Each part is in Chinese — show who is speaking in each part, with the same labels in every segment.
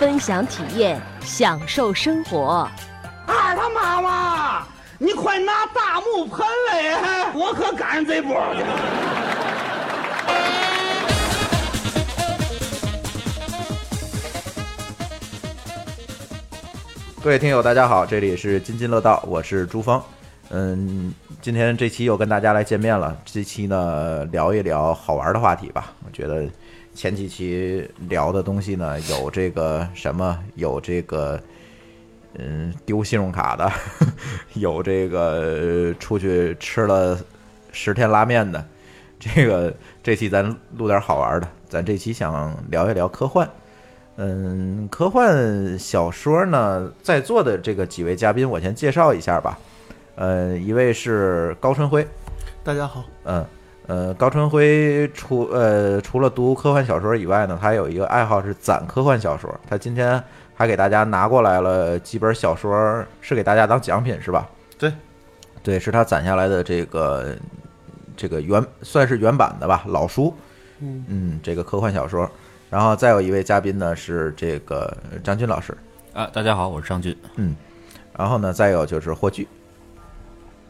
Speaker 1: 分享体验，享受生活。
Speaker 2: 二啊他妈妈，你快拿大木喷了耶！我可赶上这波了。
Speaker 3: 各位听友，大家好，这里是津津乐道，我是朱峰。嗯，今天这期又跟大家来见面了。这期呢，聊一聊好玩的话题吧。我觉得前几期聊的东西呢，有这个什么，有这个嗯丢信用卡的， 有这个呃出去吃了十天拉面的。这个这期咱录点好玩的，咱这期想聊一聊科幻。嗯，科幻小说呢，在座的这个几位嘉宾，我先介绍一下吧。呃，一位是高春辉，
Speaker 4: 大家好，
Speaker 3: 嗯，呃，高春辉除呃除了读科幻小说以外呢，他有一个爱好是攒科幻小说。他今天还给大家拿过来了几本小说，是给大家当奖品是吧？
Speaker 4: 对，
Speaker 3: 对，是他攒下来的这个这个原算是原版的吧，老书，
Speaker 4: 嗯
Speaker 3: 这个科幻小说。然后再有一位嘉宾呢是这个张军老师，嗯
Speaker 5: 啊，大家好，我是张军。
Speaker 3: 然后呢再有就是霍炬，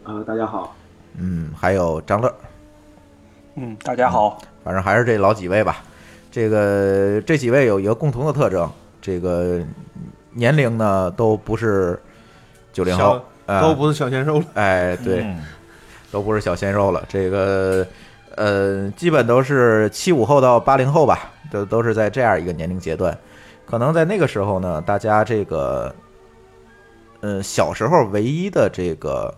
Speaker 6: 呃，大家好，
Speaker 3: 嗯，还有张乐，
Speaker 7: 嗯，大家好，
Speaker 3: 反正还是这老几位吧。这个这几位有一个共同的特征，这个年龄呢都不是九零后
Speaker 4: 小，
Speaker 3: 啊
Speaker 4: 都不是小鲜肉了。
Speaker 3: 哎，对，都不是小鲜肉了。这个呃，基本都是七五后到八零后吧，都都是在这样一个年龄阶段。可能在那个时候呢，大家这个，嗯，小时候唯一的这个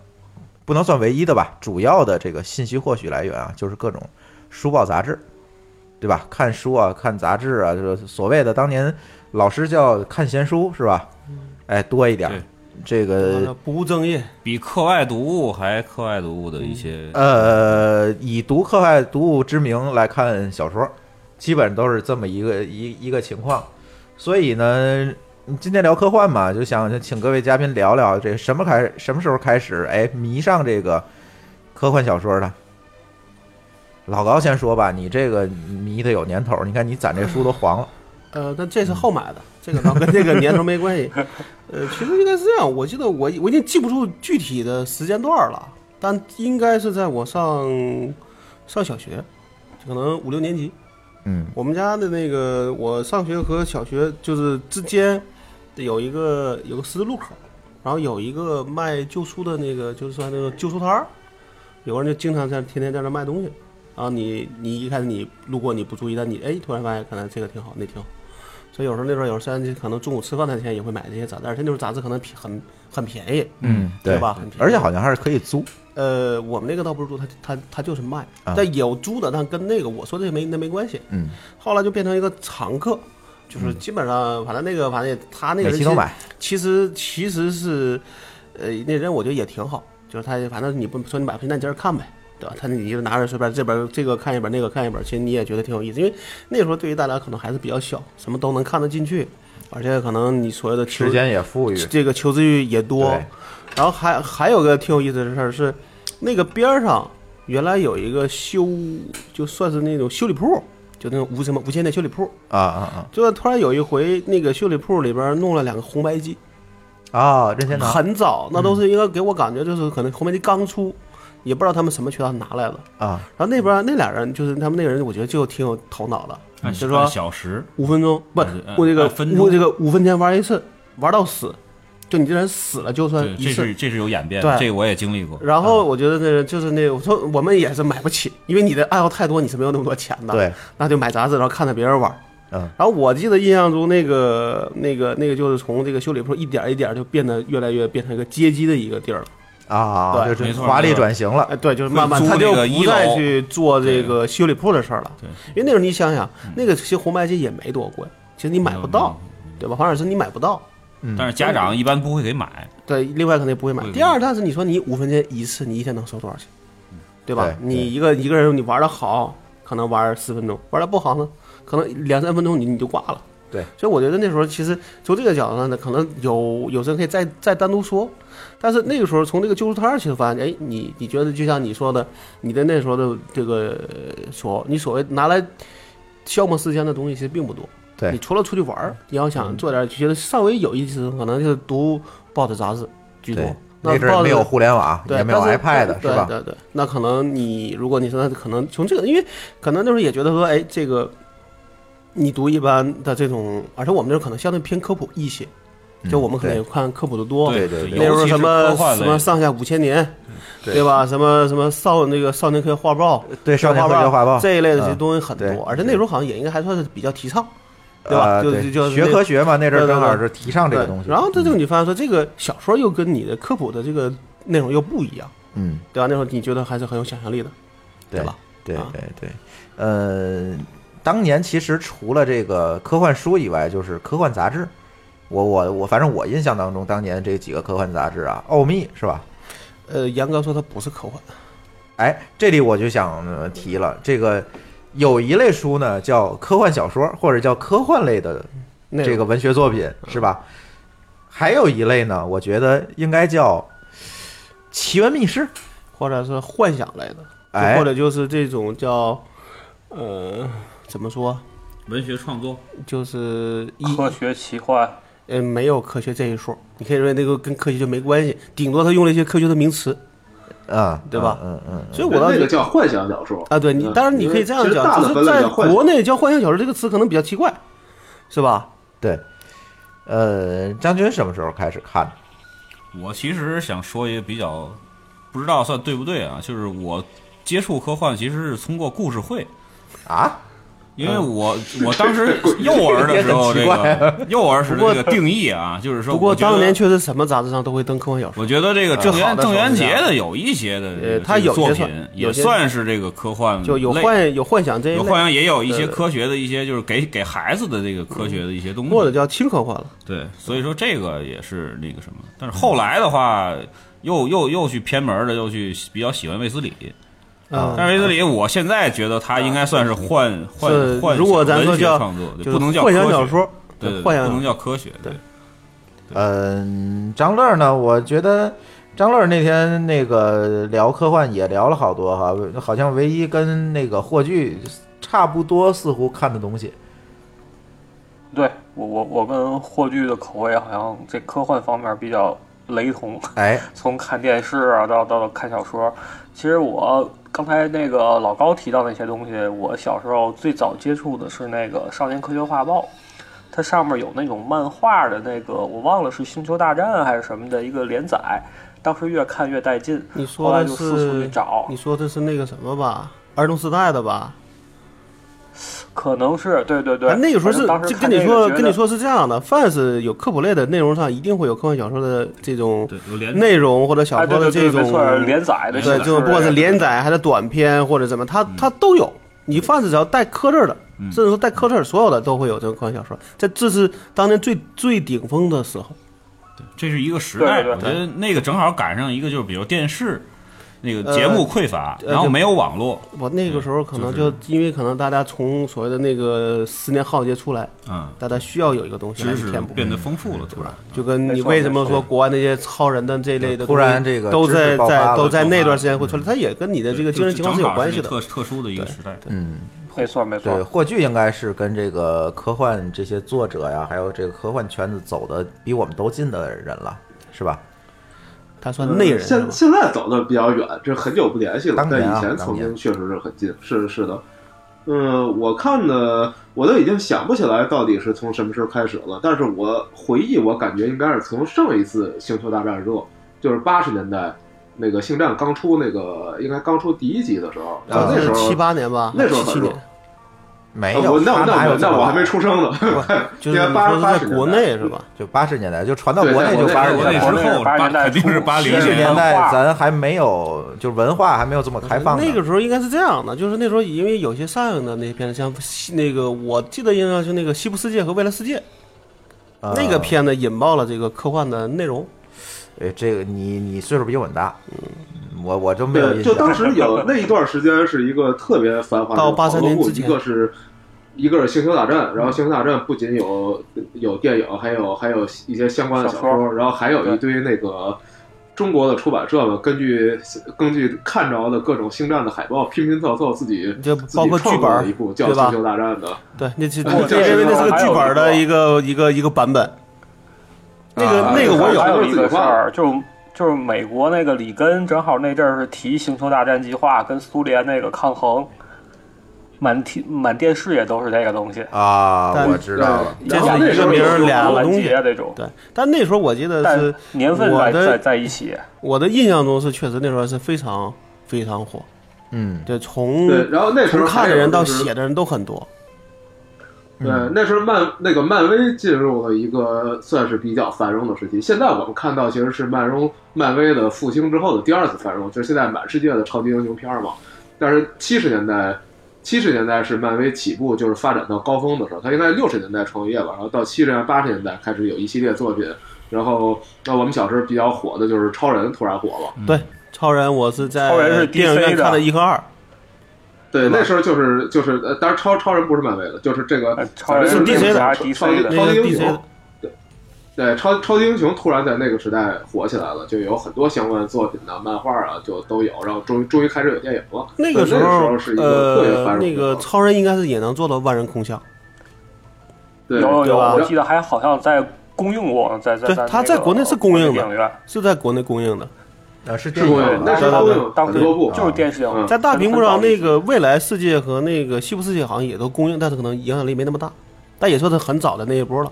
Speaker 3: 不能算唯一的吧，主要的这个信息获取来源啊，就是各种书报杂志，对吧？看书啊，看杂志啊，就是所谓的当年老师叫看闲书是吧？哎，多一点儿
Speaker 5: 对。
Speaker 3: 这个
Speaker 4: 不务正业，嗯
Speaker 5: 比课外读物还课外读物的一些，
Speaker 3: 呃，以读课外读物之名来看小说，基本都是这么一个一一个情况。所以呢，今天聊科幻嘛，就想请各位嘉宾聊聊这什么开什么时候开始哎迷上这个科幻小说的。老高先说吧，你这个迷的有年头，你看你攒这书都黄了。
Speaker 4: 呃，但这是后买的，这个倒跟这个年头没关系。呃，其实应该是这样，我记得我我已经记不住具体的时间段了，但应该是在我上上小学，可能五六年级。
Speaker 3: 嗯
Speaker 4: 我们家的那个，我上学和小学就是之间有一个有个十字路口，然后有一个卖旧书的那个，就是说那个旧书摊儿，有人就经常在天天在那卖东西。然后你你一开始你路过你不注意，但你哎突然发现可能这个挺好，那挺好。所以有时候那时候有时候可能中午吃饭那天也会买这些杂志，而且那时候杂志可能便很很便宜，
Speaker 3: 嗯，
Speaker 4: 对吧？很便宜
Speaker 3: 而且好像还是可以租。
Speaker 4: 呃，我们那个倒不是租，他他他就是卖，
Speaker 3: 啊
Speaker 4: 但有租的，但跟那个我说这没那没关系。
Speaker 3: 嗯，
Speaker 4: 后来就变成一个常客，就是基本上反正那个反正也他那个
Speaker 3: 每
Speaker 4: 人
Speaker 3: 期嗯都买。
Speaker 4: 其实其实是，呃，那人我觉得也挺好，就是他反正你不说你买不起，那你接着看呗，对吧？他你就拿着随便这边这个看一本，那个看一本，其实你也觉得挺有意思，因为那时候对于大家可能还是比较小，什么都能看得进去，而且可能你所有的求
Speaker 3: 时间也富裕，
Speaker 4: 这个求知欲也多
Speaker 3: 对。
Speaker 4: 然后还还有个挺有意思的事儿是，那个边儿上原来有一个修，就算是那种修理铺，就那种无什么无线电修理铺。
Speaker 3: 啊啊
Speaker 4: 就突然有一回，那个修理铺里边弄了两个红白机，
Speaker 3: 啊啊！任天堂
Speaker 4: 很早，那都是应该给我感觉就是可能红白机刚出，也不知道他们什么渠道拿来的。
Speaker 3: 啊，
Speaker 4: 然后那边那俩人就是他们那个人，我觉得就挺有头脑的，
Speaker 5: 按
Speaker 4: 就说
Speaker 5: 按啊小时，
Speaker 4: 五分钟不
Speaker 5: 嗯，
Speaker 4: 我这个
Speaker 5: 按分钟
Speaker 4: 我这个五分钱玩一次，玩到死，就你这人死了就算
Speaker 5: 对，
Speaker 4: 一
Speaker 5: 这
Speaker 4: 次
Speaker 5: 是。啊这是有演变，
Speaker 4: 呃对
Speaker 5: 的，这个我也经历过。
Speaker 4: 然后我觉得那个就是那个，我说我们也是买不起，因为你的爱好太多，你是没有那么多钱的。，
Speaker 3: 对，
Speaker 4: 那就买杂志，然后看着别人玩。
Speaker 3: 嗯
Speaker 4: 然后我记得印象中那个那个那个就是从这个修理铺一点一点就变得越来越变成一个街机的一个地儿了。
Speaker 3: 啊，
Speaker 4: 对
Speaker 3: 就
Speaker 5: 没
Speaker 3: 是
Speaker 5: 错
Speaker 3: 华丽
Speaker 5: 没错
Speaker 3: 转型了。
Speaker 4: 哎，对，就是慢慢
Speaker 5: 租
Speaker 4: 他就
Speaker 5: 那个
Speaker 4: 不
Speaker 5: 一
Speaker 4: 再
Speaker 5: 楼
Speaker 4: 去做这个修理铺的事儿了。
Speaker 5: 对嗯
Speaker 4: 因为那时候你想想，那个其实红白机也没多贵，其实你买不到，对吧？黄小参你买不到，
Speaker 3: 嗯
Speaker 5: 但是家长一般不会给买，
Speaker 4: 对，另外肯定也不会买
Speaker 5: 不。会
Speaker 4: 第二，但是你说你五分钱一次，你一天能收多少钱？
Speaker 5: 嗯
Speaker 4: 对吧？
Speaker 3: 对对
Speaker 4: 你一个一个人你玩的好，可能玩四分钟；玩的不好呢，可能两三分钟你你就挂了。
Speaker 3: 对，
Speaker 4: 所以我觉得那时候其实从这个角度上呢，可能有有人可以再再单独说，但是那个时候从这个救助摊儿其实发现，哎，你你觉得就像你说的，你的那时候的这个呃所你所谓拿来消磨时间的东西其实并不多。
Speaker 3: 对嗯
Speaker 4: 你除了出去玩儿，你要想做点觉得稍微有意思，可能就是读报纸杂志居多
Speaker 3: 对。，
Speaker 4: 那
Speaker 3: 那阵儿
Speaker 4: 报
Speaker 3: 没
Speaker 4: 纸
Speaker 3: 有互联网，
Speaker 4: 对，
Speaker 3: 也没有
Speaker 4: 但是
Speaker 3: iPad，是
Speaker 4: 对
Speaker 3: 吧？
Speaker 4: 对对，那可能你如果你说可能从这个，因为可能那时候也觉得说，哎，这个你读一般的这种，而且我们那时候可能相对偏科普一些，就我们
Speaker 3: 嗯
Speaker 4: 可能也看科普的多。
Speaker 3: 对对
Speaker 5: 对，
Speaker 4: 那时候
Speaker 5: 尤其
Speaker 4: 什
Speaker 5: 是
Speaker 4: 么
Speaker 5: 科幻
Speaker 4: 什么
Speaker 5: 类，
Speaker 4: 上下五千年，
Speaker 3: 对
Speaker 4: 对吧？什么什么少那个少年科学画报，
Speaker 3: 呃对少年科学画报
Speaker 4: 这一类的这些东西
Speaker 3: 嗯
Speaker 4: 很
Speaker 3: 对
Speaker 4: 多，而且那时候好像也应该还算是比较提倡，对吧？
Speaker 3: 呃
Speaker 4: 就
Speaker 3: 对
Speaker 4: 就就
Speaker 3: 学
Speaker 4: 那
Speaker 3: 科学嘛，那阵儿
Speaker 4: 对对
Speaker 3: 正好
Speaker 4: 对
Speaker 3: 是提倡这个
Speaker 4: 对
Speaker 3: 东西。嗯
Speaker 4: 然后这就你发现说，这个小说又跟你的科普的这个内容又不一样，
Speaker 3: 嗯，
Speaker 4: 对吧？那时候你觉得还是很有想象力的，
Speaker 3: 对
Speaker 4: 吧？
Speaker 3: 对
Speaker 4: 啊
Speaker 3: 对对，呃，当年其实除了这个科幻书以外，就是科幻杂志。我我我，反正我印象当中，当年这几个科幻杂志啊，《奥秘》是吧？
Speaker 4: 呃，严格说它不是科幻，
Speaker 3: 哎，这里我就想呃提了，这个有一类书呢叫科幻小说，或者叫科幻类的
Speaker 4: 那
Speaker 3: 这个文学作品，
Speaker 4: 嗯
Speaker 3: 是吧？还有一类呢，我觉得应该叫奇闻密室，
Speaker 4: 或者是幻想类的，就
Speaker 3: 哎
Speaker 4: 或者就是这种叫呃怎么说，
Speaker 5: 文学创作，
Speaker 4: 就是一
Speaker 7: 科学奇幻，
Speaker 4: 呃没有科学这一说，你可以认为那个跟科学就没关系，顶多他用了一些科学的名词，
Speaker 3: 啊、
Speaker 4: 对吧
Speaker 3: 嗯嗯嗯，
Speaker 4: 所以我倒
Speaker 6: 那
Speaker 4: 觉
Speaker 6: 个
Speaker 4: 得。
Speaker 6: 叫幻想小说
Speaker 4: 啊，对你，
Speaker 6: 嗯
Speaker 4: 当然你可以这样
Speaker 6: 其实大
Speaker 4: 讲，
Speaker 6: 的
Speaker 4: 就
Speaker 6: 分
Speaker 4: 是
Speaker 6: 类
Speaker 4: 在
Speaker 6: 叫幻想
Speaker 4: 国内叫幻想小说这个词可能比较奇怪，是吧？
Speaker 3: 对。呃，张军什么时候开始看的？
Speaker 5: 我其实想说一个比较，不知道算对不对啊，就是我接触科幻其实是通过故事会，
Speaker 3: 啊？
Speaker 5: 因为
Speaker 4: 嗯
Speaker 5: 我我当时幼儿的时候，
Speaker 3: 这
Speaker 5: 这
Speaker 3: 个也很奇怪
Speaker 5: 个幼儿时的这个定义啊，就是说，
Speaker 4: 啊不过
Speaker 5: 我觉
Speaker 4: 当
Speaker 5: 得
Speaker 4: 年确实什么杂志上都会登科幻小说，
Speaker 5: 我觉得这个郑
Speaker 4: 呃好
Speaker 5: 渊
Speaker 4: 的
Speaker 5: 郑渊
Speaker 4: 手
Speaker 5: 洁
Speaker 4: 机啊
Speaker 5: 的有一些的这个
Speaker 4: 呃他有些
Speaker 5: 作品
Speaker 4: 算有
Speaker 5: 也
Speaker 4: 些
Speaker 5: 算是这个科幻，
Speaker 4: 就有。幻有幻想这一
Speaker 5: 嗯有
Speaker 4: 类，
Speaker 5: 幻想，也有一些
Speaker 4: 对嗯
Speaker 5: 科学的一些，就是给给孩子的这个科学的一些东西，
Speaker 4: 或者叫轻科幻了。
Speaker 5: 对，所以说这个也是那个什么，但是后来的话，又又又去偏门的，又去比较喜欢卫斯理。
Speaker 4: 啊
Speaker 5: 但是卫斯理，我现在觉得他应该算是幻幻
Speaker 4: 是
Speaker 5: 幻想，
Speaker 4: 如果咱
Speaker 5: 文
Speaker 4: 说
Speaker 5: 学
Speaker 4: 叫
Speaker 5: 创作，就
Speaker 4: 就是
Speaker 5: 不能叫
Speaker 4: 幻想
Speaker 5: 科学
Speaker 4: 小，说，
Speaker 5: 对对，对
Speaker 4: 幻想
Speaker 5: 不能叫科学，对，
Speaker 3: 嗯，张乐呢？我觉得张乐那天那个聊科幻也聊了好多哈，好像唯一跟那个霍炬差不多，似乎看的东 西。
Speaker 7: 对我我我跟霍炬的口味好像这科幻方面比较雷同，
Speaker 3: 哎，
Speaker 7: 从看电视啊到到看小说，其实我刚才那个老高提到那些东西，我小时候最早接触的是那个《少年科学画报》，它上面有那种漫画的那个，我忘了是《星球大战》还是什么的一个连载，当时越看越带劲，
Speaker 4: 你
Speaker 7: 后
Speaker 4: 说
Speaker 7: 来
Speaker 4: 的
Speaker 7: 就四处去
Speaker 4: 是
Speaker 7: 找
Speaker 4: 你，说的是那个什么吧，儿童时代的吧？
Speaker 7: 可能是对对对，
Speaker 4: 啊那个时候
Speaker 7: 反正
Speaker 4: 是
Speaker 7: 当时
Speaker 4: 这跟
Speaker 7: 看
Speaker 4: 你
Speaker 7: 这个
Speaker 4: 说
Speaker 7: 觉
Speaker 4: 跟
Speaker 7: 得
Speaker 4: 你说是这样的，凡是有科普类的内容上，一定会有科幻小说的这种
Speaker 5: 对，有连
Speaker 4: 内容或者
Speaker 7: 哎
Speaker 4: 小
Speaker 7: 对
Speaker 4: 说的
Speaker 7: 对对
Speaker 4: 这
Speaker 7: 没错
Speaker 4: 种
Speaker 7: 连载的
Speaker 4: 对，就
Speaker 7: 不
Speaker 4: 不管是连载还是短篇或者怎么，它
Speaker 5: 嗯
Speaker 4: 它都有。你凡是只要带科字儿的，甚至说带科字儿，所有的都会有这个科幻小说。这这是当年最最顶峰的时候。
Speaker 5: 这是一个时代。
Speaker 7: 对对
Speaker 5: 我觉得那个正好赶上一个，就是比如电视那个节目匮乏，
Speaker 4: 呃
Speaker 5: 然后
Speaker 4: 就
Speaker 5: 没有网络，
Speaker 4: 我那个时候可能
Speaker 5: 就
Speaker 4: 就因为可能大家从所谓的那个十年浩劫出来，
Speaker 5: 嗯，
Speaker 4: 大家需要有一个东西来
Speaker 5: 知识
Speaker 4: 填补，
Speaker 5: 变得丰富了，突然。
Speaker 4: 就跟
Speaker 7: 没
Speaker 4: 你
Speaker 7: 错
Speaker 4: 为什么
Speaker 7: 没错
Speaker 4: 说国外那些超人的这类的东西，
Speaker 3: 突然这个
Speaker 4: 都
Speaker 3: 知识
Speaker 4: 在
Speaker 3: 爆发
Speaker 4: 在
Speaker 3: 了
Speaker 4: 都在
Speaker 5: 爆
Speaker 4: 那
Speaker 5: 发
Speaker 4: 段时间会出来，它也跟你的这个精神情况是有关系的
Speaker 5: 特。特殊的一个时代。
Speaker 3: 嗯，
Speaker 7: 没错没
Speaker 3: 对，
Speaker 7: 错，
Speaker 3: 霍炬应该是跟这个科幻这些作者呀，还有这个科幻圈子走的比我们都近的人了，是吧？
Speaker 4: 他算内人是吧
Speaker 6: 现现在走的比较远，这很久不联系了
Speaker 3: 当。
Speaker 6: 但
Speaker 3: 年啊
Speaker 6: 以前曾经确实是很近，是是的。嗯，我看的我都已经想不起来到底是从什么时候开始了，但是我回忆，我感觉应该是从上一次《星球大战》热，就是八十年代那个《星战》刚出那个，应该刚出第一集的时候，
Speaker 3: 啊
Speaker 6: 那时候
Speaker 4: 七八年吧，
Speaker 6: 那时候
Speaker 4: 七
Speaker 6: 很
Speaker 4: 七
Speaker 6: 热
Speaker 4: 年，
Speaker 3: 没
Speaker 6: 呃
Speaker 3: 有，
Speaker 6: 我那
Speaker 3: 他哪
Speaker 6: 那
Speaker 3: 有
Speaker 6: 我
Speaker 3: 这么
Speaker 6: 那我还
Speaker 3: 晚
Speaker 6: 没出生呢，
Speaker 4: 就是
Speaker 6: 应
Speaker 4: 你
Speaker 6: 该八
Speaker 4: 说
Speaker 6: 十
Speaker 4: 是
Speaker 6: 八
Speaker 4: 在
Speaker 6: 十
Speaker 4: 国内是吧？
Speaker 3: 就八十年代就传到
Speaker 6: 对
Speaker 3: 国
Speaker 6: 在
Speaker 3: 内就
Speaker 6: 国内
Speaker 3: 八十
Speaker 5: 国
Speaker 3: 年
Speaker 5: 内
Speaker 3: 代
Speaker 5: 之
Speaker 3: 了。
Speaker 5: 后，
Speaker 7: 八十
Speaker 5: 八
Speaker 7: 年代
Speaker 5: 肯定是八零
Speaker 3: 七十年
Speaker 5: 年，
Speaker 3: 代
Speaker 7: 文化
Speaker 3: 咱还没有，就是文化嗯还没有这么开放呢。
Speaker 4: 那个时候应该是这样的，就是那时候因为有些上映的那些片子，像西那个我记得印象是那个《西部世界》和《未来世界》，
Speaker 3: 啊
Speaker 4: 那个片子引爆了这个科幻的内容。
Speaker 3: 哎，这个你你岁数比我大，嗯，我我都没有
Speaker 6: 对，
Speaker 3: 印
Speaker 6: 就
Speaker 3: 象。
Speaker 6: 当时有那一段时间是一个特别繁华的
Speaker 4: 到
Speaker 6: 讨
Speaker 4: 83
Speaker 6: 论
Speaker 4: 年
Speaker 6: 物
Speaker 4: 之
Speaker 6: 一
Speaker 4: 前
Speaker 6: 个是一个是星球大战，然后星球大战不仅有有电影，还有还有一些相关的小
Speaker 7: 小说
Speaker 6: 然后还有一堆那个中国的出版社们根据根据看着的各种星战的海报拼拼凑凑自己
Speaker 4: 就
Speaker 6: 自己
Speaker 4: 包括
Speaker 6: 创
Speaker 4: 剧
Speaker 6: 作
Speaker 4: 本
Speaker 6: 了一部叫
Speaker 4: 对
Speaker 6: 《
Speaker 4: 吧
Speaker 6: 星球大战》的，
Speaker 4: 对，那是
Speaker 6: 我
Speaker 4: 我
Speaker 6: 这
Speaker 4: 认为那是
Speaker 7: 还有
Speaker 4: 个剧
Speaker 7: 一
Speaker 4: 本的
Speaker 7: 个
Speaker 4: 一个一个一个版本。那个
Speaker 6: 啊
Speaker 4: 那个我有
Speaker 7: 还有
Speaker 6: 就是
Speaker 7: 一
Speaker 6: 自己
Speaker 7: 个事
Speaker 6: 画的
Speaker 7: 儿，就就是美国那个里根，正好那阵儿是提星球大战计划跟苏联那个抗衡，满天满电视也都是这个东西，
Speaker 3: 啊，
Speaker 4: 但
Speaker 3: 我知道了，
Speaker 4: 这
Speaker 6: 然后
Speaker 4: 是
Speaker 6: 那
Speaker 4: 一
Speaker 6: 时
Speaker 4: 个
Speaker 6: 候
Speaker 4: 名
Speaker 6: 有
Speaker 4: 儿俩
Speaker 7: 拦
Speaker 4: 东西
Speaker 7: 截那种，
Speaker 4: 对，但那时候我记得
Speaker 7: 但
Speaker 4: 是
Speaker 7: 年份
Speaker 4: 我
Speaker 7: 在在
Speaker 4: 的
Speaker 7: 在一起，
Speaker 4: 我的印象中是确实那时候是非常非常火，
Speaker 3: 嗯，
Speaker 4: 对，从
Speaker 6: 对，然后那时
Speaker 4: 从
Speaker 6: 候
Speaker 4: 看
Speaker 6: 还
Speaker 4: 的
Speaker 6: 有
Speaker 4: 人到
Speaker 6: 就是
Speaker 4: 写的人都很多。
Speaker 6: 对，
Speaker 7: 嗯
Speaker 6: 那时候漫那个漫威进入了一个算是比较繁荣的时期。现在我们看到其实是漫荣漫威的复兴之后的第二次繁荣，就是现在满世界的超级英雄片嘛。但是七十年代，七十年代是漫威起步就是发展到高峰的时候，它应该六十年代创业吧，然后到七十年代八十年代开始有一系列作品。然后，那我们小时候比较火的就是超人突然火了，
Speaker 4: 对，超人我是在
Speaker 7: 超人是
Speaker 4: 电影
Speaker 7: DC
Speaker 4: 院看
Speaker 7: 的
Speaker 4: 的一和二，
Speaker 7: 嗯
Speaker 6: 对，那时候就是就是，呃，当然超超人不是漫威的，就是这个
Speaker 7: 呃超人
Speaker 6: 反正就是那
Speaker 4: DC
Speaker 6: 种
Speaker 7: 的还
Speaker 6: 超
Speaker 7: 是 DC
Speaker 6: 超级
Speaker 7: 的
Speaker 6: 超级英
Speaker 4: 那个
Speaker 6: 雄
Speaker 4: DC，
Speaker 6: 对，超超级英雄突然在那个时代火起来了，就有很多相关的作品呐、漫画啊，就都有，然后终于终于开始有电影了。
Speaker 4: 那
Speaker 6: 个
Speaker 4: 个
Speaker 6: 时
Speaker 4: 时
Speaker 6: 候
Speaker 4: 候
Speaker 6: 是一个特别繁
Speaker 4: 呃
Speaker 6: 荣的
Speaker 4: 那个超人应该是也能做到万人空巷。
Speaker 6: 对，
Speaker 7: 有有，
Speaker 4: 对吧
Speaker 7: 我记得还好像在公映过，在在
Speaker 4: 对
Speaker 7: 在
Speaker 4: 它
Speaker 7: 那
Speaker 4: 在
Speaker 7: 个
Speaker 4: 国内是公映的
Speaker 7: 电影院，
Speaker 4: 是在国内公映的，
Speaker 3: 啊是
Speaker 6: 是
Speaker 3: 电
Speaker 6: 公
Speaker 3: 影
Speaker 6: 映，
Speaker 3: 吗
Speaker 6: 那时候公映
Speaker 7: 当
Speaker 6: 很
Speaker 7: 时
Speaker 6: 多部，
Speaker 7: 就是电视影
Speaker 6: 嗯
Speaker 7: 院，
Speaker 4: 在大屏幕
Speaker 7: 很
Speaker 4: 上
Speaker 7: 早以
Speaker 4: 那
Speaker 7: 前
Speaker 4: 个未来世界和那个西部世界好像也都公映，但是可能影响力没那么大，但也算是很早的那一波了。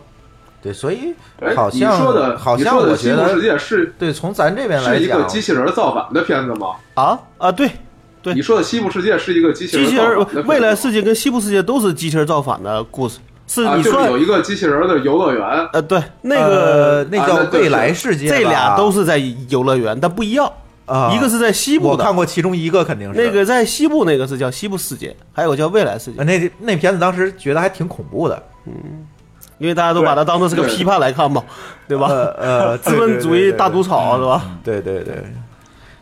Speaker 3: 对，所以
Speaker 6: 哎，
Speaker 3: 好
Speaker 6: 你说的
Speaker 3: 像好像
Speaker 6: 你说
Speaker 3: 我
Speaker 6: 的西
Speaker 3: 觉
Speaker 6: 部世
Speaker 3: 得
Speaker 6: 界是
Speaker 3: 对，从咱这边来
Speaker 6: 是一个
Speaker 3: 讲，
Speaker 6: 机器人造反的片子吗？
Speaker 4: 啊啊，对，对
Speaker 6: 你说的西部世界是一个机器
Speaker 4: 机器
Speaker 6: 造反的
Speaker 4: 人
Speaker 6: 片子吗
Speaker 4: 未来世界跟西部世界都是机器人造反的故事，是
Speaker 6: 啊，
Speaker 4: 你
Speaker 6: 就是
Speaker 4: 算
Speaker 6: 有一个机器人的游乐园，
Speaker 4: 呃对那
Speaker 3: 呃
Speaker 4: 个
Speaker 3: 那
Speaker 6: 啊
Speaker 3: 叫
Speaker 6: 那就是
Speaker 3: 未来世界吧，
Speaker 4: 这俩都是在游乐园，但不一样，
Speaker 3: 啊，
Speaker 4: 一个是在西部
Speaker 3: 我
Speaker 4: 的，
Speaker 3: 看过其中一个，肯定是
Speaker 4: 那个在西部那个是叫西部世界，还有叫未来世界
Speaker 3: 呃，那那片子当时觉得还挺恐怖的，
Speaker 4: 因为大家都把它当做是个批判来看嘛，对吧？
Speaker 3: 呃呃，
Speaker 4: 资本主义大毒
Speaker 3: 都，
Speaker 4: 草是吧？
Speaker 3: 对对对。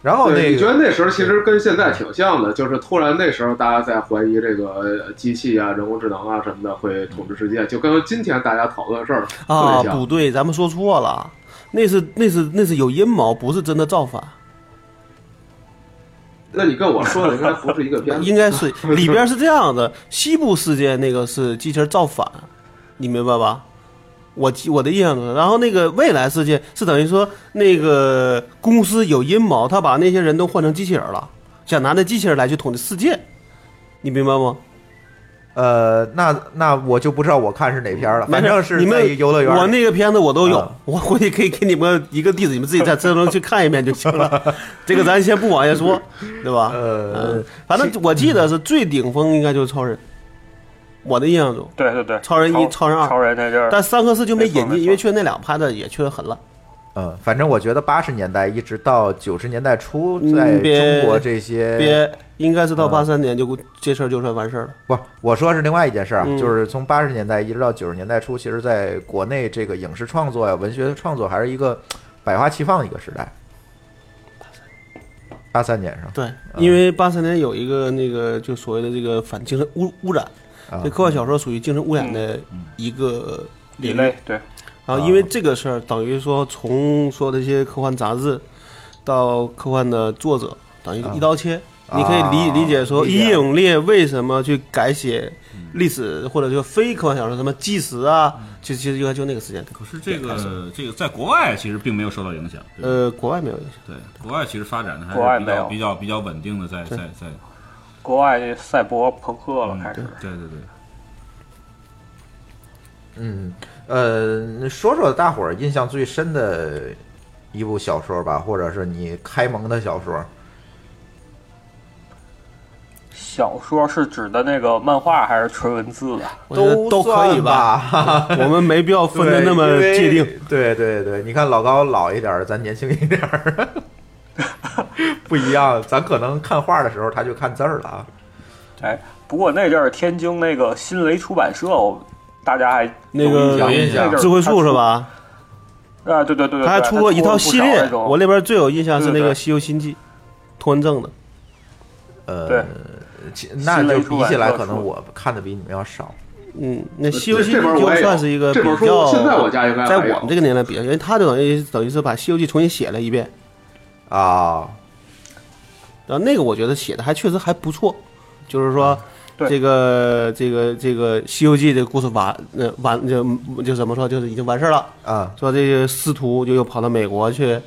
Speaker 3: 然后
Speaker 6: 对，
Speaker 3: 哦那
Speaker 6: 你觉得
Speaker 3: 个
Speaker 6: 那时候其实跟现在挺像的，就是突然那时候大家在怀疑这个机器啊、人工智能啊什么的会统治世界，就跟今天大家讨嗯论的事儿特
Speaker 4: 啊，
Speaker 6: 别像。
Speaker 4: 不对，咱们说错了，那是那是那是有阴谋，不是真的造反，
Speaker 6: 那你跟我说的应该不是一个片子。
Speaker 4: 应该 是里边是这样的，西部世界那个是机器人造反，你明白吧？我记我的印象中，然后那个未来世界是等于说那个公司有阴谋，他把那些人都换成机器人了，想拿那机器人来去统治世界，你明白吗？
Speaker 3: 呃，那那我就不知道我看是哪片了，反正是
Speaker 4: 你
Speaker 3: 在
Speaker 4: 们
Speaker 3: 游乐园里。
Speaker 4: 我那个片子我都有，
Speaker 3: 啊
Speaker 4: 我回去可以给你们一个地址，你们自己在真龙去看一遍就行 了。这个咱先不往下说，对吧？
Speaker 3: 呃
Speaker 4: 嗯，反正我记得是最顶峰应该就是超人，我的印象中，
Speaker 7: 对对对，
Speaker 4: 超人一超人二
Speaker 7: 超人那阵儿，
Speaker 4: 但三和四就没
Speaker 7: 没错
Speaker 4: 引
Speaker 7: 没
Speaker 4: 进，
Speaker 7: 错
Speaker 4: 因为确实那俩拍的也确实很烂。
Speaker 3: 嗯，反正我觉得八十年代一直到九十年代初，
Speaker 4: 嗯
Speaker 3: 在
Speaker 4: 别
Speaker 3: 中国这些
Speaker 4: 别，应该是到
Speaker 3: 嗯
Speaker 4: 八三年就这事儿就算完事儿了。
Speaker 3: 不，我说是另外一件事儿啊，
Speaker 4: 嗯
Speaker 3: 就是从八十年代一直到九十年代初，其实在国内这个影视创作呀、文学创作还是一个百花齐放的一个时代。八三年是吧？
Speaker 4: 对，因为八三年有一个那个就所谓的这个反精神污污染，
Speaker 3: 啊
Speaker 4: 这科幻小说属于精神污染的一个
Speaker 7: 李
Speaker 4: 领域
Speaker 7: 类对，
Speaker 4: 然啊后因为这个事儿，等于说从所有的一些科幻杂志到科幻的作者，等于一刀切。
Speaker 3: 啊
Speaker 4: 你可以理理解说，
Speaker 3: 理解
Speaker 4: 伊永烈为什么去改写历史或者说非科幻小说，什么纪实啊，其实其实应该就那个时间。
Speaker 5: 可是这个这个在国外其实并没有受到影响，对吧
Speaker 4: 呃，国外没有影响。
Speaker 5: 对，国外其实发展的还
Speaker 7: 国外
Speaker 5: 是比
Speaker 7: 没有
Speaker 5: 较比较比较稳定的在，在在
Speaker 7: 国外赛博朋克了
Speaker 5: 嗯
Speaker 7: 开始。
Speaker 5: 对对对，
Speaker 3: 嗯，呃，说说大伙儿印象最深的一部小说吧，或者是你开蒙的小说。
Speaker 7: 小说是指的那个漫画还是纯文字的？
Speaker 4: 我觉得都可以
Speaker 3: 算
Speaker 4: 吧，
Speaker 3: 吧，
Speaker 4: 我们没必要分的那么
Speaker 3: 对
Speaker 4: 界。
Speaker 3: 因
Speaker 4: 定。
Speaker 3: 为对对对，你看老高老一点儿，咱年轻一点儿， 不一样。咱可能看画的时候他就看字儿了啊。
Speaker 7: 哎，不过那阵儿天津那个新蕾出版社，我大家还
Speaker 4: 那个
Speaker 7: 有印
Speaker 5: 有印象
Speaker 7: 象，那阵儿
Speaker 4: 智慧树
Speaker 7: 他
Speaker 4: 是？吧？
Speaker 7: 啊，对对对对，
Speaker 4: 他还
Speaker 7: 对
Speaker 4: 出过一套
Speaker 7: 不
Speaker 4: 系
Speaker 7: 少
Speaker 4: 列
Speaker 7: 那，种
Speaker 4: 我那边最有印象是那
Speaker 7: 对
Speaker 4: 个
Speaker 7: 对
Speaker 4: 《西游新记》，托恩正的。
Speaker 3: 呃
Speaker 7: 对，
Speaker 3: 其那
Speaker 7: 新
Speaker 3: 就
Speaker 7: 雷
Speaker 3: 比起
Speaker 7: 出
Speaker 3: 来，
Speaker 7: 版
Speaker 3: 可能
Speaker 7: 社出
Speaker 3: 我看的比你们要少。
Speaker 4: 嗯，那《西游
Speaker 6: 这
Speaker 4: 记
Speaker 6: 呃这》本
Speaker 4: 就
Speaker 6: 我也有
Speaker 4: 算是一个比
Speaker 6: 这本
Speaker 4: 较，
Speaker 6: 书，现在我家应该
Speaker 4: 在
Speaker 6: 还
Speaker 4: 我们
Speaker 6: 有。
Speaker 4: 这个年代比较，因为他等于等于是把《西游记》重新写了一遍，
Speaker 3: 啊，
Speaker 4: 然后那个我觉得写的还确实还不错，就是说。
Speaker 7: 对
Speaker 4: 这个这个这个《西游记》这个故事完，呃完就就怎么说，就是已经完事儿了。
Speaker 3: 啊，
Speaker 4: 说这个师徒就又跑到美国去，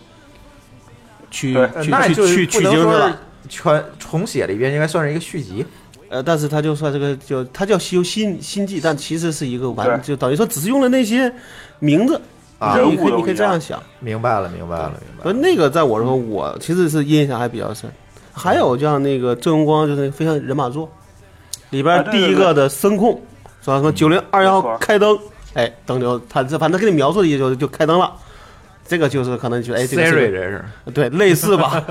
Speaker 4: 去
Speaker 7: 对
Speaker 4: 去
Speaker 3: 呃那
Speaker 4: 去
Speaker 3: 就是
Speaker 4: 去
Speaker 3: 不
Speaker 4: 取
Speaker 3: 能
Speaker 4: 经去
Speaker 3: 说
Speaker 4: 了
Speaker 3: 是。全重写了一遍，应该算是一个续集。
Speaker 4: 呃，但是他就算这个就他叫《西游新新记》，但其实是一个完，
Speaker 7: 对
Speaker 4: 就等于说只是用了那些名字
Speaker 3: 啊
Speaker 4: 你
Speaker 7: 人
Speaker 4: 可
Speaker 7: 物
Speaker 4: 以
Speaker 7: 都
Speaker 4: 你可以
Speaker 7: 一
Speaker 4: 这
Speaker 7: 样
Speaker 4: 样想。
Speaker 3: 明白了，明白了，明白
Speaker 4: 所以
Speaker 3: 了。
Speaker 4: 那个在我这说，我其实是印象还比较深。还
Speaker 7: 嗯
Speaker 4: 有像那个郑容光，就是那个《飞向人马座》里边
Speaker 7: 啊
Speaker 4: 儿
Speaker 7: 对
Speaker 4: 第
Speaker 7: 对
Speaker 4: 一
Speaker 7: 对
Speaker 4: 个的声控，是吧？什么九零二
Speaker 7: 没
Speaker 4: 幺
Speaker 7: 错
Speaker 4: 开灯，哎，灯就他这反正给你描述的也就就开灯了。这个就是可能你觉得哎，这个
Speaker 3: Siri
Speaker 4: 是个
Speaker 3: 这是
Speaker 4: 对，类 似吧，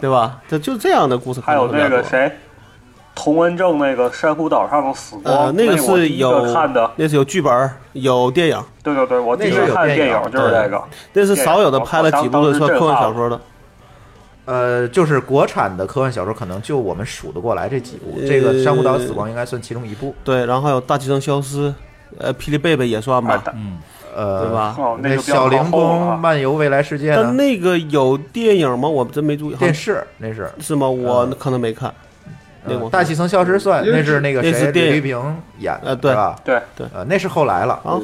Speaker 4: 对吧？这就这样的故事可
Speaker 7: 还
Speaker 4: 能
Speaker 7: 有
Speaker 4: 会比较
Speaker 7: 那
Speaker 4: 多，
Speaker 7: 个谁，童文正那个珊瑚岛上的死
Speaker 4: 呃，
Speaker 7: 光，
Speaker 4: 那
Speaker 7: 个
Speaker 4: 个
Speaker 7: 我
Speaker 4: 是
Speaker 7: 第一
Speaker 4: 有
Speaker 7: 个看的，
Speaker 4: 那是有剧本儿，有电影，
Speaker 7: 对对对，我第一
Speaker 3: 那个
Speaker 7: 个
Speaker 3: 有
Speaker 7: 看
Speaker 3: 电
Speaker 7: 电
Speaker 3: 影
Speaker 7: 影就是
Speaker 3: 对
Speaker 7: 这个，
Speaker 4: 那是少有
Speaker 7: 哦
Speaker 4: 的拍了几部的说科幻小说的。
Speaker 3: 呃，就是国产的科幻小说，可能就我们数得过来这几部。这个《珊瑚岛死亡》应该算其中一部。
Speaker 4: 对，然后还有大气层消失，呃，霹雳贝贝也算吧
Speaker 7: 啊，但
Speaker 3: 呃，
Speaker 4: 对？ 吧？
Speaker 7: 哦，那
Speaker 3: 那
Speaker 7: 个比较
Speaker 3: 小灵
Speaker 7: 靠后了
Speaker 3: 通
Speaker 7: 啊
Speaker 3: 漫游未来世界
Speaker 4: 但
Speaker 3: 呢？
Speaker 4: 那个有电影吗？我真没注意。
Speaker 3: 电视那是
Speaker 4: 是吗？我
Speaker 3: 嗯
Speaker 4: 可能没看。那
Speaker 3: 呃
Speaker 4: 我
Speaker 3: 大气层消失算，
Speaker 6: 因为
Speaker 3: 那是那个
Speaker 4: 那是
Speaker 3: 谁
Speaker 4: 电
Speaker 3: 李
Speaker 4: 影
Speaker 3: 玉萍演的，
Speaker 4: 呃对啊
Speaker 3: 是吧？
Speaker 7: 对，
Speaker 3: 呃，那是后来了。
Speaker 4: 然后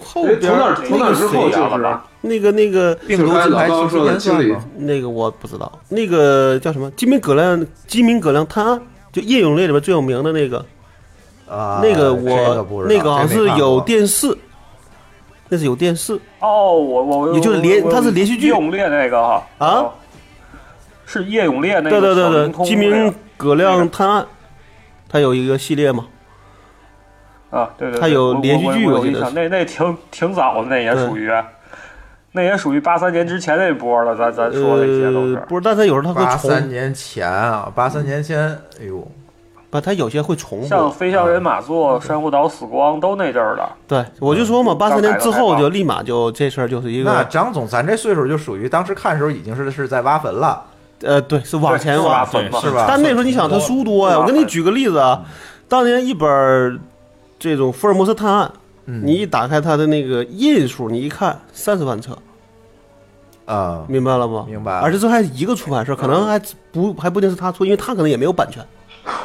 Speaker 4: 后
Speaker 6: 哎从
Speaker 4: 边
Speaker 6: 那
Speaker 4: 儿
Speaker 6: 从
Speaker 4: 那
Speaker 6: 那
Speaker 4: 个
Speaker 6: 之后
Speaker 4: 谁
Speaker 6: 就
Speaker 4: 呀
Speaker 7: 了
Speaker 6: 是
Speaker 7: 吧
Speaker 4: 那个那个
Speaker 3: 病毒
Speaker 6: 就是
Speaker 3: 金牌
Speaker 6: 刚刚
Speaker 3: 徐
Speaker 6: 说的
Speaker 3: 天
Speaker 6: 经
Speaker 3: 算
Speaker 6: 理
Speaker 3: 吗？
Speaker 4: 那个我不知道，那个叫什么？金明葛亮，金明葛亮探案，就《夜永烈》里边最有名的那个。
Speaker 3: 啊，
Speaker 4: 那个
Speaker 3: 这
Speaker 4: 我
Speaker 3: 不知道
Speaker 4: 那个好像
Speaker 3: 这没
Speaker 4: 是
Speaker 3: 看过
Speaker 4: 有电视，那是有电视
Speaker 7: 哦，我我
Speaker 4: 也就是连它是连续剧
Speaker 7: 叶永烈那个哈
Speaker 4: 啊，
Speaker 7: 哦是叶永烈那
Speaker 4: 对
Speaker 7: 个
Speaker 4: 对对
Speaker 7: 小灵
Speaker 4: 对，
Speaker 7: 通
Speaker 4: 鸡
Speaker 7: 那
Speaker 4: 鸣
Speaker 7: 个
Speaker 4: 葛亮探案，它有一个系列嘛，
Speaker 7: 啊，对对对，
Speaker 4: 它有
Speaker 7: 我
Speaker 4: 连续剧
Speaker 7: 我我
Speaker 4: 我
Speaker 7: 有
Speaker 4: 记
Speaker 7: 印
Speaker 4: 得
Speaker 7: 象，
Speaker 4: 是
Speaker 7: 那那挺挺早的，那也
Speaker 4: 对
Speaker 7: 属于，那也属于八三年之前那波了，咱咱说的这些都
Speaker 4: 呃
Speaker 7: 是，
Speaker 4: 不是，但它有时候它
Speaker 3: 八
Speaker 4: 会
Speaker 3: 三
Speaker 4: 重，
Speaker 3: 年前啊，八三年前，哎呦，
Speaker 4: 不，它有些会重
Speaker 7: 像
Speaker 4: 播
Speaker 7: 《飞向人马座》《珊瑚岛死光》都那阵儿的，
Speaker 4: 对，我
Speaker 3: 嗯
Speaker 4: 就说嘛，八三年之后就立马就这事儿就是一
Speaker 3: 那
Speaker 4: 个
Speaker 3: 张总，咱这岁数就属于当时看的时候已经是是在挖坟了，
Speaker 4: 呃，对，是往前
Speaker 7: 对
Speaker 4: 挖
Speaker 7: 是吧。
Speaker 5: 对，
Speaker 3: 是吧？嗯
Speaker 4: 但那时候你想，它书多呀，
Speaker 7: 是吧
Speaker 4: 我给你举个例子啊，当年一本儿这种福尔摩斯探案，
Speaker 3: 嗯
Speaker 4: 你一打开它的那个页数，你一看三十万册。
Speaker 3: 啊，
Speaker 4: 明白了吗？
Speaker 3: 明白嗯了
Speaker 4: 而且这还一个出版社，可能还不还不一定是他出，因为他可能也没有版权。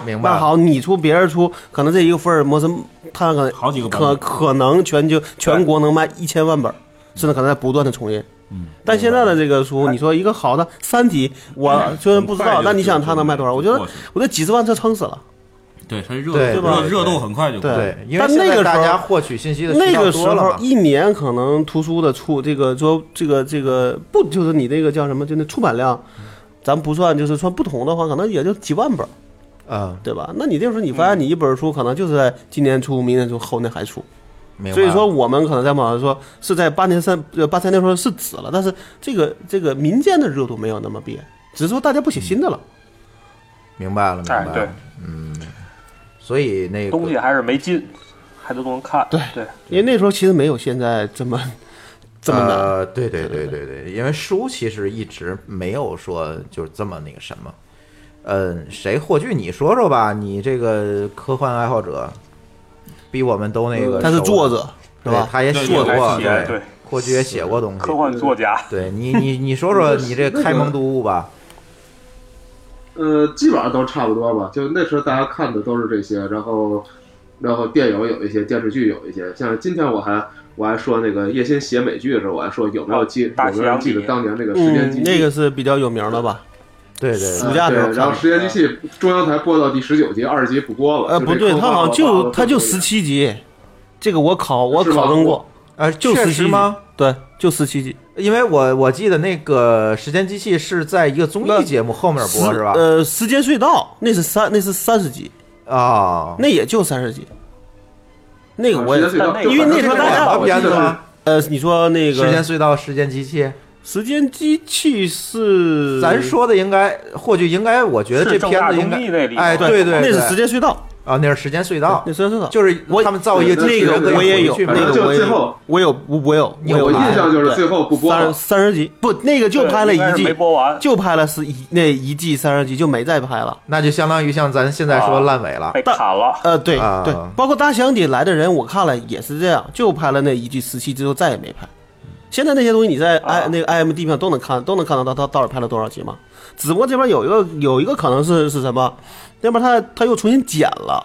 Speaker 3: 明白
Speaker 4: 那
Speaker 3: 了。
Speaker 4: 好，你出别人出，可能这一个福尔摩斯，他可能
Speaker 5: 好几个版
Speaker 4: 可
Speaker 5: 本
Speaker 4: 可能全球全国能卖一千万本，甚至可能在不断的重印。
Speaker 5: 嗯，
Speaker 4: 但现在的这个书，你说一个好的《三体》，我虽然不知
Speaker 5: 哎很
Speaker 4: 道
Speaker 5: 快，就
Speaker 4: 但你想它能卖多少？我觉
Speaker 5: 过
Speaker 4: 得
Speaker 5: 去，
Speaker 4: 我觉得几十万册撑死了。
Speaker 5: 对，它热
Speaker 3: 对
Speaker 5: 热
Speaker 4: 吧
Speaker 5: 热度很快就过去
Speaker 3: 对
Speaker 5: 了，，
Speaker 3: 因为
Speaker 4: 但
Speaker 3: 现
Speaker 4: 那个
Speaker 3: 在
Speaker 4: 时候
Speaker 3: 大家获取信息的渠
Speaker 4: 那
Speaker 3: 道
Speaker 4: 个时
Speaker 3: 多了
Speaker 4: 候
Speaker 3: 嘛，
Speaker 4: 一年可能图书的出这个说这个这个不就是你那个叫什么，就那出版量，咱不算就是算不同的话，可能也就几万本。
Speaker 3: 嗯，
Speaker 4: 对吧？那你这时候你发现你一本书可能就是在今年出、明年出、后年还出，
Speaker 3: 明白。
Speaker 4: 所以说，我们可能在网上说是在八年三呃八三年时候是止了，但是这个这个民间的热度没有那么变，只是说大家不写新的了。
Speaker 3: 嗯明白了，明白
Speaker 7: 哎
Speaker 3: 了，
Speaker 7: 对
Speaker 3: 嗯，所以那个
Speaker 7: 东西还是没劲，还都能看，对对。
Speaker 4: 因为那时候其实没有现在这么这么难，
Speaker 3: 呃，对对对对对，因为书其实一直没有说就是这么那个什么。嗯，谁霍炬，你说说吧，你这个科幻爱好者，比我们都那
Speaker 6: 呃
Speaker 3: 个熟啊。
Speaker 4: 嗯他是作者是
Speaker 3: 对，
Speaker 4: 吧？
Speaker 3: 他也
Speaker 5: 对
Speaker 3: 写
Speaker 5: 也
Speaker 3: 过，
Speaker 7: 写对
Speaker 3: 霍炬也写过东西。
Speaker 7: 科幻作家，
Speaker 3: 对你，你你说说你这开蒙读物吧。
Speaker 6: 呃，基本上都差不多吧。就那时候大家看的都是这些，然后，然后电影有一些，电视剧有一些。像今天我还我还说那个叶欣写美剧的时候，我还说有没有记、
Speaker 7: 大
Speaker 6: 有没
Speaker 7: 西
Speaker 6: 有人
Speaker 7: 洋
Speaker 6: 记得
Speaker 7: 记
Speaker 6: 当年那个《时间
Speaker 4: 嗯
Speaker 6: 机器》，
Speaker 4: 那个是比较有名的吧？
Speaker 3: 对对
Speaker 4: 暑
Speaker 3: 对，
Speaker 4: 假的时候
Speaker 6: 对，然后《
Speaker 4: 看
Speaker 6: 时间机器》中央台播到第十九集，二十集不播了。
Speaker 4: 呃，
Speaker 6: 就
Speaker 4: 不
Speaker 6: 这
Speaker 4: 对，
Speaker 6: 坑
Speaker 4: 他好像
Speaker 6: 挖挖挖
Speaker 4: 就
Speaker 6: 到
Speaker 4: 他就
Speaker 6: 最后
Speaker 4: 十七集，这个我考我
Speaker 6: 是吧
Speaker 4: 考证过，
Speaker 3: 呃，
Speaker 4: 就
Speaker 3: 确
Speaker 4: 十
Speaker 3: 实
Speaker 4: 七
Speaker 3: 吗？？
Speaker 4: 对，就十七集。
Speaker 3: 因为我我记得那个时间机器是在一个综
Speaker 4: 那
Speaker 3: 艺节目后面播
Speaker 4: 时
Speaker 3: 是吧？
Speaker 4: 呃，时间隧道那是三，那是三十集，
Speaker 3: 啊，
Speaker 4: 那也就三十集。那个我也
Speaker 6: 啊时间隧道
Speaker 7: 因为那时候大
Speaker 3: 家
Speaker 6: 我记得是
Speaker 3: 片子吗
Speaker 4: 呃，你说那
Speaker 3: 时间
Speaker 4: 个
Speaker 3: 隧道、时间机器，
Speaker 4: 时间机器是
Speaker 3: 咱说的应该，或许应该，我觉得这
Speaker 7: 是
Speaker 3: 片子应
Speaker 7: 正大综艺那
Speaker 3: 该，
Speaker 7: 里
Speaker 3: 哎，
Speaker 7: 吗
Speaker 3: 对对，
Speaker 4: 那
Speaker 3: 对
Speaker 4: 是时间隧道，
Speaker 3: 啊，那是时间隧道
Speaker 4: 那，虽然说
Speaker 3: 就是
Speaker 4: 我
Speaker 3: 他们造一个
Speaker 4: 那
Speaker 3: 巨人的
Speaker 4: 个我也有，
Speaker 3: 回去嘛
Speaker 6: 反
Speaker 4: 那
Speaker 6: 正
Speaker 4: 个
Speaker 6: 就
Speaker 4: 我也
Speaker 6: 最
Speaker 4: 有
Speaker 6: 后，
Speaker 4: 我有我我有，
Speaker 3: 有
Speaker 4: 我
Speaker 6: 我印象就是最后不播
Speaker 4: 三
Speaker 6: 了
Speaker 4: 十，三十集，不，那个就拍了
Speaker 7: 应该
Speaker 4: 一
Speaker 7: 是没
Speaker 4: 季，
Speaker 7: 播完，
Speaker 4: 就拍了是一那一季三十集就没再拍了。
Speaker 3: 那就相当于像咱现在
Speaker 7: 啊
Speaker 3: 说烂尾了。
Speaker 7: 被砍了。
Speaker 4: 呃，对
Speaker 3: 啊
Speaker 4: 对，包括大箱底来的人，我看了也是这样，就拍了那一季十七之后再也没拍。现在那些东西你在 i
Speaker 7: 啊
Speaker 4: 那个 IMD 上都能看，都能看得到他到底拍了多少集嘛。只不过这边有一个有一个可能是是什么，那边他他又重新剪了，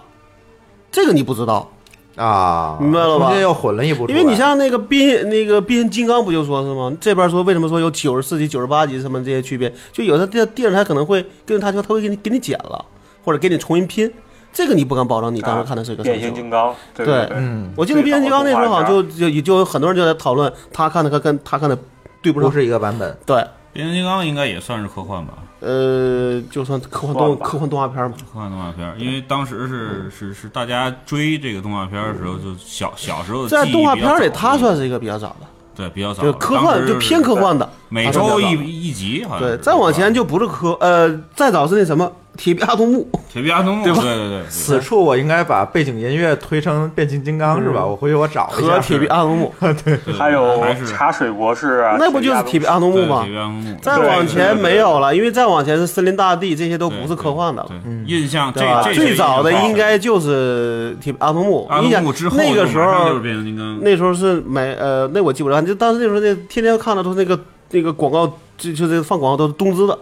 Speaker 4: 这个你不知道，
Speaker 3: 啊，
Speaker 4: 明白了吧
Speaker 3: 中间又混了一部出
Speaker 4: 因
Speaker 3: 来，
Speaker 4: 为你像那个变那个变形金刚不就说是吗？这边说为什么说有九十四集、九十八集什么这些区别，就有的电电视台可能会跟着他说他会给你给你剪了，或者给你重新拼，这个你不敢保证你当时看的是一个什么
Speaker 7: 变
Speaker 4: 情
Speaker 7: 形
Speaker 4: 况。
Speaker 7: 金刚，对
Speaker 4: 对
Speaker 7: 对，
Speaker 3: 嗯，
Speaker 4: 我记得变形金刚那时候好像就就就就有很多人就在讨论他看的和跟他看的对不
Speaker 3: 不
Speaker 4: 上。
Speaker 3: 是一个版本。
Speaker 4: 对，
Speaker 5: 变形金刚应该也算是科幻吧，
Speaker 4: 呃，就算科幻动
Speaker 7: 算吧
Speaker 4: 科幻动画片嘛，
Speaker 5: 科幻动画片儿，因为当时
Speaker 4: 嗯
Speaker 5: 是是是大家追这个动画片儿的时候，就小小时候
Speaker 4: 在
Speaker 5: 记忆
Speaker 4: 动画
Speaker 5: 比较
Speaker 4: 片里
Speaker 5: 早
Speaker 4: 他算是一个比较早的，
Speaker 5: 对比较早，
Speaker 4: 就是科
Speaker 5: 当
Speaker 4: 幻
Speaker 5: 时
Speaker 4: 就偏科幻的。
Speaker 5: 每周一一集好像
Speaker 4: 对
Speaker 5: 是，
Speaker 4: 再往前就不是科呃，再早是那什么铁臂阿童木，
Speaker 5: 铁臂阿童木，对对对，
Speaker 3: 此处我应该把背景音乐推成变形金刚是
Speaker 4: 嗯
Speaker 3: 吧？我回去我找一
Speaker 4: 和
Speaker 3: 下。
Speaker 4: 铁臂阿童木，
Speaker 5: 对
Speaker 7: 还有
Speaker 5: 还是
Speaker 7: 茶水博士啊，
Speaker 4: 那不就是铁臂阿童木
Speaker 5: 对
Speaker 4: 吗
Speaker 5: 铁臂？阿童木，
Speaker 4: 再
Speaker 7: 对
Speaker 4: 往前
Speaker 5: 对
Speaker 4: 没有了，因为再往前是森林大地，这些都
Speaker 5: 对
Speaker 4: 不是科幻的了嗯
Speaker 5: 对。对印象这
Speaker 4: 对吧？
Speaker 5: 这是
Speaker 4: 最早的
Speaker 5: 印象
Speaker 4: 应该就是铁臂阿童木
Speaker 5: 阿，
Speaker 4: 你
Speaker 5: 童
Speaker 4: 想
Speaker 5: 木之后
Speaker 4: 那个
Speaker 5: 就
Speaker 4: 时
Speaker 5: 马上
Speaker 4: 候
Speaker 5: 就是变形金刚，
Speaker 4: 那时候是买呃，那我记不着，就当时那时候那天天看的都是那个那个广告，就就是放广告都是东芝的，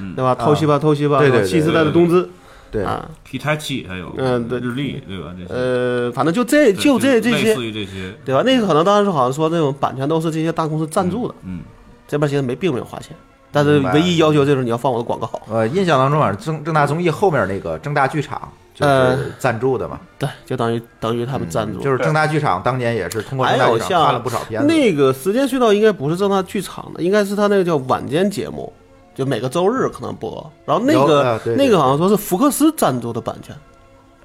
Speaker 5: 嗯
Speaker 4: 对吧？偷袭吧，偷袭吧，
Speaker 3: 啊对对对
Speaker 4: 新时代的东芝
Speaker 3: 对，
Speaker 4: 啊，
Speaker 5: 皮太气还有
Speaker 4: 嗯对
Speaker 5: 日历对吧？这些
Speaker 4: 呃，反正就
Speaker 5: 对
Speaker 4: 这就这这
Speaker 5: 类
Speaker 4: 些，
Speaker 5: 似于这些，
Speaker 4: 对吧？那个可能当时好像说那种版权都是这些大公司赞助的，
Speaker 5: 嗯，
Speaker 4: 这边其实没并没有花钱，但是
Speaker 3: 明白
Speaker 4: 唯一要求就是你要放我的广告，
Speaker 3: 呃，印象当中好像正正大综艺后面那个正大剧场就
Speaker 4: 呃
Speaker 3: 是赞助的嘛，嗯
Speaker 4: 对，就等于等于他们赞助，
Speaker 3: 就是正大剧场当年也是通过
Speaker 4: 还
Speaker 3: 正大
Speaker 4: 有
Speaker 3: 剧场看了
Speaker 4: 像
Speaker 3: 不少片子。
Speaker 4: 那个时间隧道应该不是正大剧场的，应该是他那个叫晚间节目，就每个周日可能播。然后那
Speaker 3: 有
Speaker 4: 个、
Speaker 3: 啊对
Speaker 4: 那
Speaker 3: 对
Speaker 4: 个好像说是福克斯赞助的版权，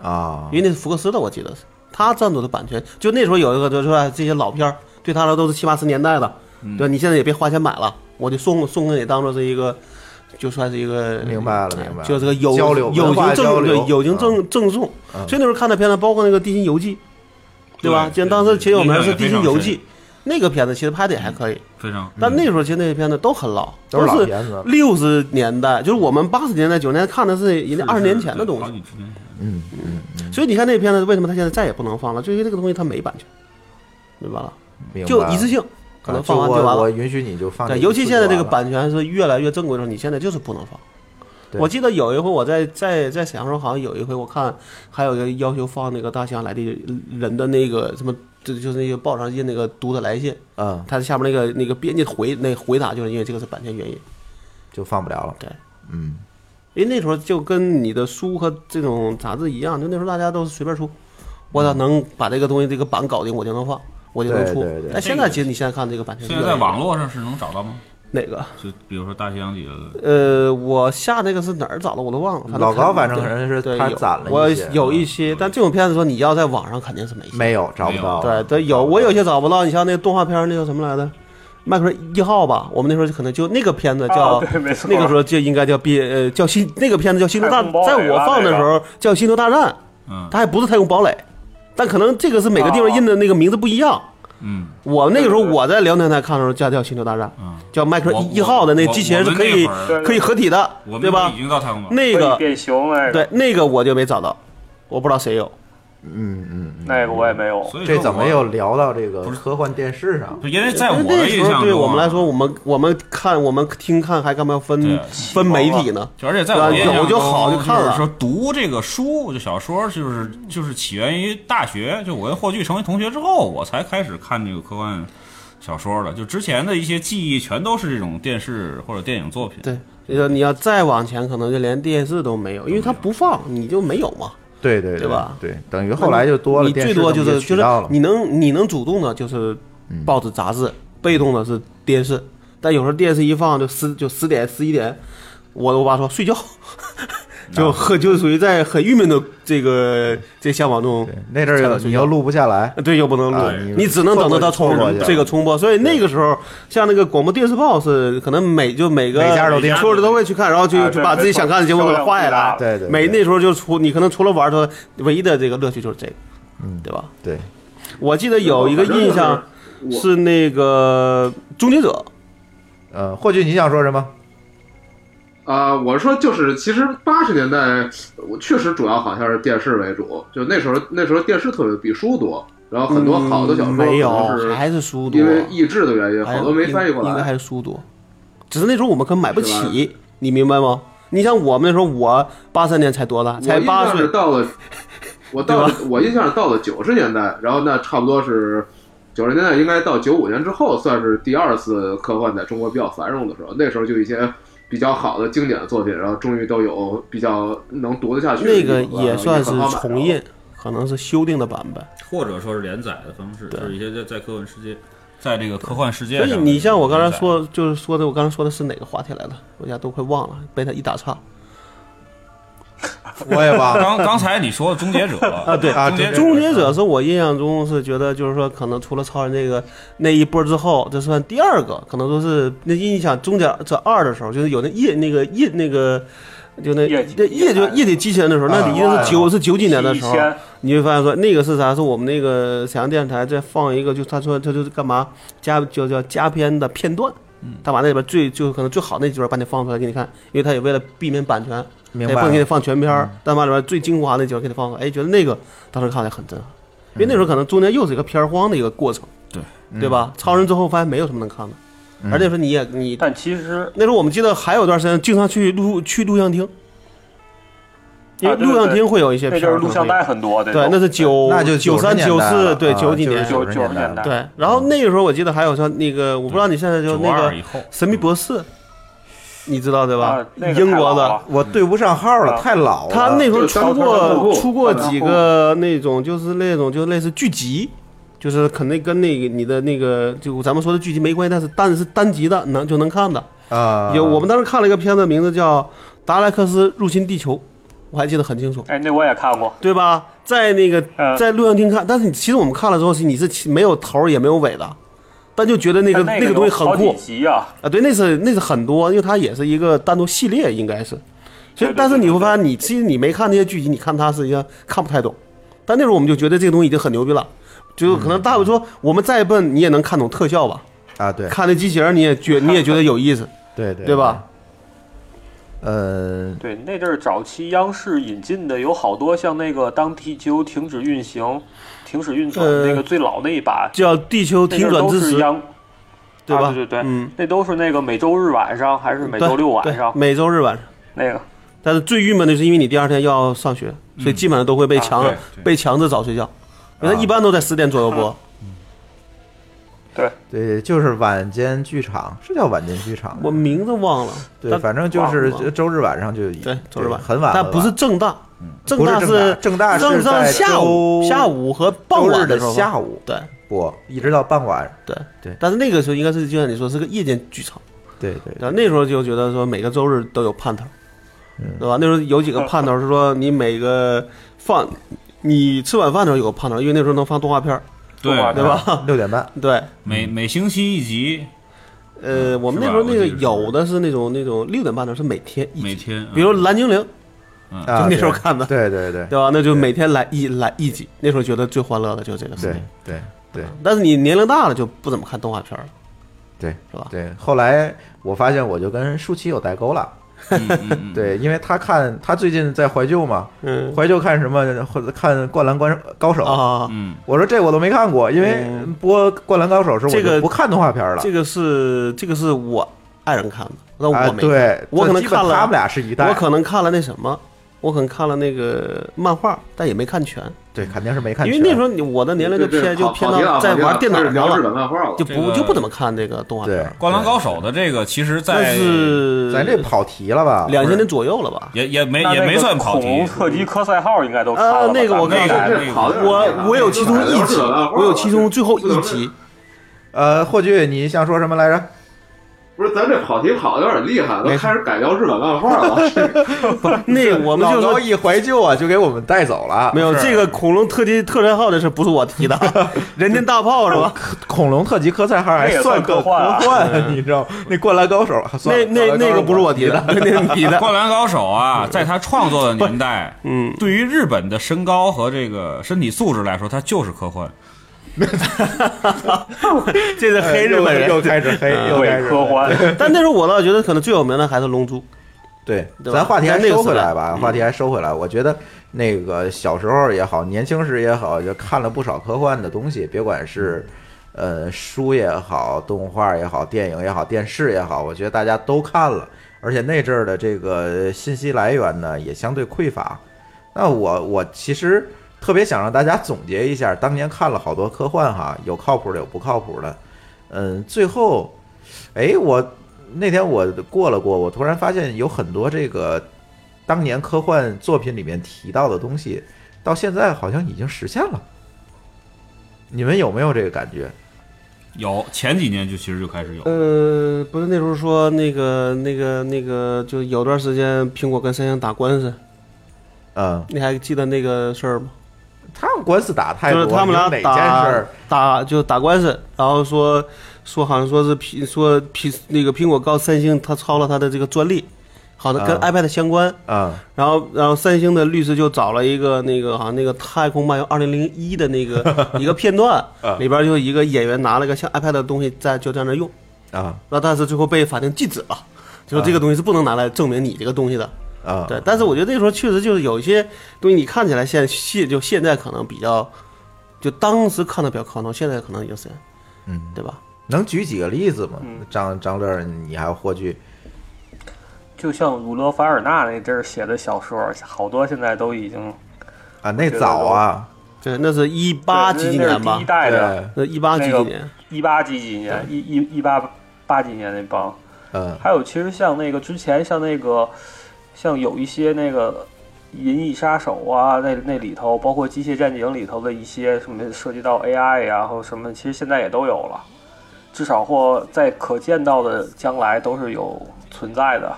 Speaker 3: 啊
Speaker 4: 因为那是福克斯的，我记得是他赞助的版权。就那时候有一个就是说哎这些老片儿对他来说都是七八十年代的，
Speaker 3: 嗯
Speaker 4: 对吧你现在也别花钱买了，我就送送给你当做是一个。就算是一个
Speaker 3: 嗯明白了明白了
Speaker 4: 哎就是个友
Speaker 3: 交流
Speaker 4: 友
Speaker 3: 文化
Speaker 4: 情
Speaker 3: 交
Speaker 4: 赠
Speaker 3: 流
Speaker 4: 对友情
Speaker 3: 嗯
Speaker 4: 赠赠送，
Speaker 3: 嗯
Speaker 4: 所以那时候看的片子包括那个《地心游记》，对吧？
Speaker 5: 对
Speaker 4: 像当时其实我们是《地
Speaker 5: 印象
Speaker 4: 心
Speaker 5: 也
Speaker 4: 游
Speaker 5: 非常
Speaker 4: 记》
Speaker 5: 深，
Speaker 4: 那个片子，其实拍的也还可以，
Speaker 5: 非常嗯
Speaker 4: 但那时候其实那些片子都很老，
Speaker 3: 嗯都是老
Speaker 4: 是
Speaker 3: 片子
Speaker 4: 六十年代，就是我们八十年代、九十年代看的是人家二十年前的东
Speaker 5: 好
Speaker 4: 西，
Speaker 5: 几十年前
Speaker 3: 嗯，
Speaker 4: 所以你看那片子为什么它现在再也不能放了，就因为这个东西它没版权，明白了？
Speaker 3: 嗯明白
Speaker 4: 就
Speaker 3: 了
Speaker 4: 一次性，可能
Speaker 3: 啊
Speaker 4: 放完
Speaker 3: 我
Speaker 4: 完
Speaker 3: 我
Speaker 4: 了。
Speaker 3: 允许你就放这
Speaker 4: 对，
Speaker 3: 一次就完了。
Speaker 4: 尤其现在这个版权是越来越正规的时候，你现在就是不能放。
Speaker 3: 对
Speaker 4: 我记得有一回我在在在沈阳时候，好像有一回我看还有一个要求放那个大象来的人的那个什么，就就是那个报上印那个读者来信，
Speaker 3: 嗯
Speaker 4: 它下面那个那个编辑回那回答，就是因为这个是版权原因。
Speaker 3: 就放不了了。
Speaker 4: 对，
Speaker 3: 嗯，
Speaker 4: 因为那时候就跟你的书和这种杂志一样，就那时候大家都是随便出，我只要能把这个东西这个版搞定，我就能放，我就能出。
Speaker 3: 嗯对对对
Speaker 4: 但现在其实你现在看这个版权，
Speaker 5: 现在在网络上是能找到吗？
Speaker 4: 哪个？
Speaker 5: 就比如说大西洋里的，
Speaker 4: 呃，我下那个是哪儿找的我都忘了。反正
Speaker 3: 老高
Speaker 4: 肯
Speaker 3: 反正可
Speaker 4: 对
Speaker 3: 能是
Speaker 4: 对
Speaker 3: 他
Speaker 4: 有
Speaker 3: 攒了
Speaker 4: 我
Speaker 3: 一些嗯
Speaker 4: 有一些，但这种片子说你要在网上肯定是没戏。
Speaker 3: 没有找不
Speaker 5: 没有
Speaker 3: 到。
Speaker 4: 对对，有我有些找不到，你像那个动画片儿那叫什么来着？麦克瑞一号吧，我们那时候可能就那个片子叫、
Speaker 7: 啊对没错
Speaker 4: 那个时候就应该叫 B 呃叫星那个片子叫星球大
Speaker 7: 太空堡，垒
Speaker 4: 在
Speaker 7: 啊
Speaker 4: 我放的时候叫星球大战，
Speaker 5: 嗯
Speaker 4: 它还不是太空堡垒，但可能这个是每个地方印的那个名字不一样。
Speaker 5: 嗯，
Speaker 4: 我那个时候
Speaker 7: 啊对对对
Speaker 4: 我在辽宁台看的时候叫叫星球大战，
Speaker 5: 嗯
Speaker 4: 叫麦克
Speaker 5: 我
Speaker 4: 一号的那个机器人是可以
Speaker 5: 我我们那会
Speaker 7: 对
Speaker 5: 儿
Speaker 4: 可以合体的
Speaker 5: 我，们
Speaker 4: 对吧
Speaker 5: 已？经到太空堡，
Speaker 4: 那
Speaker 7: 可以
Speaker 4: 个
Speaker 7: 变形那个，
Speaker 4: 对那个我就没找到，我不知道谁有。
Speaker 3: 嗯嗯嗯，
Speaker 7: 那个我也没有。
Speaker 5: 所以
Speaker 3: 这怎么
Speaker 5: 有？
Speaker 3: 又聊到这个
Speaker 5: 不是
Speaker 3: 科幻电视上？
Speaker 5: 因为在我
Speaker 4: 那
Speaker 5: 的
Speaker 4: 时
Speaker 5: 印
Speaker 4: 候
Speaker 5: 象中啊，
Speaker 4: 对我们来说，我们我们看我们听看还干嘛要分
Speaker 5: 对
Speaker 4: 分媒体呢？
Speaker 5: 就而且在我印象
Speaker 4: 啊有
Speaker 5: 中
Speaker 4: 就好就看了
Speaker 5: 是说读这个书，就小说，就是就是起源于大学，就我跟霍炬成为同学之后，我才开始看这个科幻小说的。就之前的一些记忆，全都是这种电视或者电影作品。
Speaker 4: 对，呃，你要再往前，可能就连电视都没有，因为它不放，你就没有嘛。
Speaker 3: 对对
Speaker 4: 对吧
Speaker 3: 对，等于后来就多了
Speaker 4: 你
Speaker 3: 电视
Speaker 4: 最多
Speaker 3: 这
Speaker 4: 就
Speaker 3: 么
Speaker 4: 是
Speaker 3: 一个
Speaker 4: 就
Speaker 3: 渠
Speaker 4: 是
Speaker 3: 道了嗯
Speaker 4: 你能你能主动的，就是报纸、杂志；被动的是电视。但有时候电视一放就十就十点十一点，我我爸说睡觉， 就很就属于在很郁闷的这个这向往中，
Speaker 3: 那阵儿你又录不下来，
Speaker 4: 对，又不能录，
Speaker 3: 啊
Speaker 4: 你只能等到它重
Speaker 3: 错过去了
Speaker 4: 这个重播。所以那个时候，像那个广播电视报是可能每就每个
Speaker 3: 每家都听
Speaker 4: 所有的都会去看，然后就
Speaker 7: 啊
Speaker 4: 就
Speaker 7: 对
Speaker 4: 把自己想看的节目给画下来。
Speaker 3: 对对对
Speaker 4: 每那时候就除你可能除了玩儿的，唯一的这个乐趣就是这个，
Speaker 3: 嗯
Speaker 4: 对吧？
Speaker 3: 对，
Speaker 4: 我记得
Speaker 6: 哦
Speaker 4: 有一个印象
Speaker 6: 我
Speaker 4: 是那个《终结者
Speaker 3: 呃，霍炬你想说什么？
Speaker 6: 啊、我说就是，其实八十年代我确实主要好像是电视为主，就那时候那时候电视特别比书多，然后》，很多好的小说可
Speaker 4: 嗯没有
Speaker 6: 能，是
Speaker 4: 还是书多，
Speaker 6: 因为译制的原因，好多没翻译过
Speaker 4: 应该
Speaker 6: 来。
Speaker 4: 还是书多，只是那时候我们可能买不
Speaker 6: 是吧
Speaker 4: 起，你明白吗？你像我们那时候，我八三年才多大，
Speaker 6: 我
Speaker 4: 才
Speaker 6: 印
Speaker 4: 八
Speaker 6: 象
Speaker 4: 岁
Speaker 6: 是，到了，我到了我印象是到了九十年代，然后那差不多是九十年代，应该到九五年之后算是第二次科幻在中国比较繁荣的时候。那时候就一些比较好的经典的作品，然后终于都有比较能读得下去的
Speaker 4: 那
Speaker 6: 地方
Speaker 4: 个
Speaker 6: 了。
Speaker 4: 也算是
Speaker 6: 很好买
Speaker 4: 重
Speaker 6: 着
Speaker 4: 印，可能是修订的版本。
Speaker 5: 或者说是连载的方式，
Speaker 4: 对
Speaker 5: 就是一些在在科幻世界，在这个科幻世界
Speaker 4: 所
Speaker 5: 上。
Speaker 4: 以你像我刚才，说，就是说的，我刚才说的是哪个话题来了？我一下都快忘了，被他一打岔。
Speaker 3: 我也忘了。
Speaker 5: 刚刚才你说的《终结者》啊，
Speaker 4: 对
Speaker 3: 啊
Speaker 5: 终结
Speaker 3: 对
Speaker 4: 终结者是我印象中是觉得，就是说，可能除了超人这个那一波之后，这算第二个，可能说是那印象终结者二的时候，就是有那业那个业那个就那
Speaker 7: 业绩
Speaker 4: 那业就业绩机器人的时候，那
Speaker 3: 啊
Speaker 4: 你一定
Speaker 3: 哇
Speaker 4: 是九是九几年的时候，
Speaker 7: 1000
Speaker 4: 你会发现说那个是啥？是我们那个沈阳电视台在放一个，就他说他就是干嘛加就叫加片的片段。他把那里边最就可能最好那几段把你放出来给你看，因为他也为了避免版权，
Speaker 3: 明
Speaker 4: 也
Speaker 3: 白
Speaker 4: 不能给你
Speaker 3: 了，
Speaker 4: 放全片儿，但把里边最精华那几段给你放出来，哎，觉得那个当时看来很震撼，因为那时候可能中间又是一个片儿荒的一个过程，
Speaker 5: 对
Speaker 4: 对吧？超人之后发现没有什么能看的，而那时候你也你
Speaker 7: 但其实
Speaker 4: 那时候我们记得还有一段时间经常去录去录像厅，因为
Speaker 7: 啊对
Speaker 4: 录像厅会有一些
Speaker 7: 那
Speaker 4: 片
Speaker 7: 就
Speaker 4: 儿，
Speaker 7: 是录像带，很多的，
Speaker 4: 对，那是九
Speaker 3: 那就
Speaker 4: 九三九四对九几年。
Speaker 3: 啊九
Speaker 7: 九九十年代
Speaker 4: 对，然后那个时候我记得还有像那个，我不知道你现在 就
Speaker 5: 九
Speaker 4: 那个
Speaker 5: 二以后，
Speaker 4: 神秘博士，你知道对吧
Speaker 7: 啊？那个
Speaker 4: 英
Speaker 7: 太
Speaker 4: 国
Speaker 7: 老
Speaker 4: 的
Speaker 7: 了，
Speaker 3: 我对不上号了，
Speaker 7: 啊
Speaker 3: 太老了。
Speaker 4: 嗯他那时候出过
Speaker 6: 就是
Speaker 4: 出过几个那种，就是那种就类似剧集，就是可能跟那个你的那个就咱们说的剧集没关系，但是但是单集的能就能看的。
Speaker 3: 啊，
Speaker 4: 有我们当时看了一个片子，名字叫《达莱克斯入侵地球》，我还记得很清楚，
Speaker 7: 哎，那我也看过，
Speaker 4: 对吧？在那个
Speaker 7: 嗯
Speaker 4: 在录像厅看，但是你其实我们看了之后，你是其没有头儿也没有尾的，但就觉得那个
Speaker 7: 但
Speaker 4: 那个东西
Speaker 7: 有
Speaker 4: 很
Speaker 7: 好
Speaker 4: 酷
Speaker 7: 几，集啊，
Speaker 4: 啊，对，那是那是很多，因为它也是一个单独系列，应该是。所以
Speaker 7: 对对，
Speaker 4: 但是
Speaker 7: 对
Speaker 4: 你
Speaker 7: 对
Speaker 4: 会发现，你其实你没看那些剧集，你看它实际上看不太懂。但那时候我们就觉得这个东西已经很牛逼了，就可能大卫
Speaker 7: 嗯
Speaker 4: 说，我们再笨你也能看懂特效吧？
Speaker 3: 啊，对
Speaker 4: 看那机器人你也 觉你也觉得有意思，
Speaker 3: 对对
Speaker 4: 对？吧？
Speaker 3: 呃，
Speaker 7: 对，那阵儿早期央视引进的有好多，像那个当地球停止运行、停止运转
Speaker 4: 呃
Speaker 7: 那个最老那一把，
Speaker 4: 叫地球
Speaker 7: 那阵
Speaker 4: 停
Speaker 7: 儿
Speaker 4: 转
Speaker 7: 都
Speaker 4: 之
Speaker 7: 是
Speaker 4: 时，
Speaker 7: 央，
Speaker 4: 对
Speaker 7: 啊
Speaker 4: 吧？
Speaker 7: 对对对，
Speaker 4: 嗯，
Speaker 7: 那都是那个每周日晚上还是每周
Speaker 4: 对
Speaker 7: 六晚
Speaker 4: 对
Speaker 7: 上
Speaker 4: 每周日晚上。
Speaker 7: 那个。
Speaker 4: 但是最郁闷的是，因为你第二天要上学，
Speaker 7: 嗯
Speaker 4: 所以基本上都会被强
Speaker 5: 啊对对
Speaker 4: 被强制早睡觉，
Speaker 7: 啊
Speaker 4: 因为它一般都在十点左右播。
Speaker 7: 对，
Speaker 3: 对，就是晚间剧场，是叫晚间剧场吗。
Speaker 4: 我名字忘了，
Speaker 3: 对，
Speaker 4: 但
Speaker 3: 反正就是
Speaker 4: 忘了
Speaker 3: 周日晚上就
Speaker 4: 对，周日晚嗯
Speaker 3: 很晚，
Speaker 4: 但不是
Speaker 3: 很晚
Speaker 4: 正大，正
Speaker 3: 不是
Speaker 4: 大
Speaker 3: 正大正大是
Speaker 4: 正正
Speaker 3: 在
Speaker 4: 下午
Speaker 3: 周
Speaker 4: 下午和傍
Speaker 3: 周日
Speaker 4: 晚
Speaker 3: 的
Speaker 4: 时候吧
Speaker 3: 下午
Speaker 4: 对
Speaker 3: 播，一直到傍晚。
Speaker 4: 对
Speaker 3: 对
Speaker 4: 但是那个时候应该是就像你说是个夜间剧场，
Speaker 3: 对对
Speaker 4: 然后那时候就觉得说每个周日都有盼头，
Speaker 3: 嗯
Speaker 4: 对吧？那时候有几个 盼头是说你每个放你吃晚饭的时候有个盼头，因为那时候能放动画片儿，
Speaker 5: 对
Speaker 7: 动画
Speaker 4: 对
Speaker 7: 片
Speaker 4: 吧？
Speaker 3: 啊六点 半，
Speaker 4: 对，
Speaker 5: 每每星期一集，
Speaker 3: 嗯
Speaker 4: 呃，我们那时候那个有的是那种那种六点半的是每天一
Speaker 5: 每
Speaker 4: 集，
Speaker 5: 天，嗯
Speaker 4: 比如《蓝精灵》，
Speaker 3: 嗯啊，
Speaker 4: 就那
Speaker 3: 对
Speaker 4: 时候看的
Speaker 3: 对对对
Speaker 4: 对吧？那就每天来一来一集，那时候觉得最欢乐的就是这个事
Speaker 3: 对
Speaker 4: 情。
Speaker 3: 对对
Speaker 4: 但是你年龄大了就不怎么看动画片了，
Speaker 3: 对，
Speaker 4: 是吧？
Speaker 3: 对，后来我发现我就跟舒淇有代沟了。
Speaker 5: 嗯
Speaker 3: 对，因为他看他最近在怀旧嘛，
Speaker 4: 嗯
Speaker 3: 怀旧看什么？或者看《灌篮关高手》
Speaker 4: 啊，
Speaker 5: 嗯，
Speaker 3: 我说这我都没看过，因为
Speaker 4: 嗯
Speaker 3: 播《灌篮高手》时候我
Speaker 4: 这
Speaker 3: 就
Speaker 4: 个
Speaker 3: 不看动画片了。
Speaker 4: 这个是这个是我爱人看的，那
Speaker 3: 啊
Speaker 4: 我，没看，
Speaker 3: 对，这
Speaker 4: 我可能
Speaker 3: 基本
Speaker 4: 看了
Speaker 3: 他们俩是一代，
Speaker 4: 我可能看了那什么，我可能看了那个漫画，但也没看全，
Speaker 3: 对肯定是没看
Speaker 4: 因
Speaker 3: 全，
Speaker 4: 为那时候你我的年龄就
Speaker 6: 对对
Speaker 4: 偏就
Speaker 6: 跑
Speaker 4: 偏
Speaker 6: 跑题了
Speaker 4: 到在
Speaker 6: 跑题了
Speaker 4: 玩电脑
Speaker 6: 开始聊
Speaker 4: 上
Speaker 6: 日
Speaker 4: 了，
Speaker 6: 本漫画了
Speaker 4: 就。
Speaker 5: 这
Speaker 4: 不
Speaker 5: 个
Speaker 4: 就不怎么看这个动画片
Speaker 3: 对
Speaker 4: 儿。
Speaker 5: 《灌篮高手》的这个，其实
Speaker 4: 但
Speaker 5: 在
Speaker 4: 是
Speaker 3: 咱这跑题了吧？
Speaker 4: 两千年左右了吧？
Speaker 5: 也也没
Speaker 7: 那
Speaker 5: 也
Speaker 7: 那
Speaker 5: 没
Speaker 7: 个
Speaker 5: 算跑
Speaker 7: 恐龙
Speaker 5: 题，
Speaker 7: 特级科赛号应该都看了
Speaker 4: 啊
Speaker 7: 吧。
Speaker 4: 那个我
Speaker 7: 咱们
Speaker 4: 看
Speaker 7: 那
Speaker 4: 了
Speaker 7: 个
Speaker 6: 这好点儿
Speaker 4: 我我有其中一集，我有其中最后一集，
Speaker 3: 呃，霍炬，你想说什么来着？
Speaker 6: 呃，不是，咱这跑题跑的有点厉害，都开始改聊日本漫画了。
Speaker 4: 那我们
Speaker 3: 老
Speaker 4: 就
Speaker 3: 高
Speaker 4: 说
Speaker 3: 一怀旧啊，就给我们带走了。
Speaker 4: 没有
Speaker 5: 是
Speaker 4: 这个恐龙特级特战号的事不是我 提的，人间大炮是吧？
Speaker 3: 恐龙特级科赛号还
Speaker 7: 那也
Speaker 3: 算
Speaker 7: 算
Speaker 3: 个
Speaker 7: 科幻啊
Speaker 3: 科幻，你知道那灌篮高手啊 算
Speaker 4: 那
Speaker 3: 了灌篮高
Speaker 4: 那
Speaker 3: 手
Speaker 4: 那个不是我提的， 那你提
Speaker 5: 《
Speaker 4: 的。
Speaker 5: 灌篮高手》啊，在他创作的年代，
Speaker 4: 嗯，
Speaker 5: 对于日本的身高和这个身体素质来说，它就是科幻。
Speaker 4: 这是黑日本
Speaker 3: 又又
Speaker 4: 人。
Speaker 3: 开始黑，又开
Speaker 7: 伪
Speaker 3: 始
Speaker 7: 科
Speaker 3: 黑。
Speaker 7: 幻。
Speaker 4: 但那时候我倒觉得可能最有名的还是《龙珠》，
Speaker 3: 对，
Speaker 4: 对吧
Speaker 3: 咱话题还
Speaker 4: 在那个
Speaker 3: 收回
Speaker 4: 时代
Speaker 3: 来吧，话题还收回来。我觉得那个小时候也好，年轻时也好，就看了不少科幻的东西，别管是呃书也好，动画也好，电影也好，电视也好，我觉得大家都看了。而且那阵儿的这个信息来源呢，也相对匮乏。那我我其实特别想让大家总结一下，当年看了好多科幻哈，有靠谱的，有不靠谱的。嗯，最后，哎，我那天我过了过，我突然发现有很多这个当年科幻作品里面提到的东西，到现在好像已经实现了。你们有没有这个感觉？
Speaker 5: 有前几年就其实就开始有，
Speaker 4: 呃，不是那时候说那个那个那个，就有段时间苹果跟三星打官司，
Speaker 3: 嗯，
Speaker 4: 你还记得那个事儿吗？
Speaker 3: 他们官司打太
Speaker 4: 就
Speaker 3: 多，
Speaker 4: 是他们俩
Speaker 3: 你有哪件事
Speaker 4: 打
Speaker 3: 儿？
Speaker 4: 打就打官司，然后说说好像说是苹说苹那个苹果告三星，他抄了他的这个专利，好像跟
Speaker 3: 啊
Speaker 4: iPad 相关。
Speaker 3: 嗯
Speaker 4: 然后然后三星的律师就找了一个那个好像那个《太空漫游2001》的那个一个片段
Speaker 3: 啊，
Speaker 4: 里边就一个演员拿了个像 iPad 的东西在就在那用，
Speaker 3: 啊
Speaker 4: 那但是最后被法庭禁止了，就是这个东西是不能拿来证明你这个东西的。
Speaker 3: 啊，
Speaker 4: 对，但是我觉得那时候确实就是有一些东西，你看起来现现就现在可能比较，就当时看的比较靠能，现在可能已经是，
Speaker 3: 嗯，
Speaker 4: 对吧？
Speaker 3: 能举几个例子吗
Speaker 7: 嗯？
Speaker 3: 张张乐，你还有霍炬，
Speaker 7: 就像儒勒·凡尔纳那阵儿写的小说，好多现在都已经
Speaker 3: 啊，那早啊，
Speaker 4: 对，那是一八
Speaker 7: 对
Speaker 4: 几几
Speaker 7: 那是
Speaker 4: 年吧
Speaker 7: 第一？代的，
Speaker 3: 对，
Speaker 4: 那一八几
Speaker 7: 那
Speaker 4: 几
Speaker 7: 个
Speaker 4: 年？
Speaker 7: 一八几几年，一一一八八几年那帮。
Speaker 3: 嗯
Speaker 7: 还有，其实像那个之前，像那个，像有一些那个《银翼杀手》啊，那那里头，包括《机械战警》里头的一些什么涉及到 AI 呀、或什么，其实现在也都有了，至少或在可见到的将来都是有存在的。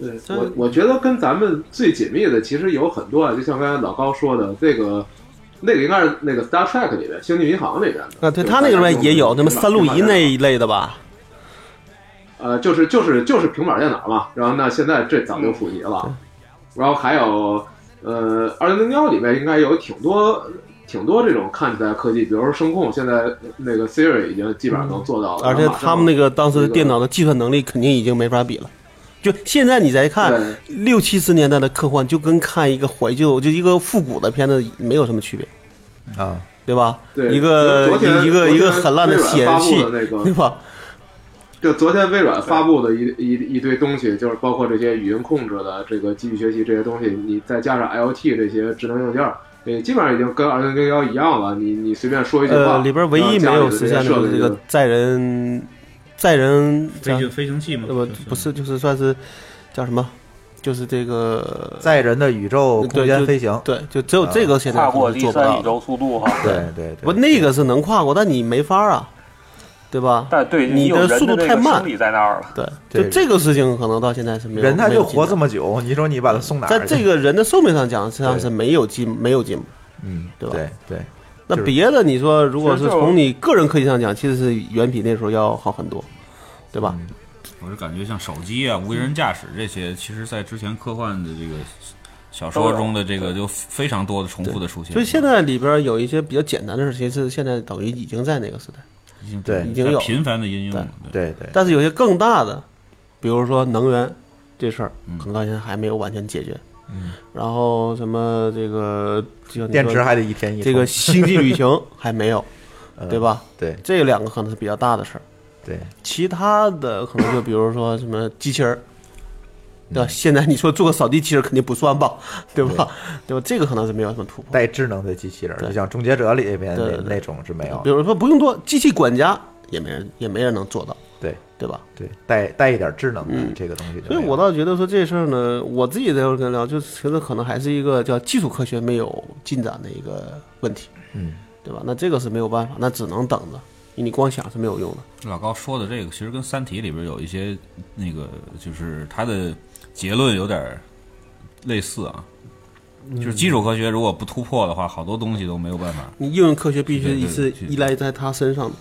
Speaker 6: 对
Speaker 4: 这
Speaker 6: 我我觉得跟咱们最紧密的其实有很多啊，就像刚才老高说的，这个那个应该是那个 Star Trek 里面《星际迷航》里面的
Speaker 4: 啊，对他那个里面也有那么三鹿
Speaker 6: 一
Speaker 4: 仪那一类的吧？
Speaker 6: 啊呃，就是就是就是平板电脑嘛。然后呢，现在这早就普及了。
Speaker 4: 嗯
Speaker 6: 然后还有呃，二零零幺里面应该有挺多挺多这种看起来科技，比如说声控，现在那个 Siri 已经基本上能做到了。
Speaker 4: 嗯而且他们那个当时的电脑的计算能力肯定已经没法比了。就现在你再看
Speaker 6: 对
Speaker 4: 六七十年代的科幻，就跟看一个怀旧，就一个复古的片子没有什么区别，
Speaker 3: 啊，
Speaker 4: 对吧？
Speaker 6: 对
Speaker 4: 一个
Speaker 6: 昨天
Speaker 4: 一个一个
Speaker 6: 昨天
Speaker 4: 很烂的
Speaker 6: 微软
Speaker 4: 显
Speaker 6: 发
Speaker 4: 示
Speaker 6: 布
Speaker 4: 器
Speaker 6: 的那，个
Speaker 4: 对吧？
Speaker 6: 就昨天微软发布的一一一堆东西，就是包括这些语音控制的、这个机器学习这些东西，你再加上 IoT 这些智能硬件儿，也基本上已经跟二零零幺一样了。你你随便说一句话，
Speaker 4: 呃，里边唯一没有实现
Speaker 6: 然
Speaker 4: 的
Speaker 6: 后家
Speaker 4: 就是
Speaker 6: 里
Speaker 4: 这
Speaker 6: 的
Speaker 4: 个载人，载人
Speaker 5: 飞
Speaker 4: 叫
Speaker 5: 行飞行器嘛，
Speaker 4: 呃不不是就是算是叫什么，就是这个
Speaker 3: 载人的宇宙空
Speaker 4: 对
Speaker 3: 间
Speaker 4: 就
Speaker 3: 飞行，啊
Speaker 4: 对，就只有这个现在
Speaker 7: 跨
Speaker 4: 可
Speaker 7: 过
Speaker 4: 能
Speaker 7: 第
Speaker 4: 做不
Speaker 7: 三
Speaker 4: 到
Speaker 7: 宇
Speaker 4: 的。
Speaker 7: 宙速度 哈，
Speaker 3: 对对对，
Speaker 4: 不，那个是能跨过，但你没法啊，对吧？
Speaker 7: 但对
Speaker 4: 你
Speaker 7: 有
Speaker 4: 的
Speaker 7: 人
Speaker 4: 速度
Speaker 7: 那
Speaker 4: 太
Speaker 7: 个
Speaker 4: 慢
Speaker 7: 生理在那儿了。
Speaker 4: 对，
Speaker 3: 对
Speaker 4: 就这个事情可能到现在是没有
Speaker 3: 人他
Speaker 4: 没有
Speaker 3: 就活
Speaker 4: 进
Speaker 3: 这么久，你说你把他送哪
Speaker 4: 步，
Speaker 3: 儿
Speaker 4: 在
Speaker 3: 去？
Speaker 4: 这个人的寿命上讲，实际上是
Speaker 3: 对
Speaker 4: 没有进没有进步。
Speaker 3: 嗯，
Speaker 4: 对吧
Speaker 3: 对对，
Speaker 4: 那
Speaker 3: 就是
Speaker 4: 别的，你说如果
Speaker 7: 其实
Speaker 4: 是
Speaker 7: 就
Speaker 4: 从你个人科技上讲，其实是远比那时候要好很多，对
Speaker 3: 嗯
Speaker 4: 吧？
Speaker 5: 我是感觉像手机啊、无人驾驶这些，其实在之前科幻的这个小
Speaker 7: 都
Speaker 5: 说
Speaker 7: 有
Speaker 5: 中的这个就非常多的重复的出现。
Speaker 4: 所以现在里边有一些比较简单的事情，其实现在等于已经在那个时代，
Speaker 5: 已经
Speaker 3: 对
Speaker 4: 已经有
Speaker 5: 频繁的应用了。
Speaker 4: 嗯
Speaker 5: 对
Speaker 3: 对对，
Speaker 4: 但是有些更大的，比如说能源这事儿，
Speaker 3: 嗯
Speaker 4: 可能到现在还没有完全解决。嗯，然后什么这个就像你说
Speaker 3: 电池还得一天一
Speaker 4: 这
Speaker 3: 充
Speaker 4: 个星际 旅行还没有，
Speaker 3: 嗯
Speaker 4: 对吧？
Speaker 3: 对
Speaker 4: 这两个可能是比较大的事儿，
Speaker 3: 对，
Speaker 4: 其他的可能就比如说什么机器人
Speaker 3: 嗯
Speaker 4: 儿。对吧？现在你说做个扫地机器人儿肯定不算吧，对吧？对吧？这个可能是没有什么突破。
Speaker 3: 带智能的机器人，
Speaker 4: 对
Speaker 3: 就像《终结者》里边
Speaker 4: 对
Speaker 3: 那
Speaker 4: 对对
Speaker 3: 那种是没有
Speaker 4: 比
Speaker 3: 的，
Speaker 4: 如说不用多，机器管家也没人也没人能做到，
Speaker 3: 对
Speaker 4: 对吧？
Speaker 3: 对，带带一点智能的
Speaker 4: 嗯
Speaker 3: 这个东西就没
Speaker 4: 所以
Speaker 3: 有，
Speaker 4: 我倒觉得说这事儿呢，我自己在这跟聊，就觉得可能还是一个叫技术科学没有进展的一个问题，
Speaker 3: 嗯，
Speaker 4: 对吧？那这个是没有办法，那只能等着，
Speaker 8: 你光想是没有用的。
Speaker 5: 老高说的这个，其实跟《三体》里边有一些那个，就是他的结论有点类似啊。就是基础科学如果不突破的话，好多东西都没有办法。
Speaker 8: 你应用科学必须
Speaker 5: 对对
Speaker 8: 一是
Speaker 5: 对
Speaker 8: 依赖在他身上的。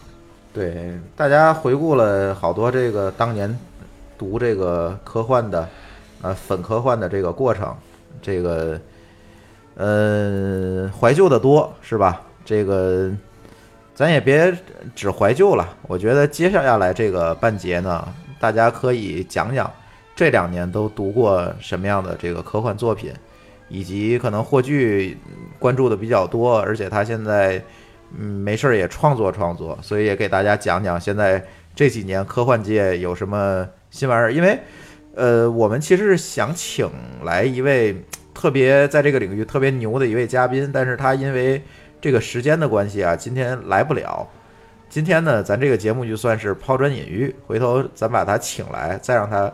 Speaker 3: 对，大家回顾了好多这个当年读这个科幻的，呃，粉科幻的这个过程，这个，呃，怀旧的多是吧？这个，呃咱也别只怀旧了。我觉得接下来这个呃半节呢，大家可以讲讲这两年都读过什么样的这个科幻作品，以及可能霍炬关注的比较多，而且他现在。嗯，没事儿也创作创作，所以也给大家讲讲现在这几年科幻界有什么新玩意儿。因为，呃，我们其实是想请来一位特别在这个领域特别牛的一位嘉宾，但是他因为这个时间的关系啊，今天来不了。今天呢，咱这个节目就算是抛砖引玉，回头咱把他请来，再让他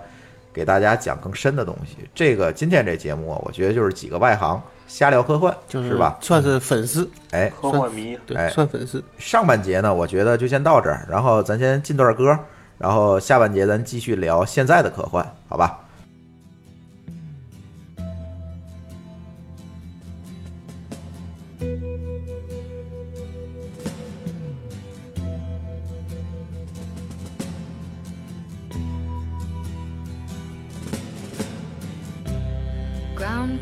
Speaker 3: 给大家讲更深的东西。这个今天这节目啊，我觉得就是几个外行瞎聊科幻，
Speaker 8: 就是
Speaker 3: 是吧？
Speaker 8: 算是粉丝，
Speaker 5: 嗯
Speaker 3: 哎，
Speaker 9: 科幻迷，
Speaker 8: 对，
Speaker 3: 哎
Speaker 8: 算粉丝。
Speaker 3: 上半节呢，我觉得就先到这儿，然后咱先进段歌，然后下半节咱继续聊现在的科幻，好吧？
Speaker 10: ground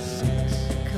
Speaker 4: Six.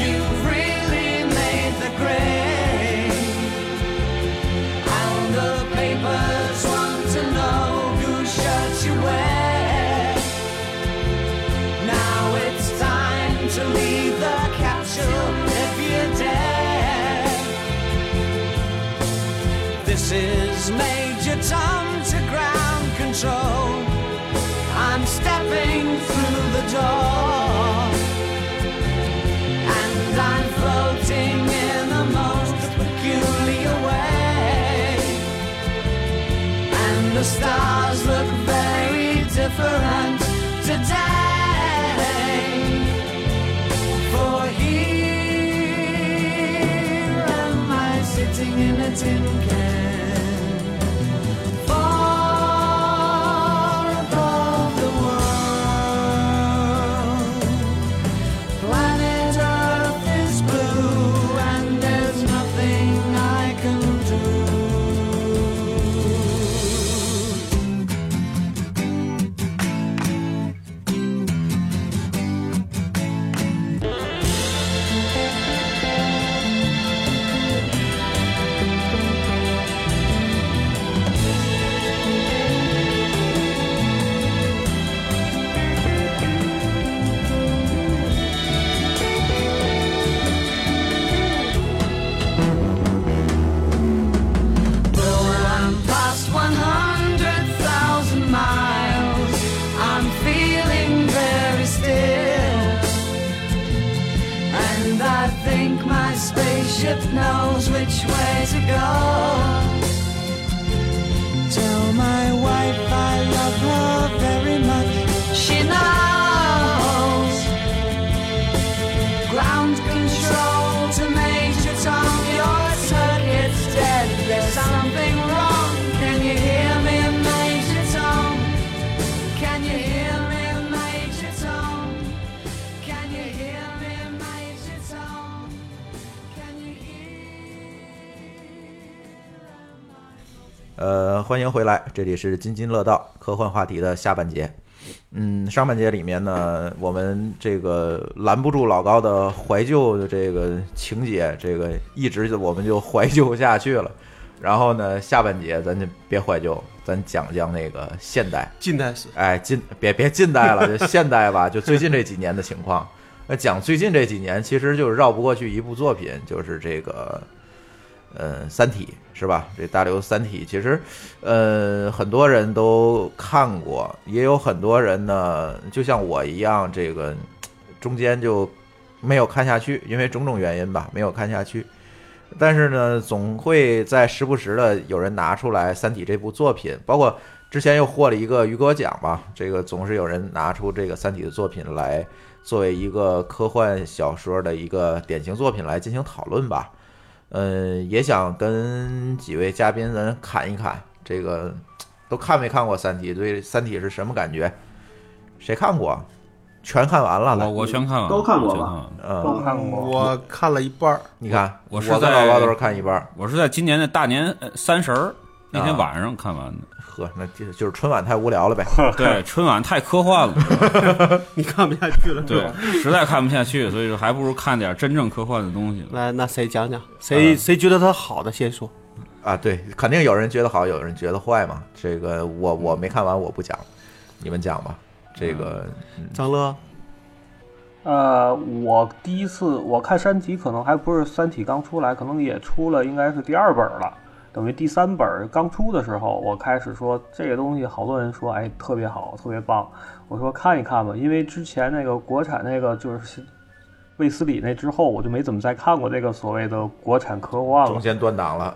Speaker 4: You've really made the grade. And the papers want to know whose shirt you wear. Now it's time to leave the capsule if you dare. This is Major Tom to ground control. I'm stepping through the door. And I'm floating in the most peculiar way. And the stars look very different today. For here am I sitting in a tin can. Far above the world. Planet Earth is blue and there's nothing I can do. Though I'm past 100,000 miles, I'm feeling very still. And I think my spaceship knows which way to go. Tell my wife I love her very much. She knows. Ground control to Major Tom, your circuit's dead. There's something wrong. Can you hear me, Major Tom? Can you hear me, Major Tom? Can you hear me, Major Tom? Can you hear?
Speaker 3: 呃，欢迎回来，这里是津津乐道科幻话题的下半节。嗯，上半节里面呢，我们这个拦不住老高的怀旧的这个情节，这个一直就我们就怀旧下去了。然后呢，下半节咱就别怀旧，咱讲讲那个现代、
Speaker 4: 近代史。
Speaker 3: 哎，近别别近代了，就现代吧，就最近这几年的情况。那讲最近这几年，其实就是绕不过去一部作品，就是这个呃，《三体》是吧？这大刘《三体》其实，呃，很多人都看过，也有很多人呢，就像我一样，这个中间就没有看下去，因为种种原因吧，没有看下去。但是呢，总会在时不时的有人拿出来《三体》这部作品，包括之前又获了一个雨果奖吧，这个总是有人拿出这个《三体》的作品来作为一个科幻小说的一个典型作品来进行讨论吧。嗯，也想跟几位嘉宾咱侃一侃，这个都看没看过《三体》？对《三体》是什么感觉？谁看过？全看完了？来
Speaker 5: 我我全看完了
Speaker 6: 都看过吧
Speaker 3: 嗯，
Speaker 6: 都看过
Speaker 4: 我看了一半儿。
Speaker 3: 你看，
Speaker 5: 我是
Speaker 3: 跟
Speaker 5: 在
Speaker 3: 老高都是看一半儿。
Speaker 5: 我是在今年的大年呃三十儿那天晚上看完的。。
Speaker 3: 呵，那就就是春晚太无聊了呗
Speaker 5: 对，春晚太科幻了，
Speaker 4: 你看不下去了，
Speaker 5: 对，实在看不下去，所以说还不如看点真正科幻的东西呢。
Speaker 4: 来，那谁讲讲？谁、
Speaker 5: 嗯
Speaker 4: 谁觉得它好的先说。
Speaker 3: 啊，对，肯定有人觉得好，有人觉得坏嘛。这个我我
Speaker 5: 嗯
Speaker 3: 没看完，我不讲，你们讲吧。这个
Speaker 5: 嗯
Speaker 4: 张乐，啊
Speaker 7: 呃，我第一次我看《三体》，可能还不是《三体》刚出来，可能也出了，应该是第二本了。等于第三本刚出的时候，我开始说这个东西，好多人说，哎，特别好，特别棒。我说看一看吧，因为之前那个国产那个就是卫斯理那之后，我就没怎么再看过这个所谓的国产科幻了。
Speaker 3: 中间断档了，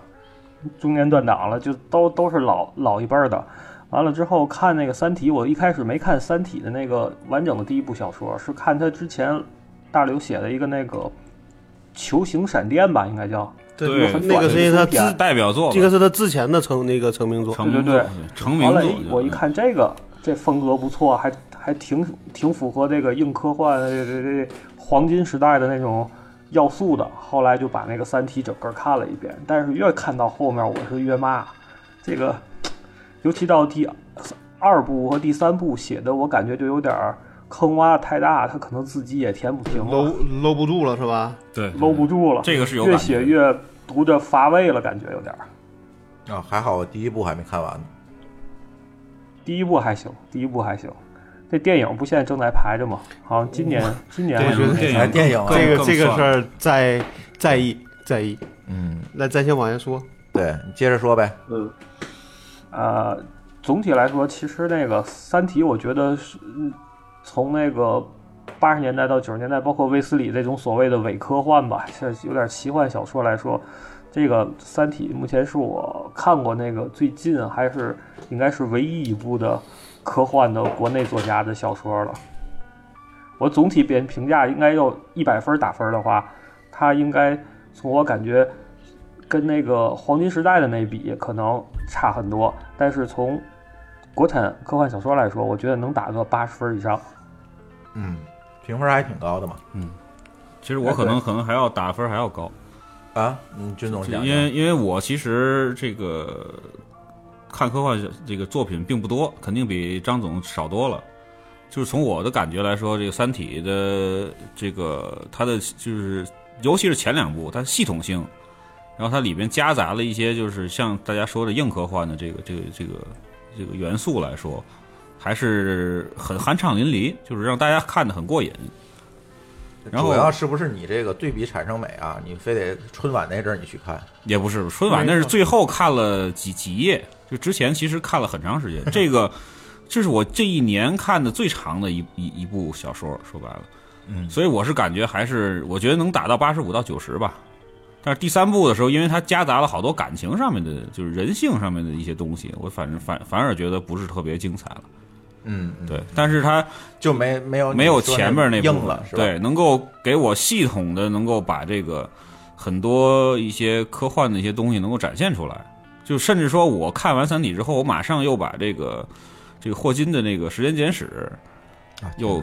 Speaker 7: 中间断档了，就都都是老老一辈儿的。完了之后看那个《三体》，我一开始没看《三体》的那个完整的第一部小说，是看他之前大刘写的一个那个球形闪电吧，应该叫。
Speaker 4: 对，那个是他自这个是他之前的成那个成名作，
Speaker 7: 对对对，完了一
Speaker 5: 嗯
Speaker 7: 我一看这个，这风格不错，还还挺挺符合这个硬科幻这这这黄金时代的那种要素的。后来就把那个《三体》整个看了一遍，但是越看到后面，我是越骂这个，尤其到第二部和第三部写的，我感觉就有点儿坑挖得太大，他可能自己也填不平了。
Speaker 4: 搂搂不住了是吧？
Speaker 5: 对
Speaker 7: 搂不住了，
Speaker 5: 这个是有
Speaker 7: 越
Speaker 5: 感觉
Speaker 7: 写越读着乏味了，感觉有点儿。
Speaker 3: 啊，还好我第一部还没看完呢。
Speaker 7: 第一部还行，第一部还行。这电影不现在正在拍着吗？好像今年
Speaker 4: 嗯
Speaker 7: 今年
Speaker 4: 对
Speaker 7: 还是
Speaker 4: 对
Speaker 7: 明
Speaker 4: 对
Speaker 7: 年
Speaker 4: 这个这个事儿在在意在意。
Speaker 3: 嗯，
Speaker 4: 那咱先往下说。
Speaker 3: 对，你接着说呗。
Speaker 6: 嗯，
Speaker 7: 呃，总体来说，其实那个《三体》，我觉得是嗯从那个八十年代到九十年代，包括卫斯理这种所谓的伪科幻吧，像有点奇幻小说来说，这个《三体》目前是我看过那个最近啊还是应该是唯一一部的科幻的国内作家的小说了。我总体评评价应该要一百分打分的话，它应该从我感觉跟那个黄金时代的那比可能差很多，但是从国产科幻小说来说，我觉得能打个八十分以上。
Speaker 3: 嗯，评分还挺高的嘛。
Speaker 5: 嗯，其实我可能可能还要打分还要高
Speaker 3: 啊，嗯，军总讲讲
Speaker 5: 因为因为我其实这个看科幻这个作品并不多，肯定比张总少多了。就是从我的感觉来说，这个《三体》的这个它的就是，尤其是前两部，它系统性，然后它里边夹杂了一些就是像大家说的硬科幻的这个这个这个这个元素来说，还是很酣畅淋漓，就是让大家看得很过瘾。然后
Speaker 3: 主要是不是你这个对比产生美啊？你非得春晚那阵儿你去看，
Speaker 5: 也不是春晚，那是最后看了几几页，就之前其实看了很长时间。这个这是我这一年看的最长的一一一部小说，说白了，
Speaker 3: 嗯，
Speaker 5: 所以我是感觉还是我觉得能打到八十五到九十吧。但是第三部的时候，因为它夹杂了好多感情上面的，就是人性上面的一些东西，我反正反反而觉得不是特别精彩了。
Speaker 3: 嗯，
Speaker 5: 对，但是它
Speaker 3: 就没没有
Speaker 5: 没有前面那
Speaker 3: 那
Speaker 5: 部分
Speaker 3: 硬了，是吧？
Speaker 5: 对，能够给我系统的能够把这个很多一些科幻的一些东西能够展现出来，就甚至说我看完《三体》之后，我马上又把这个这个霍金的那个《时间简史》
Speaker 3: 啊
Speaker 5: 又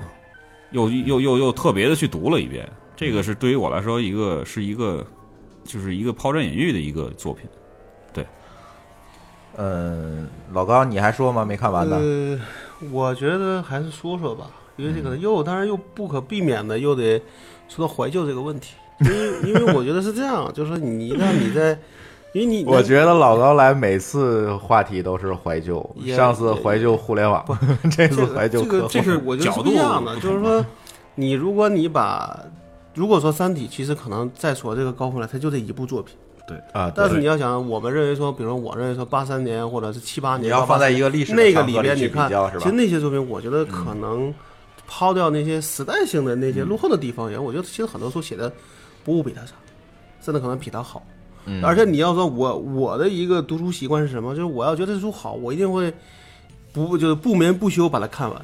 Speaker 5: 又又又又特别的去读了一遍，这个是对于我来说一个是一个就是一个抛砖引玉的一个作品，对，
Speaker 3: 嗯，老高，你还说吗？没看完呢。
Speaker 4: 呃，我觉得还是说说吧，因为这可能又，当然又不可避免的又得说到怀旧这个问题，因为因为我觉得是这样，就是说你一旦你在，因为你
Speaker 3: 我觉得老高来每次话题都是怀旧，
Speaker 4: 也
Speaker 3: 上次怀旧互联网，这次怀旧
Speaker 4: 这
Speaker 3: 科
Speaker 4: 个
Speaker 3: 幻。
Speaker 4: 这是我觉得是不一样的，就是说，你如果你把，如果说《三体》，其实可能再说这个高峰来，它就这一部作品。
Speaker 5: 对
Speaker 3: 啊对
Speaker 4: 但是你要想，我们认为说，比如说我认为说八三年或者是七八年，
Speaker 3: 你要
Speaker 4: 88
Speaker 3: 放在一个历史的
Speaker 4: 那个
Speaker 3: 长河
Speaker 4: 里边，
Speaker 3: 里去
Speaker 4: 你看
Speaker 3: 比较是吧，嗯
Speaker 4: 其实那些作品，我觉得可能抛掉那些时代性的那些落后的地方，也、我觉得其实很多书写的不比他差，甚至可能比他好。
Speaker 3: 嗯
Speaker 4: 而且你要说我我的一个读书习惯是什么？就是我要觉得这书好，我一定会不就是不眠不休把它看完。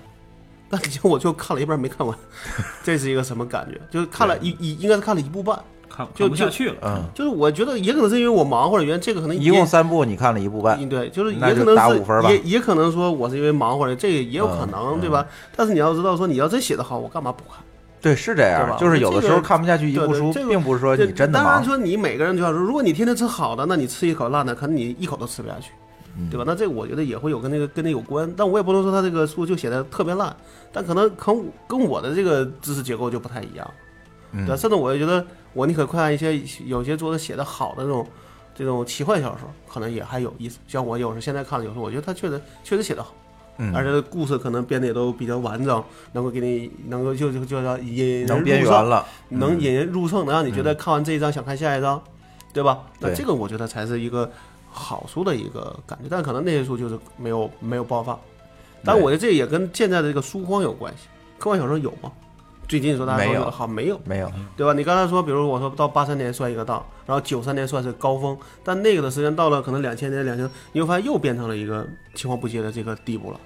Speaker 4: 但结 果我就看了一半没看完， 这是一个什么感觉？就是看了一一应该是看了一部半，
Speaker 5: 看
Speaker 4: 就
Speaker 5: 看不下去了。
Speaker 3: 嗯，
Speaker 4: 就是我觉得也可能是因为我忙或者原来这个可能
Speaker 3: 一共三部，你看了一部半，
Speaker 4: 嗯对，就是也
Speaker 3: 哎那
Speaker 4: 可
Speaker 3: 就打
Speaker 4: 能
Speaker 3: 五分
Speaker 4: 是
Speaker 3: 吧嗯
Speaker 4: 也。也可能说我是因为忙或者这个也有可能对吧？但是你要知道说你要真写得好，我干嘛不看？
Speaker 3: 对，是这
Speaker 4: 对吧
Speaker 3: 样，就是有的时
Speaker 4: 这
Speaker 3: 候
Speaker 4: 个
Speaker 3: 看不下去一
Speaker 4: 对
Speaker 3: 部
Speaker 4: 对
Speaker 3: 书，
Speaker 4: 这个
Speaker 3: 并不是说你真的
Speaker 4: 当然
Speaker 3: 忙。
Speaker 4: 说你每个人就要说，如果你天天吃好的，那你吃一口烂的，可能你一口都吃不下去，
Speaker 3: 嗯
Speaker 4: 对吧？那这个我觉得也会有跟那个跟那有关，但我也不能说他这个书就写的特别烂，但可能可能跟我的这个知识结构就不太一样，
Speaker 3: 嗯
Speaker 4: 对吧？甚至我也觉得我宁可看一些有些作者写的好的这种这种奇幻小说，可能也还有意思。像我有时候现在看了，有时候我觉得他确实确实写的好。
Speaker 3: 嗯
Speaker 4: 而且故事可能编的也都比较完整，能够给你能够就就就叫引人
Speaker 3: 能
Speaker 4: 入
Speaker 3: 编
Speaker 4: 胜
Speaker 3: 源了嗯
Speaker 4: 能引人入胜，能让你觉得看完这一章想看下一章，对吧？那
Speaker 3: 对
Speaker 4: 这个我觉得才是一个好书的一个感觉，但可能那些书就是没有没有爆发。但我觉得这也跟现在的这个书荒有关系。科幻小说有吗？最近说大家
Speaker 3: 没
Speaker 4: 说
Speaker 3: 有
Speaker 4: 好没有
Speaker 3: 没有，
Speaker 4: 对吧？你刚才说，比如我说到八三年算一个档，然后九三年算是高峰，但那个的时间到了可能两千年、两千，你会发现又变成了一个青黄不接的这个地步了。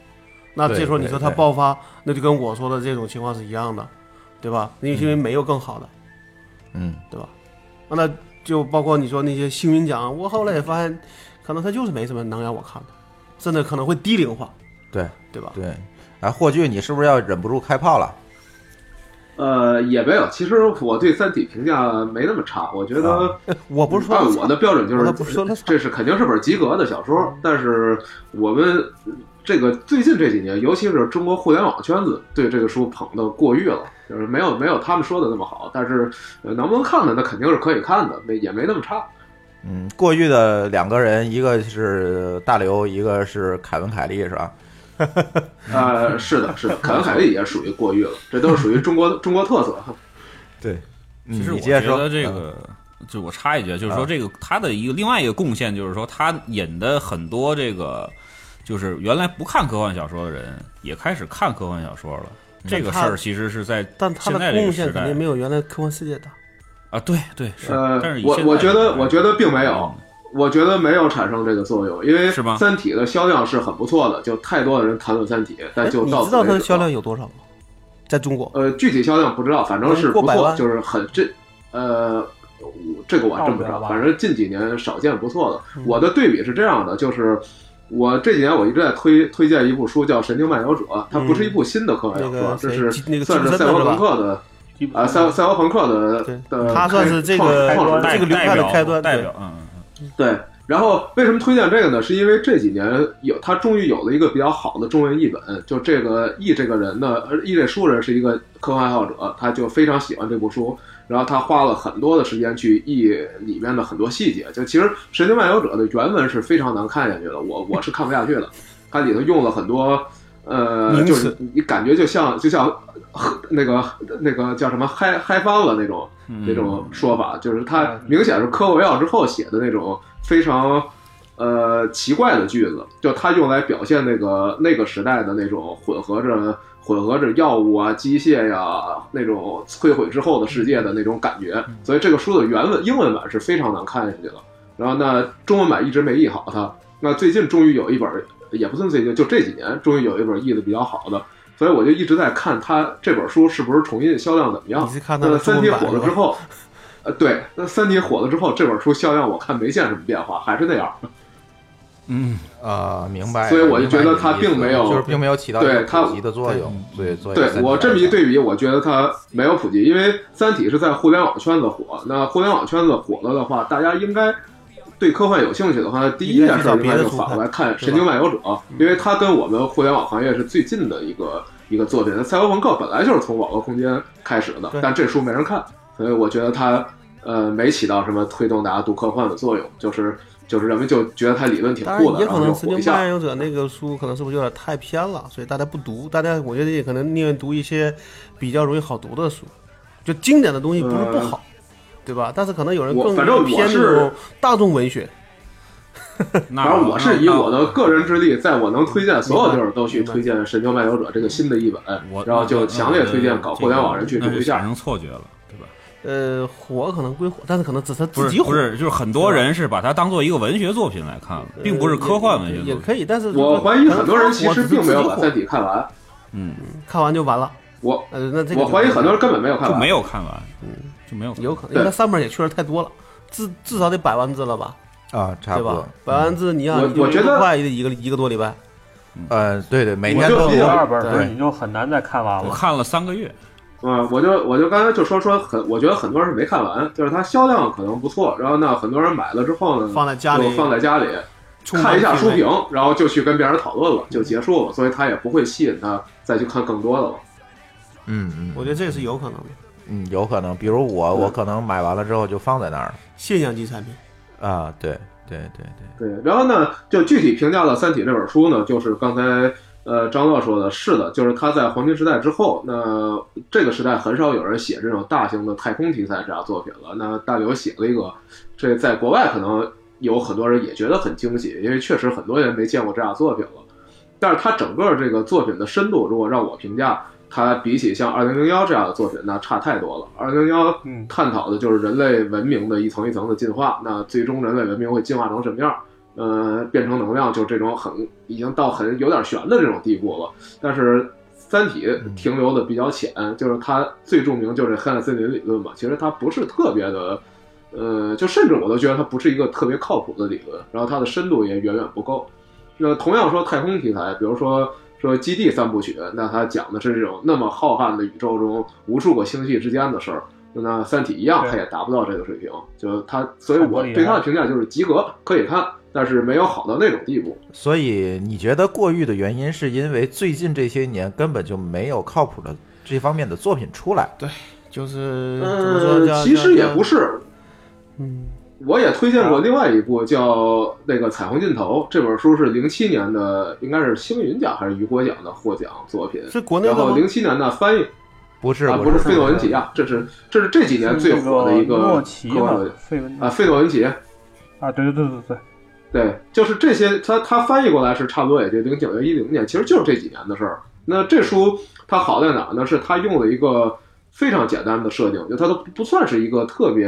Speaker 4: 那这时候你说它
Speaker 3: 对对对
Speaker 4: 爆发，那就跟我说的这种情况是一样的，对吧？因为因为没有更好的，
Speaker 3: 嗯，
Speaker 4: 对吧？那就包括你说那些星云奖，我后来也发现，可能它就是没什么能让我看的，甚至可能会低龄化。
Speaker 3: 对
Speaker 4: 对吧？
Speaker 3: 对，哎，霍炬，你是不是要忍不住开炮了？
Speaker 6: 呃，也没有。其实我对《三体》评价没那么差，我觉
Speaker 4: 啊
Speaker 6: 得
Speaker 4: 我哦不是说
Speaker 6: 按我的标准就
Speaker 4: 我
Speaker 6: 是
Speaker 4: 不是说他哦
Speaker 6: 这是肯定是本及格的小说，但是我们这个最近这几年，尤其是中国互联网圈子对这个书捧的过誉了，就是没有没有他们说的那么好，但是呃能不能看呢？那肯定是可以看的，没也没那么差。
Speaker 3: 嗯，过誉的两个人，一个是大刘，一个是凯文·凯利，是吧？
Speaker 6: 呃，是的，是的，凯文凯利也属于过誉了，这都是属于中国中国特色。
Speaker 3: 对，
Speaker 5: 其实
Speaker 3: 嗯你
Speaker 5: 我
Speaker 3: 接着
Speaker 5: 觉
Speaker 3: 说
Speaker 5: 得这个，就我插一句，就是说
Speaker 3: 啊
Speaker 5: 这个他的一个另外一个贡献，就是说他引的很多这个，就是原来不看科幻小说的人也开始看科幻小说了。这个事
Speaker 4: 但他
Speaker 5: 儿其实是在
Speaker 4: 但它
Speaker 5: 现
Speaker 4: 的
Speaker 5: 在这
Speaker 4: 贡
Speaker 5: 个
Speaker 4: 献
Speaker 5: 时
Speaker 4: 肯
Speaker 5: 代
Speaker 4: 定没有原来科幻世界大。
Speaker 5: 啊，对对是
Speaker 6: 呃，，
Speaker 5: 但是以
Speaker 6: 我
Speaker 5: 现
Speaker 6: 我
Speaker 5: 在嗯
Speaker 6: 觉
Speaker 5: 这
Speaker 6: 得
Speaker 5: 个
Speaker 6: 我觉得并没有，我觉得没有产生这个作用，因为
Speaker 5: 是吗
Speaker 6: 《三体》的销量是很不错的，就太多的人谈论《三体》，但
Speaker 4: 哎
Speaker 6: 就
Speaker 4: 你
Speaker 6: 到
Speaker 4: 知
Speaker 6: 此
Speaker 4: 道它
Speaker 6: 为
Speaker 4: 的
Speaker 6: 止
Speaker 4: 销
Speaker 6: 了
Speaker 4: 量有多少吗？在中国？
Speaker 6: 呃，具体销量不知道，反正是
Speaker 4: 过
Speaker 6: 不
Speaker 4: 百
Speaker 6: 错，
Speaker 4: 万
Speaker 6: 就是很这呃，我这个我还真不知
Speaker 4: 到
Speaker 6: 道
Speaker 4: 不了，吧
Speaker 6: 反正近几年少见不错的
Speaker 4: 嗯。
Speaker 6: 我的对比是这样的，就是。我这几年我一直在推推荐一部书叫《神经漫游者》，它不是一部新的科幻小说，
Speaker 4: 嗯那个
Speaker 6: 这
Speaker 4: 谁
Speaker 6: 是
Speaker 4: 基那个
Speaker 6: 算
Speaker 4: 基
Speaker 6: 是
Speaker 4: 普
Speaker 6: 赛
Speaker 4: 森的
Speaker 6: 博
Speaker 4: 是吧
Speaker 6: 朋克的啊，赛赛博朋克的的
Speaker 4: 他算
Speaker 6: 开
Speaker 4: 是这
Speaker 6: 创
Speaker 4: 个
Speaker 6: 创始人
Speaker 4: 这个流派的开端，对。
Speaker 6: 对，然后为什么推荐这个呢？是因为这几年有他终于有了一个比较好的中文译本，就这个译这个人呢，呃译这书人是一个科幻爱好者，他就非常喜欢这部书，然后他花了很多的时间去译里面的很多细节。就其实《神经漫游者》的原文是非常难看下去的，我我是看不下去的，它里头用了很多。呃，
Speaker 4: 名
Speaker 6: 就
Speaker 4: 词
Speaker 6: 是你感觉就像就像 那个那个叫什么嗨嗨翻了那种那种说法，就是他明显是科维奥之后写的那种非常呃奇怪的句子，就他用来表现那个那个时代的那种混合着混合着药物啊、机械呀、那种摧毁之后的世界的那种感觉，所以这个书的原文英文版是非常难看下去的。然后呢，中文版一直没译好它。那最近终于有一本，也不算最近，就这几年终于有一本译的比较好的，所以我就一直在看它这本书是不是重印，销量怎么样。
Speaker 4: 你是看它的
Speaker 6: 那《三
Speaker 4: 中
Speaker 6: 体》
Speaker 4: 文版
Speaker 6: 火了之后，呃，对，那《三体》火了之后，这本书销量我看没见什么变化，还是那样。
Speaker 5: 嗯
Speaker 3: 啊，明白。
Speaker 6: 所以我就
Speaker 3: 明白
Speaker 6: 觉得
Speaker 3: 你的
Speaker 6: 它
Speaker 3: 意
Speaker 6: 并
Speaker 3: 思
Speaker 6: 没有
Speaker 3: 就是并没有起到一
Speaker 6: 对
Speaker 3: 个
Speaker 6: 它
Speaker 3: 普及的作用，所以作用
Speaker 6: 对
Speaker 3: 在
Speaker 6: 我
Speaker 3: 你
Speaker 6: 这么一对比，我觉得它没有普及，因为《三体》是在互联网圈子火，那互联网圈子火了的话，大家应该对科幻有兴趣的话，第一件事儿应该就反过来看《神经漫游者》，
Speaker 4: 嗯
Speaker 6: 因为它跟我们互联网行业是最近的一个一个作品。赛博朋克本来就是从网络空间开始的，但这书没人看，所以我觉得它呃没起到什么推动大家读科幻的作用，就是就是人们就觉得它理论挺
Speaker 4: 当
Speaker 6: 酷
Speaker 4: 然，
Speaker 6: 的，
Speaker 4: 也
Speaker 6: 然
Speaker 4: 可
Speaker 6: 后就
Speaker 4: 能《神
Speaker 6: 火
Speaker 4: 经
Speaker 6: 一下
Speaker 4: 漫。游者》那个书可能是不是有点太偏了，所以大家不读。大家我觉得也可能宁愿读一些比较容易好读的书，就经典的东西不是不好，对吧？但是可能有
Speaker 6: 嗯
Speaker 4: 人
Speaker 6: 我
Speaker 4: 更
Speaker 6: 反正我
Speaker 4: 偏
Speaker 6: 是
Speaker 4: 那种大众文学。
Speaker 5: 嗯
Speaker 4: 啊
Speaker 6: 反正我是以我的个人之力，在我能推荐所有地儿都去推荐《神经漫游者》这个新的译本，然后就强烈推荐搞互联网人去读
Speaker 5: 那
Speaker 6: 一
Speaker 5: 就
Speaker 6: 下
Speaker 5: 产。生错觉了。
Speaker 4: 呃，火可能归火，但是可能只是他
Speaker 5: 不
Speaker 4: 自己
Speaker 5: 是
Speaker 4: 火，
Speaker 5: 不
Speaker 4: 呃
Speaker 5: 是，就是很多人是把它当做一个文学作品来看了，并不是科幻文学作
Speaker 4: 也
Speaker 5: 品。
Speaker 4: 可以，但是
Speaker 6: 我怀疑很多人其实并没有把《
Speaker 4: 自
Speaker 6: 三
Speaker 4: 己
Speaker 6: 体》看完，
Speaker 5: 嗯，
Speaker 4: 看完就完了。
Speaker 6: 我
Speaker 4: 呃，那这个
Speaker 6: 我怀疑很多人根本没有看完
Speaker 5: 就没有看完，就没有
Speaker 4: 啊有可
Speaker 6: 对
Speaker 4: 能，因为它上面也确实太多了，至至少得百万字了吧？
Speaker 3: 啊，差不
Speaker 4: 对
Speaker 3: 多
Speaker 4: 吧。？百万字，你想
Speaker 3: 我
Speaker 4: 你
Speaker 3: 我觉得
Speaker 4: 多快也得一个一个多礼拜。
Speaker 3: 呃，对对，每
Speaker 6: 天都有我就比较
Speaker 7: 二本
Speaker 6: 对
Speaker 7: 所以你就很难再看完了。
Speaker 5: 看了三个月，
Speaker 6: 嗯，我就我就刚才就说说很，我觉得很多人是没看完，就是它销量可能不错，然后呢，很多人买了之后呢，
Speaker 4: 放在家里
Speaker 6: 就放在家里
Speaker 4: 充满
Speaker 6: 看一下书
Speaker 4: 品
Speaker 6: 评，然后就去跟别人讨论了，就结束了，所以它也不会吸引他再去看更多的了。
Speaker 3: 嗯嗯
Speaker 4: 我觉得这个是有可能的，
Speaker 3: 嗯，有可能，比如我，我可能买完了之后就放在那儿了。
Speaker 4: 现象级产品。
Speaker 3: 啊，对对对对，
Speaker 6: 对，然后呢，就具体评价了《三体》这本书呢，就是刚才呃张乐说的，是的，就是他在黄金时代之后，那这个时代很少有人写这种大型的太空题材这样作品了。那大刘写了一个，这在国外可能有很多人也觉得很惊喜，因为确实很多人没见过这样作品了。但是它整个这个作品的深度，如果让我评价，它比起像《二零零幺》这样的作品，那差太多了。《二零零幺》探讨的就是人类文明的一层一层的进化，那最终人类文明会进化成什么样？呃，变成能量，就这种很已经到很有点悬的这种地步了。但是《三体》
Speaker 4: 嗯
Speaker 6: 停留的比较浅，就是它最著名就是黑暗森林理论嘛。其实它不是特别的，呃，就甚至我都觉得它不是一个特别靠谱的理论，然后它的深度也远远不够。那同样说太空题材，比如说说《基地》三部曲，那它讲的是这种那么浩瀚的宇宙中无数个星系之间的事儿。那《三体》一样，它也达不到这个水平，就是它，所以我对它的评价就是及格，可以看，但是没有好到那种地步。
Speaker 3: 所以你觉得过誉的原因是因为最近这些年根本就没有靠谱的这方面的作品出来。
Speaker 4: 对，就是嗯怎么说
Speaker 6: 呃，
Speaker 4: 叫
Speaker 6: 其实
Speaker 4: 叫
Speaker 6: 也
Speaker 4: 叫
Speaker 6: 不是，
Speaker 4: 嗯，
Speaker 6: 我也推荐过另外一部叫那个《彩虹尽头》这本书是零七年的，应该是星云奖还是雨果奖的获奖作品。
Speaker 4: 是国内的
Speaker 6: 然
Speaker 4: 吗
Speaker 6: 后零七年的翻译
Speaker 3: 不是
Speaker 6: 啊，
Speaker 3: 不
Speaker 6: 不
Speaker 3: 是
Speaker 6: 费洛文奇亚，这是这是这几年最火的一
Speaker 7: 是那个
Speaker 6: 个
Speaker 7: 诺奇
Speaker 6: 科幻
Speaker 7: 嘛
Speaker 6: 文
Speaker 7: 费文
Speaker 6: 啊，费洛文奇。
Speaker 7: 啊，对对对对对，
Speaker 6: 对，就是这些，它它翻译过来是差不多也就零九年、一零年，其实就是这几年的事儿。那这书它好在哪儿呢？是它用了一个非常简单的设定，就它都不算是一个特别，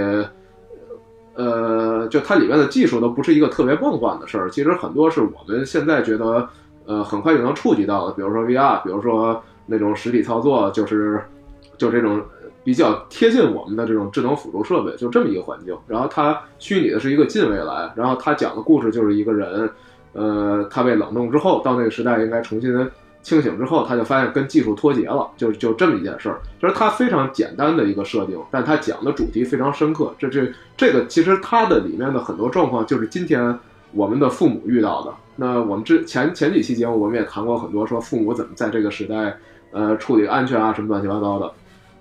Speaker 6: 呃，就它里面的技术都不是一个特别梦幻的事儿。其实很多是我们现在觉得，呃，很快就能触及到的，比如说 VR，比如说那种实体操作，就是就这种比较贴近我们的这种智能辅助设备，就这么一个环境。然后它虚拟的是一个近未来，然后它讲的故事就是一个人，呃，他被冷冻之后，到那个时代应该重新清醒之后，他就发现跟技术脱节了，就就这么一件事儿。就是它非常简单的一个设定，但它讲的主题非常深刻。这这这个其实它的里面的很多状况就是今天我们的父母遇到的。那我们之前前几期节目我们也谈过很多，说父母怎么在这个时代，呃，处理安全啊什么乱七八糟的。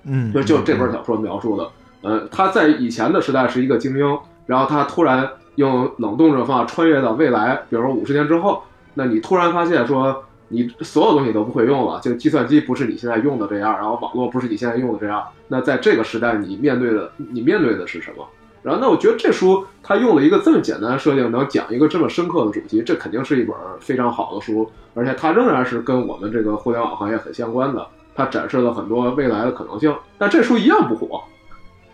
Speaker 3: 嗯，
Speaker 6: 就就这
Speaker 3: 嗯
Speaker 6: 本小说描述的，呃，他在以前的时代是一个精英，然后他突然用冷冻这方法穿越到未来，比如说五十年之后，那你突然发现说你所有东西都不会用了，就计算机不是你现在用的这样，然后网络不是你现在用的这样，那在这个时代你面对的你面对的是什么？然后，那我觉得这书它用了一个这么简单的设定，能讲一个这么深刻的主题，这肯定是一本非常好的书，而且它仍然是跟我们这个互联网行业很相关的，它展示了很多未来的可能性。但这书一样不火，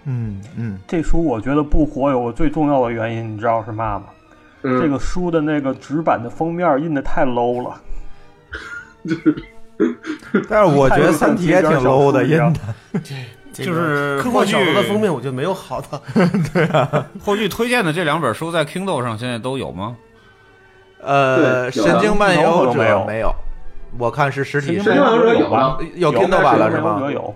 Speaker 3: 嗯嗯，
Speaker 7: 这书我觉得不火有个最重要的原因，你知道是嘛吗？
Speaker 6: 嗯
Speaker 7: 这个书的那个纸板的封面印的太 low 了。
Speaker 3: 但是我觉得《三
Speaker 7: 三
Speaker 3: 体》也挺 low 的， 印 的。
Speaker 4: 这
Speaker 5: 就
Speaker 4: 个
Speaker 5: 是
Speaker 4: 科幻
Speaker 5: 或
Speaker 4: 小说的
Speaker 5: 许
Speaker 4: 封面，我觉得没有好的。
Speaker 5: 霍炬推荐的这两本书在 Kindle 上现在都有吗？
Speaker 3: 呃，
Speaker 5: 对
Speaker 3: 《
Speaker 5: 有的
Speaker 3: 神经漫游
Speaker 5: 有
Speaker 3: 者
Speaker 5: 的没》有
Speaker 3: 没有，我看是实体。
Speaker 7: 神经漫游者有吧
Speaker 3: 有
Speaker 7: 有
Speaker 3: Kindle 版了是
Speaker 7: 神经漫
Speaker 3: 吗
Speaker 7: 游者？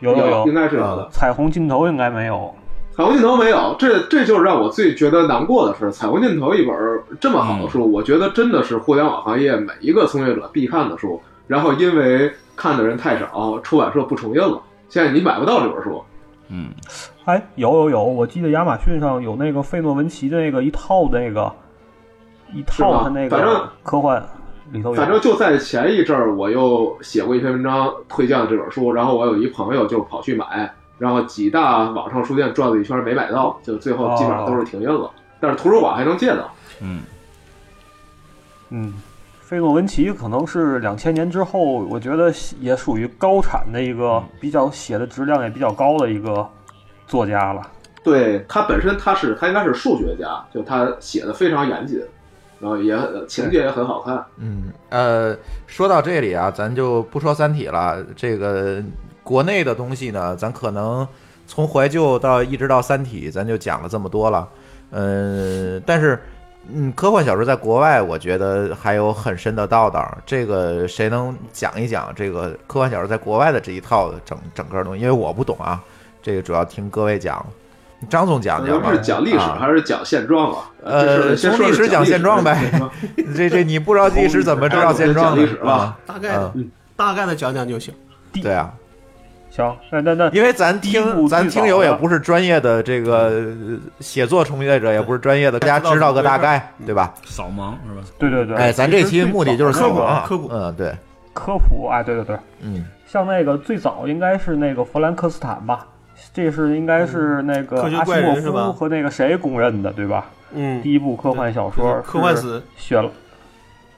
Speaker 7: 有有有有，
Speaker 3: 应该
Speaker 6: 是有的
Speaker 7: 彩虹尽头应该没有。
Speaker 6: 彩虹尽头没有，这这就是让我最觉得难过的事。彩虹尽头一本这么好的书，我觉得真的是互联网行业每一个从业者必看的书。然后因为看的人太少，出版社不重印了，现在你买不到这本书。
Speaker 5: 嗯，
Speaker 7: 哎，有有有，我记得亚马逊上有那个费诺文奇的那个一套那个一套他那
Speaker 6: 反正
Speaker 7: 个科幻里头有，
Speaker 6: 反正就在前一阵儿，我又写过一篇文章推荐了这本书，然后我有一朋友就跑去买，然后几大网上书店转了一圈没买到，就最后基本上都是停运了。但是图书馆还能借到。
Speaker 5: 嗯
Speaker 7: 嗯，费诺文奇可能是两千年之后，我觉得也属于高产的一
Speaker 3: 嗯
Speaker 7: 个比较写的质量也比较高的一个作家了。
Speaker 6: 对他本身他是他应该是数学家，就他写的非常严谨，然后也很情节也很好看。
Speaker 3: 嗯，呃，说到这里啊，咱就不说《三体》了。这个国内的东西呢，咱可能从怀旧到一直到《三体》，咱就讲了这么多了。嗯，但是，嗯，科幻小说在国外，我觉得还有很深的道道。这个谁能讲一讲这个科幻小说在国外的这一套整整个东西？因为我不懂啊，这个主要听各位讲。张总讲讲吧，
Speaker 6: 咱们是讲历史
Speaker 3: 啊
Speaker 6: 还是讲现状啊？
Speaker 3: 呃，
Speaker 6: 这是先
Speaker 3: 从
Speaker 6: 说
Speaker 3: 历
Speaker 6: 是
Speaker 3: 史讲现状呗。 这这你不知道历史怎么知道现状
Speaker 6: 历
Speaker 3: 呢？
Speaker 6: 史吧，
Speaker 4: 大概
Speaker 7: 啊
Speaker 4: 的
Speaker 6: 嗯
Speaker 4: 大概的讲讲就行。
Speaker 3: 对啊，
Speaker 7: 行，哎那那那，
Speaker 3: 因为咱
Speaker 7: 第一部
Speaker 3: 听咱
Speaker 7: 最早
Speaker 3: 听友
Speaker 7: 的
Speaker 3: 也不是专业的这个呃写作从业者，也不是专业的，大家知道个大概，对吧？
Speaker 5: 扫盲是吧？
Speaker 7: 对对对，
Speaker 3: 哎，咱这期目的就是
Speaker 7: 科普
Speaker 3: 啊，
Speaker 7: 科普
Speaker 3: 嗯，对，
Speaker 7: 科普，哎，对对对，
Speaker 3: 嗯，
Speaker 7: 像那个最早应该是那个弗兰克斯坦吧，这是应该是那个
Speaker 4: 嗯科学
Speaker 7: 阿西
Speaker 4: 怪人
Speaker 7: 莫
Speaker 4: 是吧
Speaker 7: 夫和那个谁公认的，对吧？
Speaker 4: 嗯，
Speaker 7: 第一部科幻小
Speaker 4: 对
Speaker 7: 说
Speaker 4: 对科幻史，
Speaker 7: 雪，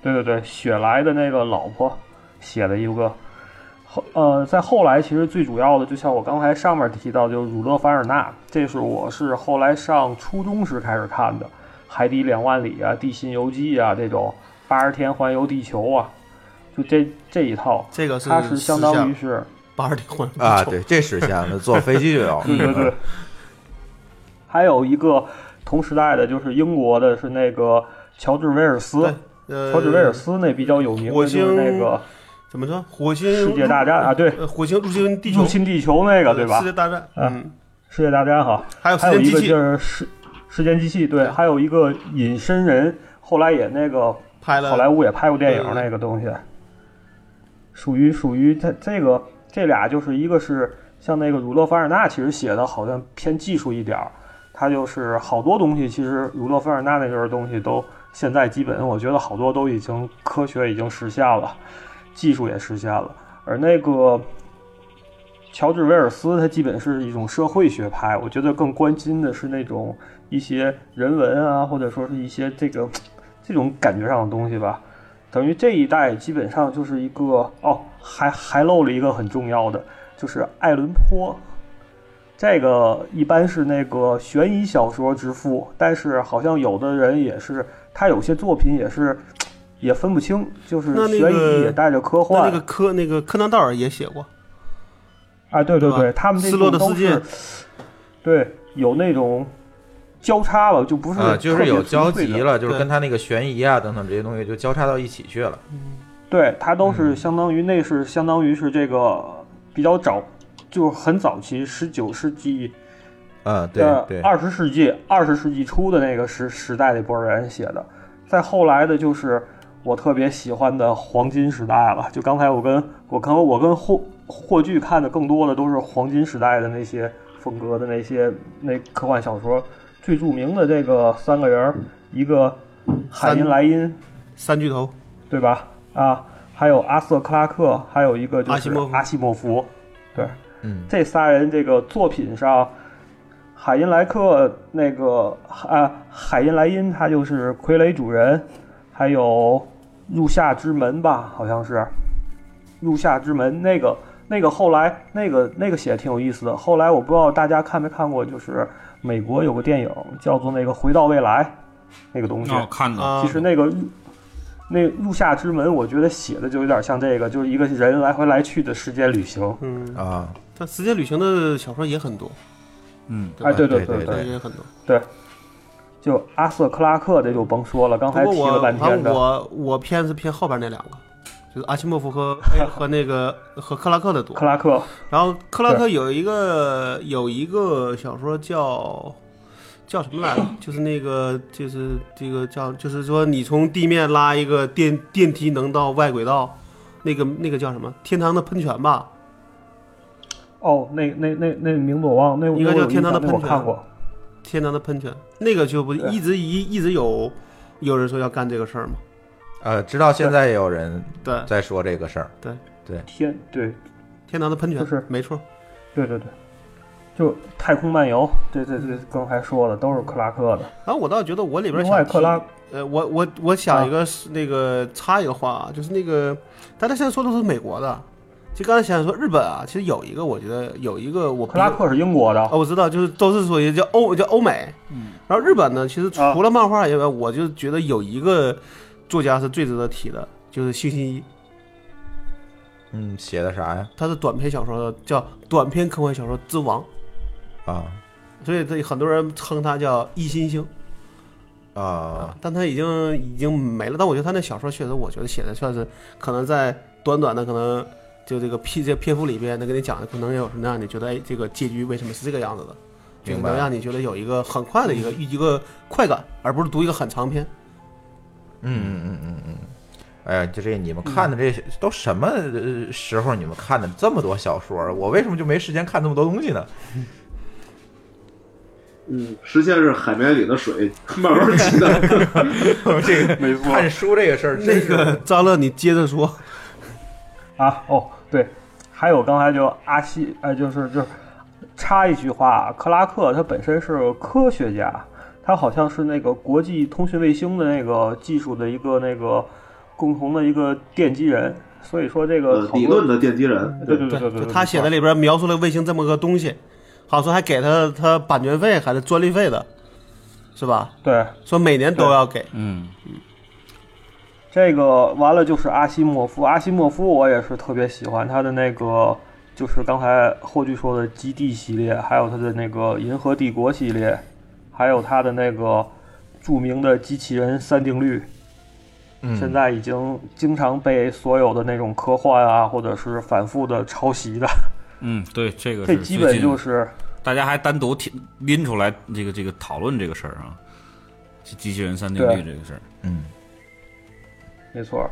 Speaker 7: 对对对，雪莱的那个老婆写的一个。后呃，在后来其实最主要的，就像我刚才上面提到，就是儒勒·凡尔纳，这是我是后来上初中时开始看的，《海底两万里》啊，《地心游记》啊，这种八十天环游地球啊，就这这一套，
Speaker 4: 这个是
Speaker 7: 它是相当于是，
Speaker 4: 八十天环游地球
Speaker 3: 啊，对，这是像 坐飞机就有
Speaker 7: 对对对。还有一个同时代的，就是英国的，是那个乔治·威尔斯。
Speaker 4: 呃
Speaker 7: 乔治·威尔斯那比较有名
Speaker 4: 火
Speaker 7: 的就是
Speaker 4: 星
Speaker 7: 那个
Speaker 4: 怎么说？火星
Speaker 7: 世界大战啊，对，
Speaker 4: 呃火星入侵地球，
Speaker 7: 入侵地球那个
Speaker 4: 呃
Speaker 7: 对吧？
Speaker 4: 世界大战，
Speaker 7: 嗯，世界大战哈，还
Speaker 4: 有
Speaker 7: 还有
Speaker 4: 时
Speaker 7: 一
Speaker 4: 间机
Speaker 7: 个
Speaker 4: 器
Speaker 7: 就是时时间机器，对，还有一个隐身人，后来也那个
Speaker 4: 拍了
Speaker 7: 好莱坞也拍过电影
Speaker 4: 对
Speaker 7: 那个东西，属于属于它这个这俩就是一个是像那个儒勒·凡尔纳，其实写的好像偏技术一点儿，他就是好多东西，其实儒勒·凡尔纳那阵儿东西都现在基本我觉得好多都已经科学已经实现了，技术也实现了，而那个。乔治·威尔斯他基本是一种社会学派，我觉得更关心的是那种一些人文啊，或者说是一些这个这种感觉上的东西吧。等于这一代基本上就是一个哦，还还漏了一个很重要的，就是爱伦坡。这个一般是那个悬疑小说之父，但是好像有的人也是，他有些作品也是也分不清，就是
Speaker 4: 那那
Speaker 7: 悬疑
Speaker 4: 个
Speaker 7: 也带着科幻。
Speaker 4: 那那个科那个柯南道尔也写过，
Speaker 7: 啊，对对
Speaker 4: 对吧
Speaker 7: 对，他们这
Speaker 4: 失落
Speaker 7: 种
Speaker 4: 的
Speaker 7: 都
Speaker 4: 世界
Speaker 7: 是，对，有那种交叉了，就不是、
Speaker 3: 啊，就是有交集了，就是跟他那个悬疑啊等等这些东西就交叉到一起去了。
Speaker 7: 对，它都
Speaker 3: 嗯
Speaker 7: 是相当于那是相当于是这个比较早，就是很早期十九世纪
Speaker 3: 嗯，对
Speaker 7: 呃
Speaker 3: 对，
Speaker 7: 二十世纪二十世纪初的那个时时代那波人写的，再后来的就是我特别喜欢的黄金时代了。就刚才我跟我可能我跟霍霍炬看的更多的都是黄金时代的那些风格的那些那科幻小说，最著名的这个三个人儿，一个海因莱因
Speaker 4: 三巨头，
Speaker 7: 对吧？啊，还有阿瑟克拉克，还有一个就是
Speaker 4: 阿西莫夫
Speaker 7: 阿西莫夫，对，
Speaker 3: 嗯，
Speaker 7: 这仨人这个作品上，海因莱克那个啊，海因莱因他就是傀儡主人，还有入夏之门吧，好像是入夏之门那个那个后来那个那个写的挺有意思的，后来我不知道大家看没看过，就是美国有个电影叫做那个《回到未来》那个东西，
Speaker 5: 哦看
Speaker 4: 啊
Speaker 5: 了
Speaker 7: 其实那个入那入夏之门，我觉得写的就有点像这个，就是一个人来回来去的时间旅行。
Speaker 4: 嗯
Speaker 3: 啊，
Speaker 4: 他时间旅行的小说也很多，
Speaker 5: 嗯
Speaker 7: 哎，对对
Speaker 4: 对
Speaker 7: 对，
Speaker 4: 也很多。
Speaker 7: 对，就阿瑟克拉克这就甭说了，刚才
Speaker 4: 不
Speaker 7: 提
Speaker 4: 过
Speaker 7: 了
Speaker 4: 我
Speaker 7: 半
Speaker 4: 反
Speaker 7: 天的，
Speaker 4: 正我我偏是偏后边那两个，就是阿西莫 夫和哎和那个和克拉克的多。
Speaker 7: 克拉克，
Speaker 4: 然后克拉克
Speaker 7: 对
Speaker 4: 有一个有一个小说叫叫什么 来着？就是那个就是这个叫就是说你从地面拉一个电电梯能到外轨道，那个那个叫什么？天堂的喷泉吧？
Speaker 7: 哦，那那那那名字我忘了，那
Speaker 4: 应该
Speaker 7: 那我
Speaker 4: 叫
Speaker 7: 有
Speaker 4: 天堂的
Speaker 7: 印象
Speaker 4: 喷
Speaker 7: 那
Speaker 4: 泉。啊
Speaker 7: 我看过。
Speaker 4: 天堂的喷泉，那个就不
Speaker 7: 对
Speaker 4: 一直一一直有有人说要干这个事儿吗？
Speaker 3: 呃，直到现在也有人
Speaker 4: 对
Speaker 3: 在说这个事儿。
Speaker 4: 对
Speaker 3: 对，
Speaker 7: 天对，
Speaker 4: 天堂的喷泉
Speaker 7: 就是
Speaker 4: 没错，
Speaker 7: 对对对，就太空漫游，对对对，刚才说了都是克拉克的，
Speaker 4: 然后我倒觉得我嗯里边
Speaker 7: 另外
Speaker 4: 想提
Speaker 7: 克拉啊
Speaker 4: 呃，我我我想一个是那个插一个话啊，就是那个大家现在说都是美国的，就刚才想说日本啊，其实有一个我觉得有一个我
Speaker 7: 克拉克是英国的，
Speaker 4: 哦，我知道，就是都是属于叫欧叫欧美，
Speaker 7: 嗯，啊
Speaker 4: 然后日本呢，其实除了漫画以外，我就觉得有一个作家是最值得提的，就是星期一，
Speaker 3: 嗯，写的啥呀？
Speaker 4: 他是短篇小说的，叫短篇科幻小说之王，
Speaker 3: 啊
Speaker 4: 所以这很多人称他叫一星星。
Speaker 3: 啊，
Speaker 4: 但他已经已经没了。但我觉得他那小说确实，我觉得写的算是可能在短短的可能就这个篇这篇幅里边，能给你讲的可能有什么让你觉得哎，这个结局为什么是这个样子的，就是
Speaker 3: 明白
Speaker 4: 能让你觉得有一个很快的一个一个快感，而不是读一个很 长篇。
Speaker 3: 嗯嗯嗯嗯嗯。哎呀，就这你
Speaker 4: 嗯
Speaker 3: 们看的这些都什么呃时候？你们看的这么多小说儿，我为什么就没时间看这么多东西呢？
Speaker 6: 嗯，实现是海绵里的水，慢慢挤的。
Speaker 3: 这个
Speaker 7: 没错
Speaker 3: 看书这个事儿，
Speaker 4: 那个张乐，你接着说。
Speaker 7: 啊，哦，对，还有刚才就阿西，呃，就是就是插一句话，啊克拉克他本身是科学家，他好像是那个国际通讯卫星的那个技术的一个那个共同的一个奠基人，所以说这个好
Speaker 6: 呃
Speaker 7: 多
Speaker 6: 理论的奠基人，
Speaker 7: 对对对对对
Speaker 4: 就
Speaker 7: 对
Speaker 4: 他写的里边描述了卫星这么个东西，好像说还给他他版权费还是专利费的，是吧？
Speaker 7: 对，
Speaker 4: 说每年都要给。
Speaker 5: 嗯，
Speaker 7: 这个完了就是阿西莫夫，阿西莫夫我也是特别喜欢他的那个，就是刚才霍炬说的《基地》系列，还有他的那个《银河帝国》系列，还有他的那个著名的机器人三定律。
Speaker 3: 嗯
Speaker 7: 现在已经经常被所有的那种科幻啊，或者是反复的抄袭的，
Speaker 5: 嗯，对，这个
Speaker 7: 这
Speaker 5: 是
Speaker 7: 基
Speaker 5: 最
Speaker 7: 本
Speaker 5: 近
Speaker 7: 就是
Speaker 5: 大家还单独提拎出来这个这个讨论这个事儿啊，机机器人三定律
Speaker 7: 对
Speaker 5: 这个事儿，
Speaker 7: 没错儿，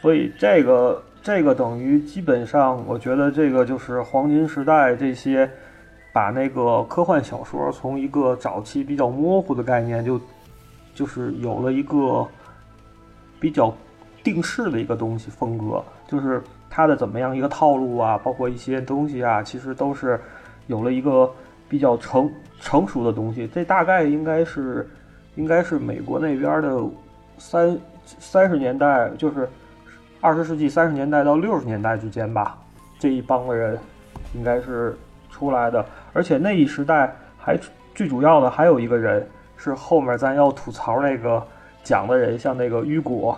Speaker 7: 所以这个这个等于基本上，我觉得这个就是黄金时代这些，把那个科幻小说从一个早期比较模糊的概念就，就是有了一个比较定式的一个东西风格，就是它的怎么样一个套路啊，包括一些东西啊，其实都是有了一个比较成成熟的东西。这大概应该是应该是美国那边的三三十年代，就是二十世纪三十年代到六十年代之间吧，这一帮的人应该是出来的。而且那一时代还最主要的还有一个人是后面咱要吐槽那个讲的人，像那个雨果，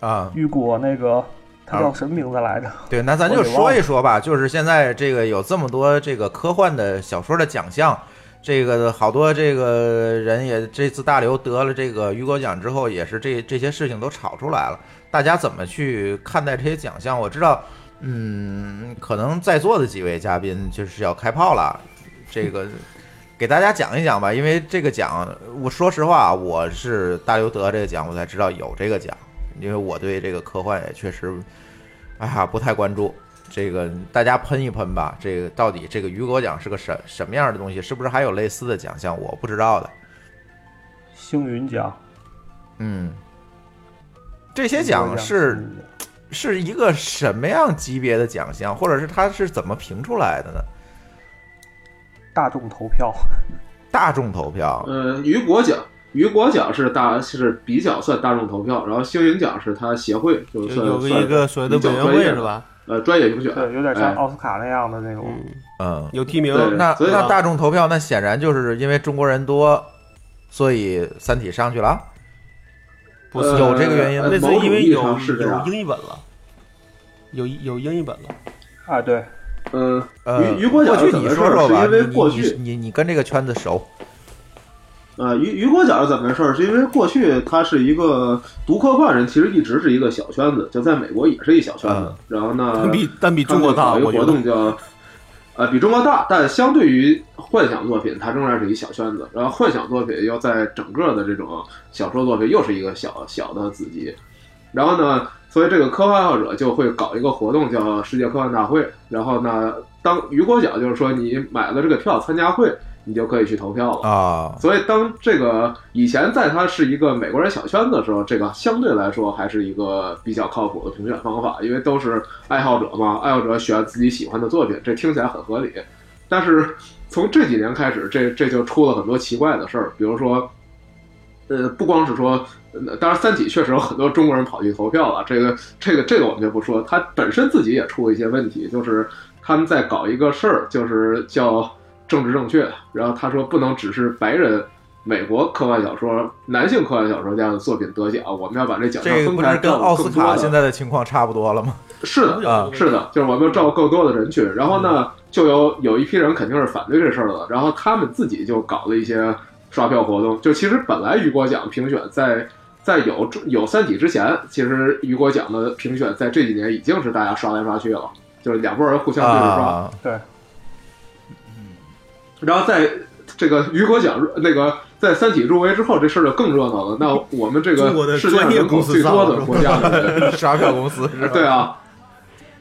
Speaker 3: 啊，
Speaker 7: 雨果那个他
Speaker 3: 啊
Speaker 7: 叫什么名字来着？
Speaker 3: 对，那咱
Speaker 7: 我
Speaker 3: 就
Speaker 7: 给忘
Speaker 3: 说一
Speaker 7: 了
Speaker 3: 说吧，就是现在这个有这么多这个科幻的小说的奖项，这个好多这个人也这次大刘得了这个雨果奖之后，也是这这些事情都炒出来了，大家怎么去看待这些奖项？我知道，嗯，可能在座的几位嘉宾就是要开炮了，这个。给大家讲一讲吧，因为这个奖，我说实话啊，我是大刘得这个奖，我才知道有这个奖，因为我对这个科幻也确实哎呀，不太关注。这个大家喷一喷吧，这个到底这个雨果奖是个什什么样的东西？是不是还有类似的奖项？我不知道的。
Speaker 7: 星云奖，
Speaker 3: 嗯，这些奖是
Speaker 7: 嗯
Speaker 3: 是一个什么样级别的奖项，或者是它是怎么评出来的呢？
Speaker 7: 大众投票，
Speaker 3: 大众投票，
Speaker 6: 呃，雨果奖，雨果奖是大是比较算大众投票，然后星云奖是他协会，就算
Speaker 4: 有个
Speaker 6: 算
Speaker 4: 一个所谓的
Speaker 6: 比较
Speaker 4: 委员
Speaker 6: 专业
Speaker 4: 会
Speaker 6: 的
Speaker 4: 是吧？
Speaker 6: 呃，专业评选，
Speaker 7: 对，有点
Speaker 6: 哎
Speaker 7: 像奥斯卡那样的那种。
Speaker 3: 嗯，
Speaker 4: 有提名
Speaker 6: 对
Speaker 3: 那
Speaker 6: 所以
Speaker 3: 那
Speaker 6: 呢
Speaker 3: 大众投票，那显然就是因为中国人多，所以《三体》上去了。
Speaker 4: 不是
Speaker 3: 有这个原因吗？
Speaker 4: 呃那是因为有有
Speaker 6: 样
Speaker 4: 英译本了，有有英译本了。
Speaker 7: 啊，对，
Speaker 6: 呃，
Speaker 3: 呃，
Speaker 6: 雨雨果奖
Speaker 3: 过
Speaker 6: 是
Speaker 3: 去
Speaker 6: 怎
Speaker 3: 你
Speaker 6: 么回
Speaker 3: 说
Speaker 6: 事？
Speaker 3: 说
Speaker 6: 是
Speaker 3: 吧，
Speaker 6: 因为
Speaker 3: 你
Speaker 6: 过
Speaker 3: 你
Speaker 6: 去
Speaker 3: 你你跟这个圈子熟，
Speaker 6: 呃，雨雨果奖是怎么回事儿？是因为过去它是一个读科幻人，其实一直是一个小圈子，就在美国也是一小圈子。然后呢，
Speaker 4: 啊但比但比中国大
Speaker 6: 呃他们有一个活
Speaker 4: 我
Speaker 6: 动
Speaker 4: 觉
Speaker 6: 叫，呃，比中国大，但相对于幻想作品，它仍然是一小圈子。然后幻想作品又在整个的这种小说作品又是一个小小的子集。然后呢，所以这个科幻爱好者就会搞一个活动，叫世界科幻大会。然后呢，当雨果奖就是说你买了这个票参加会，你就可以去投票了
Speaker 3: 啊。
Speaker 6: 所以当这个以前在它是一个美国人小圈子的时候，这个相对来说还是一个比较靠谱的评选方法，因为都是爱好者嘛， 爱好者选自己喜欢的作品，这听起来很合理。但是从这几年开始，这这就出了很多奇怪的事儿，比如说，呃，不光是说，呃当然《三体》确实有很多中国人跑去投票了，这个这个这个我们就不说，他本身自己也出了一些问题，就是他们在搞一个事儿，就是叫政治正确，然后他说不能只是白人。美国科幻小说，男性科幻小说家的作品得奖，我们要把这奖项
Speaker 3: 这个
Speaker 6: 分
Speaker 3: 不
Speaker 6: 开，
Speaker 3: 是跟
Speaker 6: 更
Speaker 3: 奥斯
Speaker 6: 更多
Speaker 3: 卡
Speaker 6: 的
Speaker 3: 现在的情况差不多了吗？
Speaker 6: 是
Speaker 3: 啊
Speaker 6: 的，啊是的，嗯就是我们要照顾更多的人群。然后呢，就有有一批人肯定是反对这事儿的，然后他们自己就搞了一些刷票活动。就其实本来雨果奖评选在在有有《三体》之前，其实雨果奖的评选在这几年已经是大家刷来刷去了，就是两拨人互相对着刷。
Speaker 3: 啊
Speaker 7: 对，
Speaker 6: 然后在这个雨果奖那个在《三体》入围之后，这事儿就更热闹了。那我们这
Speaker 3: 中国
Speaker 6: 个
Speaker 3: 的
Speaker 6: 世界上
Speaker 3: 专业
Speaker 6: 人口
Speaker 3: 公司
Speaker 6: 最多
Speaker 3: 上
Speaker 6: 的
Speaker 3: 了
Speaker 6: 国家的人
Speaker 3: 啊 刷票 公司是吧
Speaker 6: 对啊，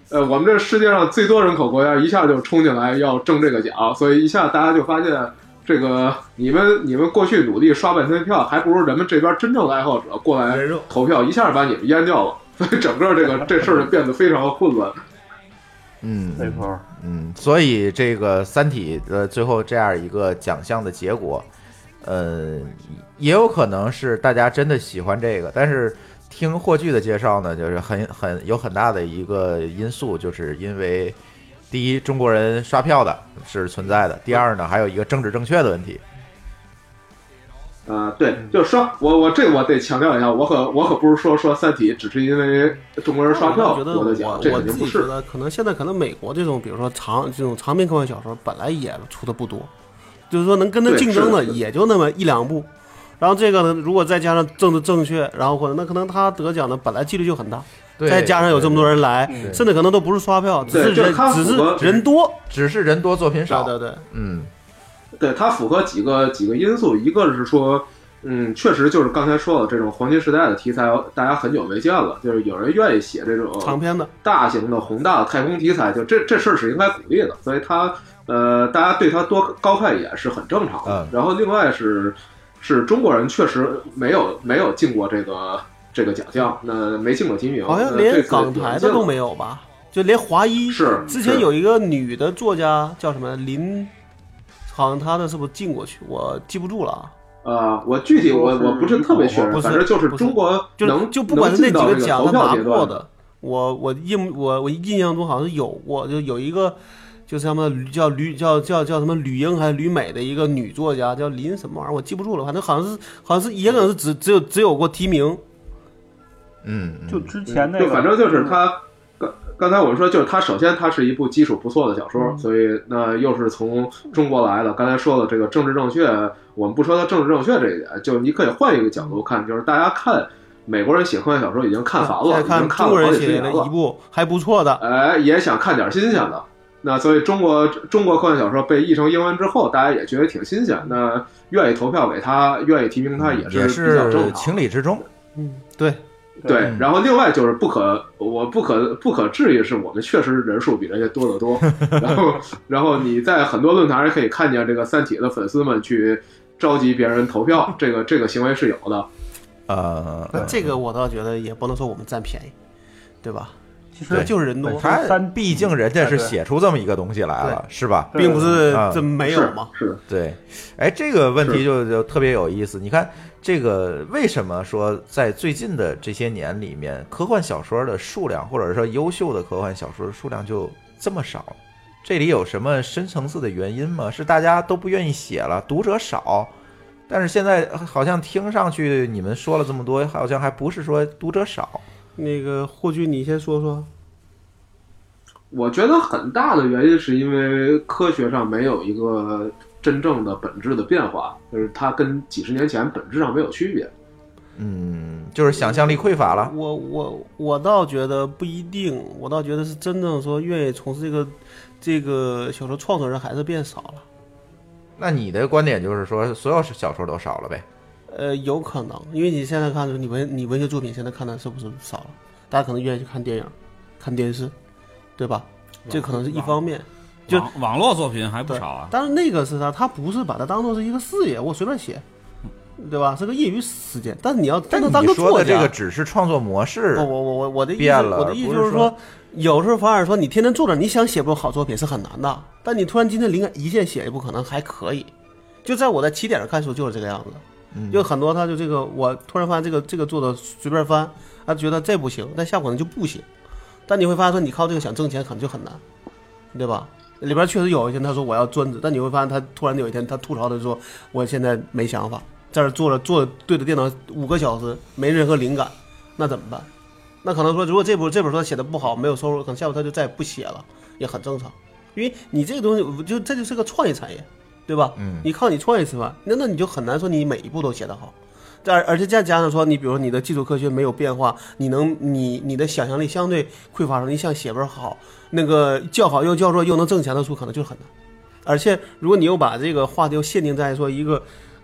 Speaker 6: 呃，我们这世界上最多人口国家一下就冲进来要争这个奖，所以一下大家就发现，这个你们你们过去努力刷半天票，还不如人们这边真正的爱好者过来投票，一下把你们淹掉了， 所以整个这个这事儿就变得非常的混乱。
Speaker 3: 嗯，
Speaker 7: 没错，
Speaker 3: 嗯，所以这个《三体》的最后这样一个奖项的结果，呃，也有可能是大家真的喜欢这个，但是听霍炬的介绍呢，就是很很有很大的一个因素，就是因为第一，中国人刷票的是存在的；第二呢，还有一个政治正确的问题。
Speaker 6: 啊，对，就是说我我这我得强调一下，我可我可不是说说《三体》只是因为中国人刷票
Speaker 4: 我觉得
Speaker 6: 得奖，这
Speaker 4: 我
Speaker 6: 肯定
Speaker 4: 自
Speaker 6: 不
Speaker 4: 己觉
Speaker 6: 是。
Speaker 4: 得，可能现在可能美国这种，比如说长这种长篇科幻小说，本来也出的不多，就是说能跟它
Speaker 6: 对
Speaker 4: 竞争
Speaker 6: 是
Speaker 4: 的
Speaker 6: 的是的
Speaker 4: 也就那么一两部。然后这个呢，如果再加上政治正确，然后或者那可能他得奖的本来几率就很大，
Speaker 3: 对
Speaker 4: 再加上有这么多人来
Speaker 3: 对，对
Speaker 4: 甚至可能都不是刷票，只
Speaker 6: 对
Speaker 4: 是
Speaker 6: 就是
Speaker 4: 人
Speaker 6: 它
Speaker 4: 只
Speaker 6: 符
Speaker 4: 是
Speaker 6: 合
Speaker 4: 人多，
Speaker 3: 只是人多作品
Speaker 6: 少
Speaker 4: 对对对，
Speaker 3: 嗯，
Speaker 6: 对，它符合几个几个因素，一个是说，嗯，确实就是刚才说的这种黄金时代的题材，大家很久没见了，就是有人愿意写这种
Speaker 4: 长篇的、
Speaker 6: 大型的、宏大的太空题材，就这这事儿是应该鼓励的，所以它呃，大家对它多高看一眼是很正常的。然后另外是是中国人确实没有没有进过这个这个奖项，那没进过提名，
Speaker 4: 好像
Speaker 6: 那
Speaker 4: 连
Speaker 6: 这次
Speaker 4: 港
Speaker 6: 有
Speaker 4: 台
Speaker 6: 进
Speaker 4: 的都
Speaker 6: 了
Speaker 4: 没有吧？就连华裔
Speaker 6: 是
Speaker 4: 之前
Speaker 6: 是
Speaker 4: 有一个女的作家叫什么林，好像她的是不是进过去？我记不住了啊。
Speaker 6: 呃，我具体我我不是特别确认，
Speaker 4: 不
Speaker 6: 反正就是
Speaker 4: 不
Speaker 6: 中国
Speaker 4: 就是
Speaker 6: 能
Speaker 4: 就不管
Speaker 6: 能
Speaker 4: 是那
Speaker 6: 进到
Speaker 4: 几
Speaker 6: 这
Speaker 4: 个
Speaker 6: 个
Speaker 4: 奖
Speaker 6: 投
Speaker 4: 他
Speaker 6: 票
Speaker 4: 拿
Speaker 6: 阶
Speaker 4: 过
Speaker 6: 段
Speaker 4: 的，我我印我我印象中好像是有过，就有一个就是什么吕叫吕叫叫叫什么吕英还是吕美的一个女作家叫林什么玩意儿，我记不住了，反正好像是好像是也可能是只只有只有过提名，
Speaker 3: 嗯，
Speaker 7: 就之前那
Speaker 6: 就
Speaker 7: 个，嗯
Speaker 6: 反正就是它。刚刚才我们说，就是它首先它是一部基础不错的小说，
Speaker 7: 嗯
Speaker 6: 所以那又是从中国来的。刚才说了这个政治正确，我们不说它政治正确这一点，就你可以换一个角度看，就是大家看美国人写科幻小说已经看烦了，
Speaker 4: 啊再
Speaker 6: 已经
Speaker 4: 看
Speaker 6: 看
Speaker 4: 中
Speaker 6: 了
Speaker 4: 国
Speaker 6: 好
Speaker 4: 人
Speaker 6: 几十
Speaker 4: 写
Speaker 6: 年
Speaker 4: 的
Speaker 6: 了
Speaker 4: 一。部还不错的，
Speaker 6: 哎，也想看点新鲜的。那所以中国中国科幻小说被译成英文之后，大家也觉得挺新鲜。那愿意投票给他，愿意提名他，
Speaker 3: 也
Speaker 6: 是比较正
Speaker 3: 是
Speaker 6: 常。
Speaker 3: 情理之中。
Speaker 4: 嗯，对，嗯
Speaker 6: 对，然后另外就是不可，我不可不可质疑是我们确实人数比人家多得 多。然后，然后你在很多论坛上可以看见这个《三体》的粉丝们去召集别人投 票，这个这个行为是有的。
Speaker 3: 呃，
Speaker 4: 那这个我倒觉得也不能说我们占便宜，对吧？其
Speaker 3: 对，
Speaker 4: 就是人多，
Speaker 3: 他毕竟哎人家是写出这么一个东西来了，是吧？
Speaker 4: 并不是
Speaker 3: 嗯
Speaker 4: 这没有嘛，
Speaker 6: 是
Speaker 3: 对，哎，这个问题就就特别有意思。你看，这个为什么说在最近的这些年里面，科幻小说的数量，或者说优秀的科幻小说的数量就这么少？这里有什么深层次的原因吗？是大家都不愿意写了，读者少？但是现在好像听上去你们说了这么多，好像还不是说读者少，
Speaker 4: 那个霍炬，你先说说。
Speaker 6: 我觉得很大的原因是因为科学上没有一个真正的本质的变化，就是它跟几十年前本质上没有区 别。
Speaker 3: 嗯，就是想象力匮乏了。
Speaker 4: 我我我倒觉得不一定，我倒觉得是真正说愿意从事这个这个小说创作人还是变少了。
Speaker 3: 那你的观点就是说，所有小说都少了呗？
Speaker 4: 呃，有可能，因为你现在看，你文你文学作品现在看的是不是少了？大家可能愿意去看电影、看电视，对吧？这可能是一方面。就
Speaker 5: 网网络作品还不少啊。
Speaker 4: 但是那个是啥？他不是把它当做是一个事业，我随便写，对吧？是个业余时间。但是你要真的当
Speaker 3: 你
Speaker 4: 个
Speaker 3: 说
Speaker 4: 作
Speaker 3: 的
Speaker 4: 家，
Speaker 3: 这个只是创作模式，
Speaker 4: 我我我我我的意思，
Speaker 3: 变了
Speaker 4: 我的意思
Speaker 3: 不
Speaker 4: 就是是说，有时候反而说你天天坐着，你想写部好作品是很难的。但你突然今天灵感一现写一部，可能还可以。就在我在起点上看书就是这个样子，
Speaker 3: 嗯
Speaker 4: 就很多他就这个，我突然发现这个这个作者随便翻，他觉得这不行，但下可能就不行。但你会发现说你靠这个想挣钱可能就很难，对吧？里边确实有一些他说我要专职，但你会发现他突然有一天他吐槽的说我现在没想法，在这儿坐着坐着对着电脑五个小时没任何灵感，那怎么办？那可能说如果这部这本书写的不好没有收入，可能下部他就再也不写了，也很正常，因为你这个东西就这就是个创业产业，对吧？
Speaker 3: 嗯
Speaker 4: 你靠你创业吃饭，那那你就很难说你每一步都写得好。而而且再加上说，你比如说你的基础科学没有变化，你能你你的想象力相对匮乏的时候，你想写本好那个叫好又叫座又能挣钱的书，可能就很难。而且如果你又把这个话题又限定在说一个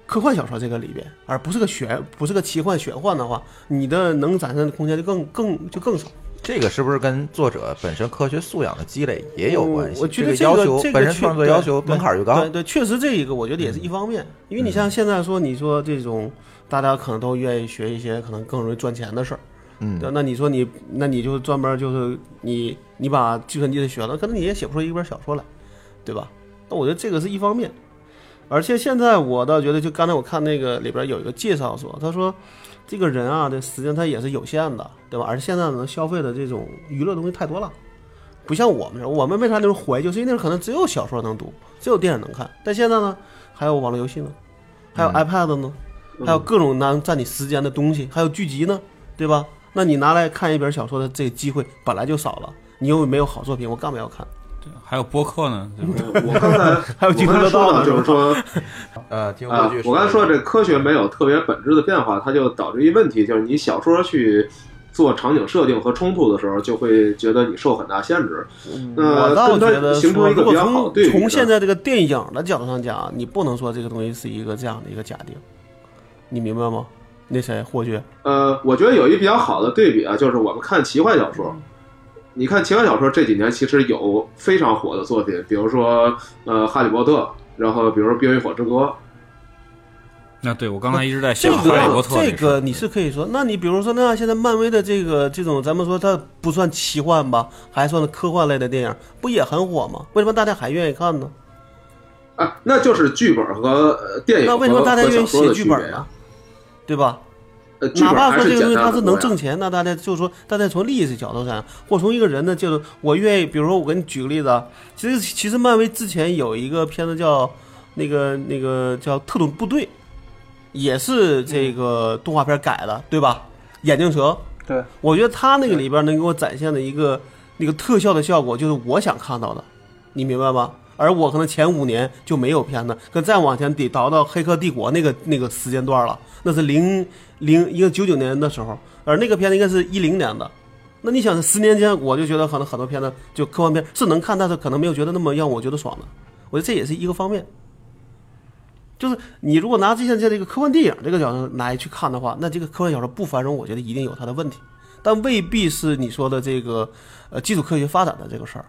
Speaker 4: 科幻小说这个里边，而不是个玄不是个奇幻玄幻的话，你的能展现的空间就更更就更少。
Speaker 3: 这个是不是跟作者本身科学素养的积累也有关系？
Speaker 4: 我觉得
Speaker 3: 这
Speaker 4: 这
Speaker 3: 要
Speaker 4: 个
Speaker 3: 求
Speaker 4: 这
Speaker 3: 本
Speaker 4: 个
Speaker 3: 身
Speaker 4: 确
Speaker 3: 创作
Speaker 4: 对
Speaker 3: 要求门槛就高嗯
Speaker 4: 对。对，确实这一个我觉得也是一方面，因为你像现在说，你说这种大家可能都愿意学一些可能更容易赚钱的事儿。
Speaker 3: 嗯
Speaker 4: 对那你说你，那你就专门就是你，你把计算机的学了，可能你也写不出一本小说来，对吧？那我觉得这个是一方面，而且现在我倒觉得，就刚才我看那个里边有一个介绍说，他说这个人啊，这时间他也是有限的，对吧？而且现在能消费的这种娱乐东西太多了，不像我们这儿，我们为啥那时候怀旧？是因为那时候可能只有小说能读，只有电影能看，但现在呢，还有网络游戏呢，还有 iPad 呢，还有各种能占你时间的东西，还有剧集呢，对吧？那你拿来看一本小说的这个机会本来就少了，你又没有好作品，我干嘛要看？
Speaker 5: 还有播客呢，
Speaker 4: 嗯
Speaker 5: 对吧
Speaker 6: 呃我刚才
Speaker 4: 还有
Speaker 6: 我
Speaker 4: 剧
Speaker 6: 刚才
Speaker 4: 透
Speaker 6: 说
Speaker 4: 到
Speaker 6: 了，就是说，
Speaker 3: 呃，
Speaker 6: 啊，我刚才说这科学没有特别本质的变化，它就导致一问题，就是你小说去做场景设定和冲突的时候，就会觉得你受很大限制。
Speaker 4: 我
Speaker 6: 那
Speaker 4: 倒
Speaker 6: 呃跟
Speaker 4: 觉
Speaker 6: 它
Speaker 4: 得
Speaker 6: 形
Speaker 4: 说，
Speaker 6: 成一
Speaker 4: 如
Speaker 6: 个
Speaker 4: 果
Speaker 6: 比较好的
Speaker 4: 从
Speaker 6: 对比
Speaker 4: 从
Speaker 6: 呢
Speaker 4: 现在这个电影的角度上讲，你不能说这个东西是一个这样的一个假定，你明白吗？那谁霍炬，
Speaker 6: 呃，我觉得有一比较好的对比啊，就是我们看奇幻小
Speaker 4: 嗯
Speaker 6: 说。你看奇幻小说这几年其实有非常火的作品，比如说呃《哈利波特》，然后比如说《冰与火之歌》，
Speaker 5: 那对我刚才一直在
Speaker 4: 这
Speaker 5: 想《哈利波
Speaker 4: 个
Speaker 5: 特》
Speaker 4: 这
Speaker 5: 这事
Speaker 4: 个你是可以说，那你比如说，那现在漫威的这个这种，咱们说它不算奇幻吧，还算科幻类的电影，不也很火吗？为什么大家还愿意看呢？
Speaker 6: 啊，那就是剧本和呃电影
Speaker 4: 那
Speaker 6: 和
Speaker 4: 为什么大家
Speaker 6: 和
Speaker 4: 愿
Speaker 6: 小
Speaker 4: 意
Speaker 6: 说
Speaker 4: 写
Speaker 6: 的
Speaker 4: 剧
Speaker 6: 区别
Speaker 4: 本
Speaker 6: 啊
Speaker 4: 呢？对吧？
Speaker 6: 呃，剧
Speaker 4: 哪
Speaker 6: 本
Speaker 4: 怕
Speaker 6: 还
Speaker 4: 说这个
Speaker 6: 简
Speaker 4: 东西
Speaker 6: 单的
Speaker 4: 它是
Speaker 6: 多
Speaker 4: 能
Speaker 6: 呀
Speaker 4: 挣钱，那大家就是说，大家从利益的角度上，或从一个人的就是我愿意，比如说我给你举个例子啊，其实其实漫威之前有一个片子叫那个那个叫《特种部队》，也是这
Speaker 6: 嗯
Speaker 4: 个动画片改的，对吧？眼镜蛇，
Speaker 7: 对，
Speaker 4: 我觉得他那个里边能给我展现的一个那个特效的效果，就是我想看到的，你明白吗？而我可能前五年就没有片子，可再往前得倒到《黑客帝国》那个那个时间段了，那是零零一个九九年的时候，而那个片子应该是一零年的。那你想，十年间我就觉得可能很多片子就科幻片是能看，但是可能没有觉得那么让我觉得爽的。我觉得这也是一个方面。就是你如果拿这现在这个科幻电影这个角度来去看的话，那这个科幻小说不繁荣，我觉得一定有它的问题，但未必是你说的这个呃基础科学发展的这个事儿。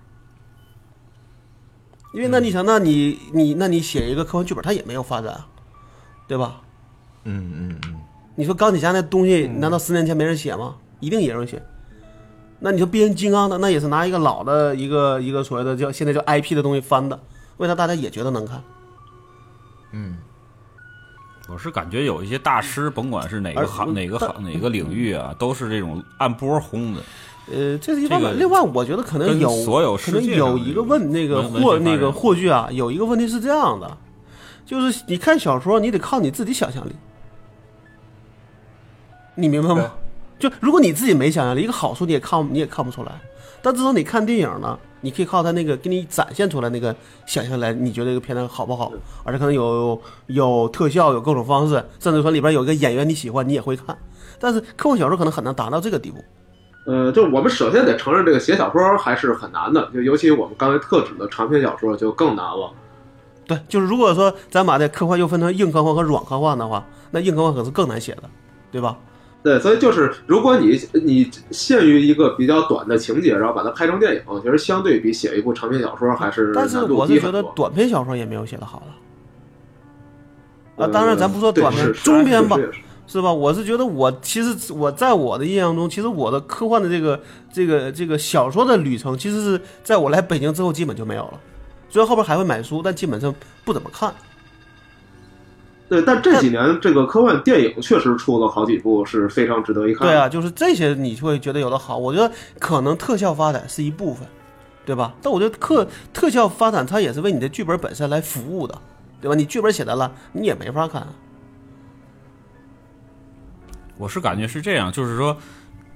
Speaker 4: 因为那你想，那你你那你写一个科幻剧本，它也没有发展啊，对吧？
Speaker 3: 嗯嗯嗯，
Speaker 4: 你说钢铁侠那东西，难道十年前没人写吗？一定有人写。那你说变形金刚的，那也是拿一个老的一个一个所谓的叫现在叫 IP 的东西翻的，为啥大家也觉得能看？
Speaker 5: 我是感觉有一些大师，甭管是哪个
Speaker 4: 而
Speaker 5: 行、哪个行、
Speaker 4: 但
Speaker 5: 哪个领域啊，都是这种按波轰的。
Speaker 4: 呃，这是一方面。
Speaker 5: 这个
Speaker 4: 另外，我觉得可能
Speaker 5: 跟
Speaker 4: 有
Speaker 5: 所有
Speaker 4: 可
Speaker 5: 世
Speaker 4: 能
Speaker 5: 界
Speaker 4: 有
Speaker 5: 上的
Speaker 4: 一个问那个
Speaker 5: 文文学
Speaker 4: 霍
Speaker 5: 发
Speaker 4: 那个
Speaker 5: 展
Speaker 4: 霍炬啊，有一个问题是这样的，就是你看小说，你得靠你自己想象力，你明白吗？就如果你自己没想象力，一个好书你也看你也看不出来。但至少你看电影呢，你可以靠它那个给你展现出来那个想象来，你觉得这个片子好不好？而且可能有有特效，有各种方式，甚至说里边有一个演员你喜欢，你也会看。但是科幻小说可能很难达到这个地步。
Speaker 6: 呃，就我们首先得承认，这个写小说还是很难的，就尤其我们刚才特指的长篇小说就更难了。
Speaker 4: 对，就是如果说咱把这科幻又分成硬科幻和软科幻的话，那硬科幻可是更难写的，对吧？
Speaker 6: 对，所以就是如果你你限于一个比较短的情节，然后把它拍成电影，其实相对比写一部长篇小说还是
Speaker 4: 但是
Speaker 6: 难度
Speaker 4: 我
Speaker 6: 低
Speaker 4: 是觉
Speaker 6: 很
Speaker 4: 得
Speaker 6: 多。
Speaker 4: 短篇小说也没有写的好了。啊，
Speaker 6: 呃
Speaker 4: 当然咱不说短篇，
Speaker 6: 对是是
Speaker 4: 中篇吧
Speaker 6: 是是，
Speaker 4: 是吧？我是觉得我其实我在我的印象中，其实我的科幻的这个这个这个小说的旅程，其实是在我来北京之后基本就没有了。虽然后边还会买书，但基本上不怎么看。
Speaker 6: 对，但这几年这个科幻电影确实出了好几部是非常值得一看。
Speaker 4: 对
Speaker 5: 嗯
Speaker 4: 啊，，就是这些你会觉得有的好。我觉得可能特效发展是一部分，对吧？但我觉得特特效发展它也是为你的剧本本身来服务的，对吧？你剧本写的烂，你也没法看啊。
Speaker 5: 我是感觉是这样，就是说，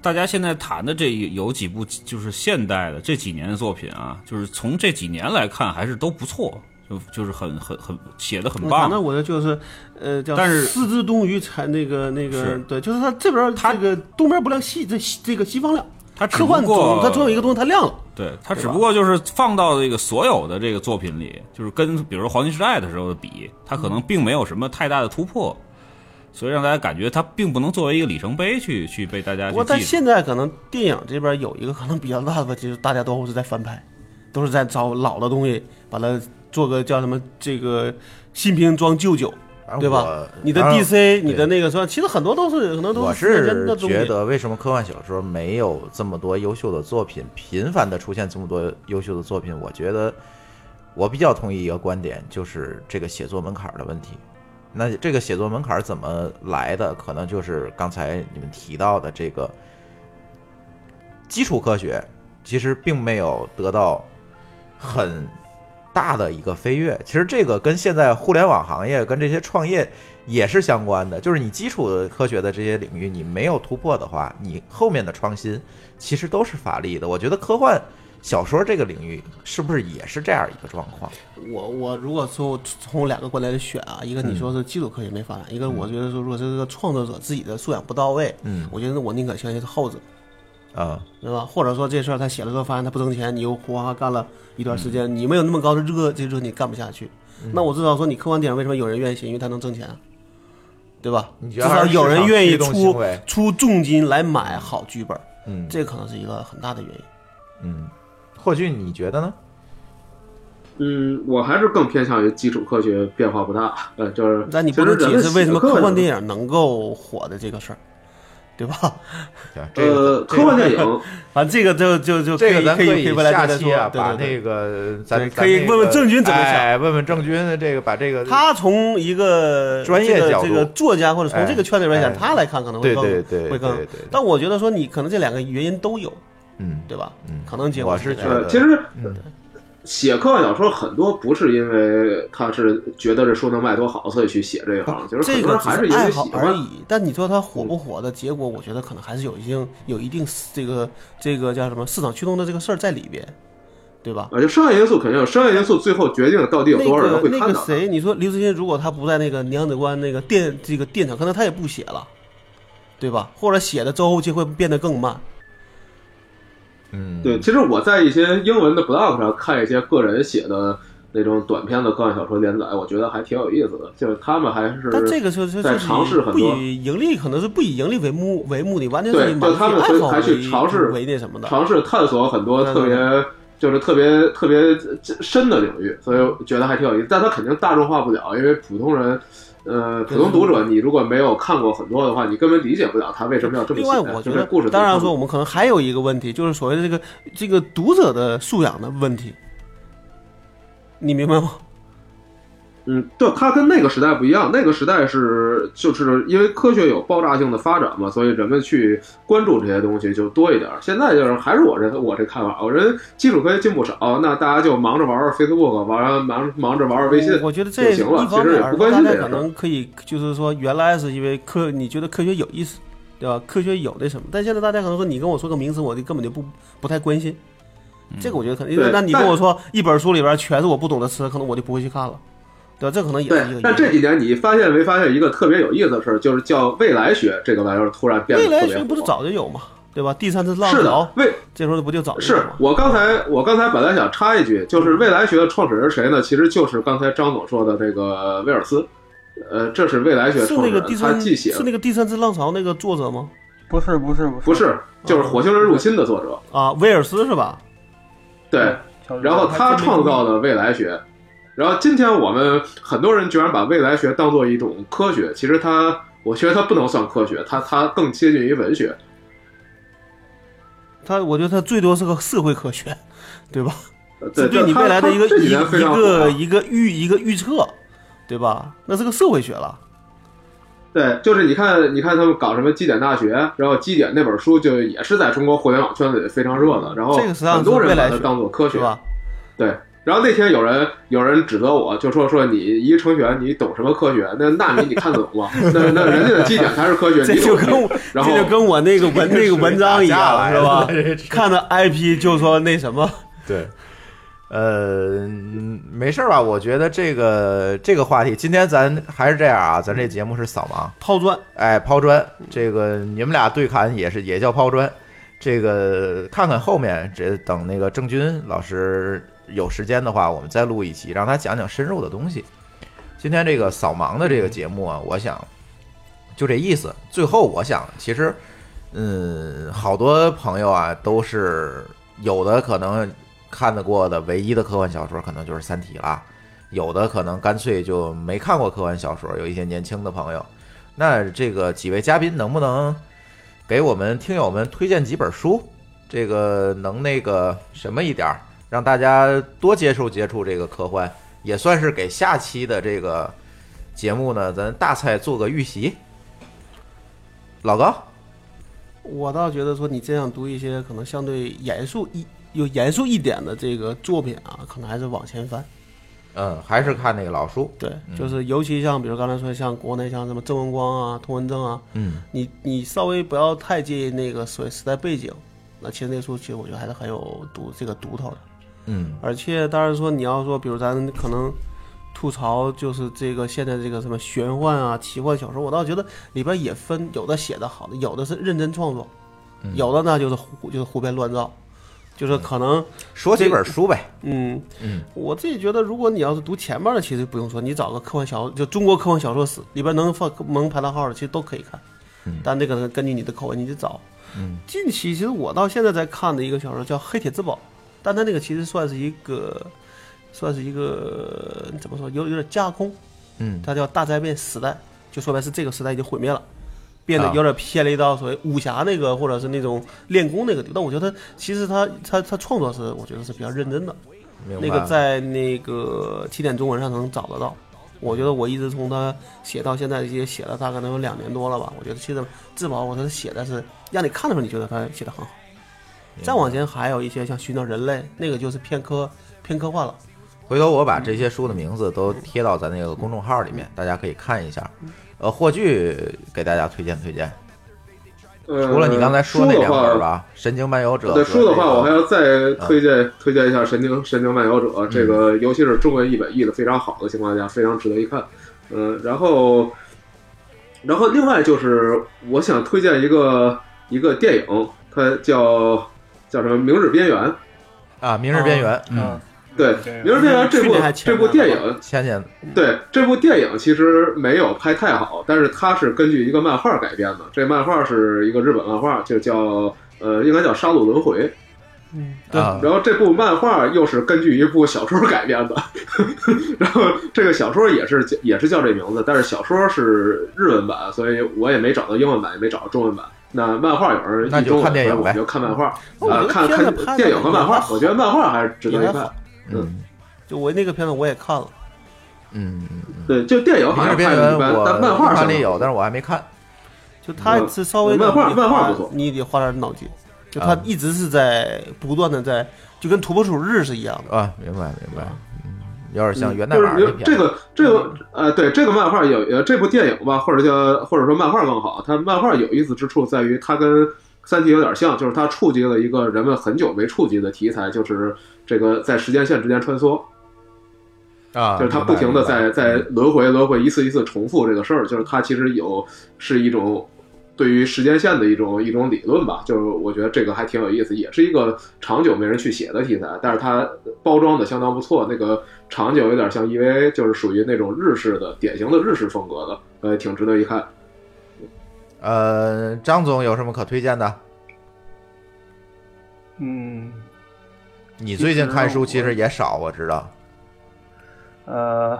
Speaker 5: 大家现在谈的这有几部就是现代的这几年的作品啊，就是从这几年来看还是都不错，就就是很很很写的很
Speaker 4: 反
Speaker 5: 棒。
Speaker 4: 正我觉得就是，呃，叫
Speaker 5: 但是
Speaker 4: 四肢东隅才那个那个
Speaker 5: 是
Speaker 4: 对，就是它这边它这个东边不亮西这西这个西方亮，
Speaker 5: 它只
Speaker 4: 科幻
Speaker 5: 不过
Speaker 4: 总它总有一个东西它亮了。
Speaker 5: 对，它
Speaker 4: 对
Speaker 5: 只
Speaker 4: 吧
Speaker 5: 不过就是放到这个所有的这个作品里，就是跟比如说黄金时代的时候的比，它可能并没有什么太大的突破，所以让大家感觉它并不能作为一个里程碑去去被大家
Speaker 4: 不
Speaker 5: 去
Speaker 4: 过但
Speaker 5: 记住。
Speaker 4: 现在可能电影这边有一个可能比较大的问题，就是大家都是在翻拍，都是在找老的东西把它做个叫什么这个新瓶装旧酒，对吧
Speaker 3: 我？
Speaker 4: 你的
Speaker 3: 当然
Speaker 4: DC，你的那个说，其实很多都是可能都
Speaker 3: 我
Speaker 4: 是四人
Speaker 3: 是
Speaker 4: 的东西
Speaker 3: 觉得，为什么科幻小说没有这么多优秀的作品，频繁的出现这么多优秀的作品？我觉得我比较同意一个观点，就是这个写作门槛儿的问题。那这个写作门槛儿怎么来的？可能就是刚才你们提到的这个基础科学，其实并没有得到很大的一个飞跃。其实这个跟现在互联网行业跟这些创业也是相关的，就是你基础的科学的这些领域你没有突破的话，你后面的创新其实都是乏力的。我觉得科幻小说这个领域是不是也是这样一个状况？
Speaker 4: 我我如果说从两个观点来选啊，一个你说是基础科学没发展，一个我觉得说如果是这个创作者自己的素养不到位，
Speaker 3: 嗯
Speaker 4: 我觉得我宁可相信是后者。
Speaker 3: 啊，
Speaker 4: 对吧？或者说这事儿他写了之后发现他不挣钱，你又哗哗干了一段时间，你没有那么高的热，这热你干不下去。
Speaker 3: 嗯
Speaker 4: 那我知道说你科幻电影为什么有人愿意写，因为它能挣钱，对吧？
Speaker 3: 你
Speaker 4: 至
Speaker 3: 觉得
Speaker 4: 少
Speaker 3: 还是
Speaker 4: 有人愿意
Speaker 3: 市场驱动行
Speaker 4: 出
Speaker 3: 为
Speaker 4: 出重金来买好剧本，
Speaker 3: 嗯
Speaker 4: 这可能是一个很大的原因。
Speaker 3: 嗯，霍俊，你觉得呢？
Speaker 6: 嗯，我还是更偏向于基础科学变化不大。呃，就是
Speaker 4: 那你
Speaker 6: 其
Speaker 4: 不
Speaker 6: 实
Speaker 4: 能解
Speaker 6: 人
Speaker 4: 释为什么科幻电
Speaker 6: 影？
Speaker 4: 影能够火的这个事儿，对吧？
Speaker 6: 呃，科幻电影，
Speaker 4: 反正这个就就就
Speaker 3: 这个
Speaker 4: 以
Speaker 3: 咱
Speaker 4: 可
Speaker 3: 以
Speaker 4: 以回来
Speaker 3: 下
Speaker 4: 再
Speaker 3: 期
Speaker 4: 说
Speaker 3: 啊，
Speaker 4: 对
Speaker 3: 把
Speaker 4: 对对
Speaker 3: 那个咱
Speaker 4: 对可以
Speaker 3: 咱那个
Speaker 4: 问问郑钧怎么想
Speaker 3: 哎问问郑钧的这个把这个
Speaker 4: 他从一个
Speaker 3: 专业
Speaker 4: 这个
Speaker 3: 角度
Speaker 4: 这个作家或者从这个圈子里面讲，
Speaker 3: 哎哎
Speaker 4: 他来看可能会更
Speaker 3: 对对对
Speaker 4: 会更
Speaker 3: 对对对。
Speaker 4: 但我觉得说你可能这两个原因都有，
Speaker 3: 嗯，
Speaker 4: 对吧？嗯，可能结果
Speaker 3: 我是
Speaker 4: 这
Speaker 3: 觉
Speaker 4: 样
Speaker 3: 得
Speaker 6: 呃，其实
Speaker 3: 嗯
Speaker 6: 写科幻小说很多不是因为他是觉得这书能卖多好，所以去写这一行，其实很
Speaker 4: 这
Speaker 6: 多
Speaker 4: 个
Speaker 6: 人还
Speaker 4: 只
Speaker 6: 因
Speaker 4: 爱
Speaker 6: 为
Speaker 4: 好
Speaker 6: 喜
Speaker 4: 而
Speaker 6: 欢。
Speaker 4: 已。但你说他火不火的结果，我觉得可能还是有一定有一定这个这个叫什么市场驱动的这个事儿在里边，对吧？
Speaker 6: 啊，就商业因素肯定有，商业因素最后决定到底有多少人会
Speaker 4: 那个
Speaker 6: 看
Speaker 4: 那
Speaker 6: 到
Speaker 4: 个。谁，你说刘慈欣如果他不在那个娘子关那个电这个电厂，可能他也不写了，对吧？或者写的周期会变得更慢。
Speaker 3: 嗯，
Speaker 6: 对，其实我在一些英文的 blog 上看一些个人写的那种短篇的科幻小说连载，我觉得还挺有意思的。就是他们还是
Speaker 4: 但这个就是
Speaker 6: 在
Speaker 4: 就是
Speaker 6: 尝试很
Speaker 4: 不
Speaker 6: 多，
Speaker 4: 以盈利，可能是不以盈利为目为目的，完全是以
Speaker 6: 对，
Speaker 4: 满
Speaker 6: 就
Speaker 4: 足
Speaker 6: 他
Speaker 4: 自己
Speaker 6: 们
Speaker 4: 爱
Speaker 6: 会
Speaker 4: 好
Speaker 6: 还去
Speaker 4: 为
Speaker 6: 尝试
Speaker 4: 为那什么的。
Speaker 6: 尝试探索很多
Speaker 4: 对
Speaker 6: 特
Speaker 4: 对
Speaker 6: 别就是特别特别深的领域，所以我觉得还挺有意思。但它肯定大众化不了，因为普通人。呃，普通读者，你如果没有看过很多的话，你根本理解不了他为什么要这么写。
Speaker 4: 另外，我
Speaker 6: 就
Speaker 4: 觉
Speaker 6: 这故事怎么
Speaker 4: 得当然
Speaker 6: 看
Speaker 4: 说，我们可能还有一个问题，就是所谓的这个这个读者的素养的问题，你明白吗？
Speaker 6: 嗯，对，它跟那个时代不一样。那个时代是就是因为科学有爆炸性的发展嘛，所以人们去关注这些东西就多一点儿。现在就是还是我这我这看法，我人基础科学进步少，那大家就忙着玩玩 Facebook，玩玩忙忙着玩玩微信
Speaker 4: 嗯我觉得
Speaker 6: 就
Speaker 4: 这
Speaker 6: 行了
Speaker 4: 一，
Speaker 6: 其
Speaker 4: 方
Speaker 6: 实
Speaker 4: 面
Speaker 6: 也
Speaker 4: 来
Speaker 6: 不
Speaker 4: 说，
Speaker 6: 关
Speaker 4: 大
Speaker 6: 心这
Speaker 4: 家
Speaker 6: 个事
Speaker 4: 可
Speaker 6: 儿。
Speaker 4: 能可以就是说，原来是因为科你觉得科学有意思，对吧？科学有那什么，但现在大家可能说你跟我说个名词，我就根本就不不太关心，这个我觉得肯定
Speaker 6: 嗯对。
Speaker 4: 那你
Speaker 6: 但
Speaker 4: 跟我说一本书里边全是我不懂的词，可能我就不会去看了，对吧？这可能也是一
Speaker 6: 对，
Speaker 4: 个
Speaker 6: 但
Speaker 4: 原因。
Speaker 6: 这几年你发现没发现一个特别有意思的事儿，就是叫未来学这个玩意儿突然变得特
Speaker 4: 未
Speaker 6: 别
Speaker 4: 来
Speaker 6: 火。
Speaker 4: 学不是早就有嘛，对吧？第三次浪
Speaker 6: 是
Speaker 4: 潮
Speaker 6: 的，未
Speaker 4: 这时候不就早就有
Speaker 6: 是
Speaker 4: 吗？
Speaker 6: 我刚才我刚才本来想插一句，就是未来学的创始人谁呢？其实就是刚才张总说的这个威尔斯，呃，这是未来学
Speaker 4: 是
Speaker 6: 创
Speaker 4: 那
Speaker 6: 始
Speaker 4: 个
Speaker 6: 人，
Speaker 4: 第
Speaker 6: 他
Speaker 4: 三
Speaker 6: 既写
Speaker 4: 是那个第三次浪潮那个作者吗？
Speaker 7: 不是不是不
Speaker 6: 不是就是火星人入侵的作者，
Speaker 4: 啊，威尔斯是吧？
Speaker 6: 对，
Speaker 4: 嗯
Speaker 6: 然后他创造的未来学。然后今天我们很多人居然把未来学当做一种科学，其实它，我觉得它不能算科学，它它更接近于文学。
Speaker 4: 他我觉得他最多是个社会科学，对吧？
Speaker 6: 呃对
Speaker 4: 是对你
Speaker 6: 他
Speaker 4: 未来的一个
Speaker 6: 他这
Speaker 4: 一
Speaker 6: 几年非常火啊
Speaker 4: 个一个预一个预测，对吧？那是个社会学了。
Speaker 6: 对，就是你看，你看他们搞什么基点大学，然后基点那本书就也是在中国互联网圈子里非常热的，然后
Speaker 4: 这个实际上
Speaker 6: 很多
Speaker 4: 是
Speaker 6: 人
Speaker 4: 未
Speaker 6: 把
Speaker 4: 来
Speaker 6: 它
Speaker 4: 学
Speaker 6: 当做科学
Speaker 4: 对吧。
Speaker 6: 对，然后那天有人有人指责我，就说说你一个程序员，你懂什么科学？那纳米你看得懂吗？那那人家的基点才是科学，
Speaker 4: 这
Speaker 6: 你
Speaker 4: 就
Speaker 6: 懂
Speaker 4: 跟
Speaker 6: 什么
Speaker 4: 我
Speaker 6: 然后
Speaker 4: 这就跟我那个 文那个文章一
Speaker 3: 打架
Speaker 4: 样，
Speaker 3: 来
Speaker 4: 是
Speaker 3: 了
Speaker 4: 吧？看着 IP 就说那 什么，
Speaker 3: 对，呃，嗯没事儿吧？我觉得这个这个话题，今天咱还是这样啊，咱这节目是扫盲
Speaker 4: 抛砖，
Speaker 3: 哎，抛砖，这个你们俩对砍也是也叫抛砖，这个看看后面这等那个郑钧老师有时间的话，我们再录一期，让他讲讲深入的东西。今天这个扫盲的这个节目啊，我想就这意思。最后我想，其实，嗯，好多朋友啊，都是有的可能看得过的唯一的科幻小说，可能就是《三体》啦；有的可能干脆就没看过科幻小说。有一些年轻的朋友，那这个几位嘉宾能不能给我们听友们推荐几本书？这个能那个什么一点儿，让大家多接触接触这个科幻，也算是给下期的这个节目呢，咱大菜做个预习。老高，
Speaker 4: 我倒觉得说你真想读一些可能相对严肃一有严肃一点的这个作品啊，可能还是往前翻。
Speaker 3: 嗯，还是看那个老书，
Speaker 4: 对，
Speaker 3: 嗯
Speaker 4: 就是尤其像比如刚才说像国内像什么郑文光啊、童文正啊，
Speaker 3: 嗯，
Speaker 4: 你你稍微不要太介意那个所谓时代背景，那其实那书其实我觉得还是很有读这个独头的。
Speaker 3: 嗯
Speaker 4: 而且当然说你要说，比如咱可能吐槽就是这个现在这个什么玄幻啊、奇幻小说，我倒觉得里边也分，有的写的好的，有的是认真创作，
Speaker 3: 嗯
Speaker 4: 有的呢就是胡就是胡编乱造，就是可能
Speaker 3: 说几
Speaker 4: 这
Speaker 3: 本书呗。
Speaker 4: 嗯，
Speaker 3: 嗯，
Speaker 4: 我自己觉得，如果你要是读前面的，其实不用说，你找个科幻小就中国科幻小说史里边能放能排到号的，其实都可以看。但那个呢根据你的口味你得找。
Speaker 3: 嗯，
Speaker 4: 近期其实我到现在在看的一个小说叫《黑铁之堡》，但它那个其实算是一个，算是一个怎么说，有有点架空。
Speaker 3: 嗯
Speaker 4: 它叫大灾变时代，就说白是这个时代已经毁灭了，变
Speaker 3: 啊
Speaker 4: 得有点偏离到所谓武侠那个或者是那种练功那个地方。但我觉得其实他他他创作是我觉得是比较认真的
Speaker 3: 明，白
Speaker 4: 那个在那个起点中文上能找得到。我觉得我一直从他写到现在，也写了大概能有两年多了吧。我觉得其实至少我觉得写的是让你看的时候，你觉得他写的很好。再往前还有一些像《寻找人类》，那个就是偏科偏科幻了。
Speaker 3: 回头我把这些书的名字都贴到咱那个公众号里面，大家可以看一下。呃，霍炬给大家推荐推荐，
Speaker 6: 呃
Speaker 3: 除了你刚才说那
Speaker 6: 书的
Speaker 3: 两
Speaker 6: 话
Speaker 3: 本吧，《神经漫游者》
Speaker 6: 对
Speaker 3: 和
Speaker 6: 书的
Speaker 3: 这
Speaker 6: 话，
Speaker 3: 个啊
Speaker 6: 我还要再推荐、推荐一下《神经神经漫游者》
Speaker 3: 嗯
Speaker 6: 这个，尤其是中文译本译的非常好的情况下，非常值得一看。嗯、然后，然后另外就是我想推荐一个一个电影，它叫叫什么《明日边缘》。
Speaker 3: 啊，《明日边缘》嗯，
Speaker 6: 对，《明日边缘》这
Speaker 3: 去
Speaker 6: 部
Speaker 3: 年嗯还
Speaker 6: 这
Speaker 3: 前
Speaker 6: 部
Speaker 3: 年
Speaker 6: 电
Speaker 3: 吧
Speaker 6: 影，
Speaker 3: 前年
Speaker 6: 对这部电影其实没有拍太好，但是它是根据一个漫画改编的。这漫画是一个日本漫画，就叫呃，应该叫《杀戮轮回》。
Speaker 4: 嗯，
Speaker 3: 对啊
Speaker 6: 然后这部漫画又是根据一部小说改编的， 然后这个小说也是也是叫这名字，但是小说是日文版，所以我也没找到英文版，也没找到中文版。那漫画有人
Speaker 3: 那
Speaker 6: 译
Speaker 3: 就
Speaker 6: 中文，
Speaker 3: 看电影
Speaker 6: 所以我
Speaker 3: 呗
Speaker 6: 们就看漫画，
Speaker 4: 哦我
Speaker 6: 啊，
Speaker 4: 觉得
Speaker 6: 看
Speaker 4: 片子
Speaker 6: 看
Speaker 4: 拍得
Speaker 6: 电影和漫
Speaker 4: 也
Speaker 6: 画
Speaker 4: 还，好
Speaker 6: 我觉得漫画还是值得一
Speaker 4: 也还
Speaker 6: 看
Speaker 4: 好。
Speaker 6: 嗯，
Speaker 4: 就我那个片子我也看了。
Speaker 3: 嗯，嗯
Speaker 6: 对，就电影
Speaker 3: 《
Speaker 6: 好
Speaker 3: 明日
Speaker 6: 像
Speaker 3: 边
Speaker 6: 拍的
Speaker 3: 缘
Speaker 6: 一》般，
Speaker 3: 我
Speaker 6: 但漫画
Speaker 3: 看
Speaker 6: 上
Speaker 3: 里有，但是我还没看。
Speaker 4: 就他是稍微的
Speaker 6: 漫画
Speaker 4: 你得
Speaker 6: 漫画
Speaker 4: 花
Speaker 6: 不错
Speaker 4: 你得花点脑筋。就他
Speaker 3: 啊
Speaker 4: 一直是在不断的在，就跟土拨鼠日是一样的。
Speaker 3: 啊，明白明白，有点像
Speaker 6: 嗯
Speaker 3: 源代码
Speaker 6: 就
Speaker 3: 那
Speaker 6: 是有
Speaker 3: 片
Speaker 6: 这个这个呃，对这个漫画有呃这部电影吧，或者叫或者说漫画更好，它漫画有意思之处在于它跟三体有点像，就是它触及了一个人们很久没触及的题材，就是这个在时间线之间穿梭。
Speaker 3: 啊，
Speaker 6: 就是他
Speaker 3: 明白
Speaker 6: 不停的
Speaker 3: 明白嗯
Speaker 6: 在在轮回轮回一次一次重复这个事儿，就是他其实有是一种对于时间线的一种一种理论吧，就是我觉得这个还挺有意思，也是一个长久没人去写的题材，但是它包装的相当不错，那个长久有点像 EVA，就是属于那种日式的典型的日式风格的，呃，挺值得一看。
Speaker 3: 呃，张总有什么可推荐的？
Speaker 7: 嗯，
Speaker 3: 你最近看书其实也少，我知道。
Speaker 7: 呃，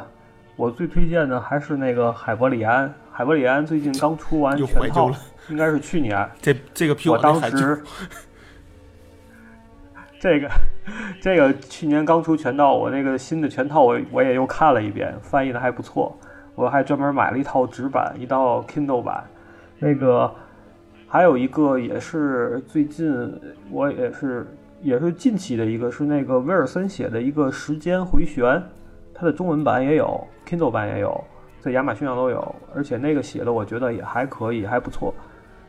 Speaker 7: 我最推荐的还是那个海伯里安。海伯里安最近刚出完全
Speaker 4: 怀旧
Speaker 7: 套
Speaker 4: 了，
Speaker 7: 应该是去年。
Speaker 4: 这这个比我
Speaker 7: 我当
Speaker 4: 那还
Speaker 7: 时 这个这个去年刚出全套，我那个新的全套我我也又看了一遍，翻译的还不错。我还专门买了一套纸版，一套 Kindle 版。那个还有一个也是最近我也是也是近期的一个，是那个威尔森写的一个《时间回旋》，它的中文版也有，Kindle 版也有，在亚马逊上都有，而且那个写的我觉得也还可以，还不错，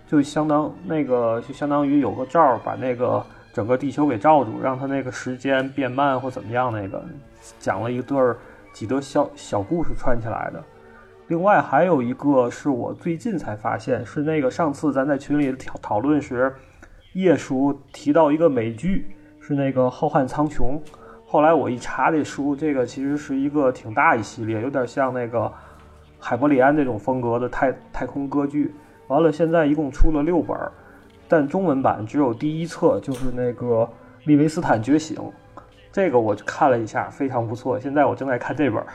Speaker 7: 就相当那个就相当于有个罩儿把那个整个地球给罩住，让它那个时间变慢或怎么样，那个讲了一对儿几个小小故事串起来的。另外还有一个是我最近才发现，是那个上次咱在群里讨讨论时，叶叔提到一个美剧，是那个《浩瀚苍穹》。后来我一查这书，这个其实是一个挺大一系列，有点像那个海伯里安这种风格的太太空歌剧。完了，现在一共出了六本儿，但中文版只有第一册，就是那个《利维斯坦觉醒》，这个我看了一下，非常不错。现在我正在看这本儿。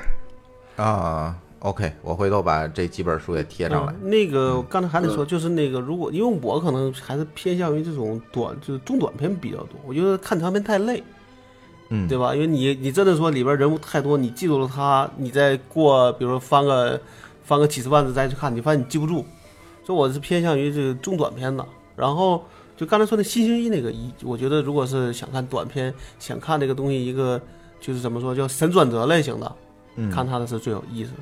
Speaker 3: 啊，OK，我回头把这几本书也贴上来。
Speaker 4: 嗯那个我刚才还得说，就是那个，如果因为我可能还是偏向于这种短，就是中短篇比较多。我觉得看长篇太累，
Speaker 3: 嗯，
Speaker 4: 对吧？因为你你真的说里边人物太多，你记住了他，你再过，比如说翻个翻个几十万字再去看，你发现你记不住。所以我是偏向于这个中短篇的。然后就刚才说的《新星一》那个，一我觉得如果是想看短篇，想看这个东西，一个就是怎么说叫神转折类型的，
Speaker 3: 嗯
Speaker 4: 看它的是最有意思的。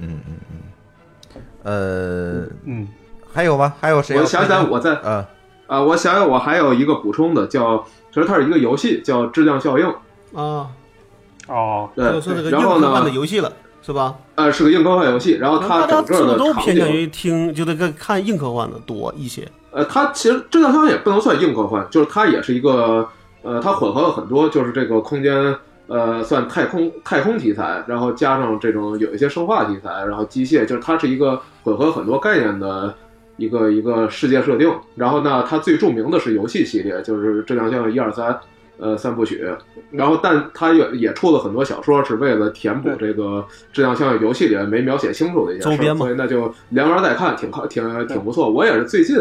Speaker 3: 嗯嗯嗯，呃，
Speaker 7: 嗯，
Speaker 3: 还有吗？还有谁要
Speaker 6: 我
Speaker 3: 推
Speaker 6: 想
Speaker 3: 荐？
Speaker 6: 起来 我在
Speaker 3: 呃
Speaker 6: 啊，我想想我还有一个补充的，叫其实它是一个游戏，叫《质量效应》。
Speaker 4: 啊，
Speaker 7: 哦，
Speaker 6: 对
Speaker 4: 就是那个
Speaker 6: 然后
Speaker 4: 硬
Speaker 6: 呢
Speaker 4: 核版的游戏了，是吧？
Speaker 6: 呃，是个硬科幻游戏，然后它
Speaker 4: 大家
Speaker 6: 整
Speaker 4: 是不
Speaker 6: 个的
Speaker 4: 是都
Speaker 6: 场
Speaker 4: 偏
Speaker 6: 景
Speaker 4: 向于听，就那个看硬科幻的多一些？
Speaker 6: 呃，它其实《质量效应》也不能算硬科幻，就是它也是一个呃，它混合了很多，就是这个空间呃，算太空太空题材，然后加上这种有一些生化题材，然后机械，就是它是一个混合很多概念的一个一个世界设定。然后呢，它最著名的是游戏系列，就是《质量效应》一二三。呃，三部曲，然后但它也也出了很多小说，是为了填补这个质量效应游戏里没描写清楚的一些事
Speaker 4: 周边
Speaker 6: 儿，
Speaker 4: 嘛
Speaker 6: 所以那就连玩带看，挺靠挺挺不错。我也是最近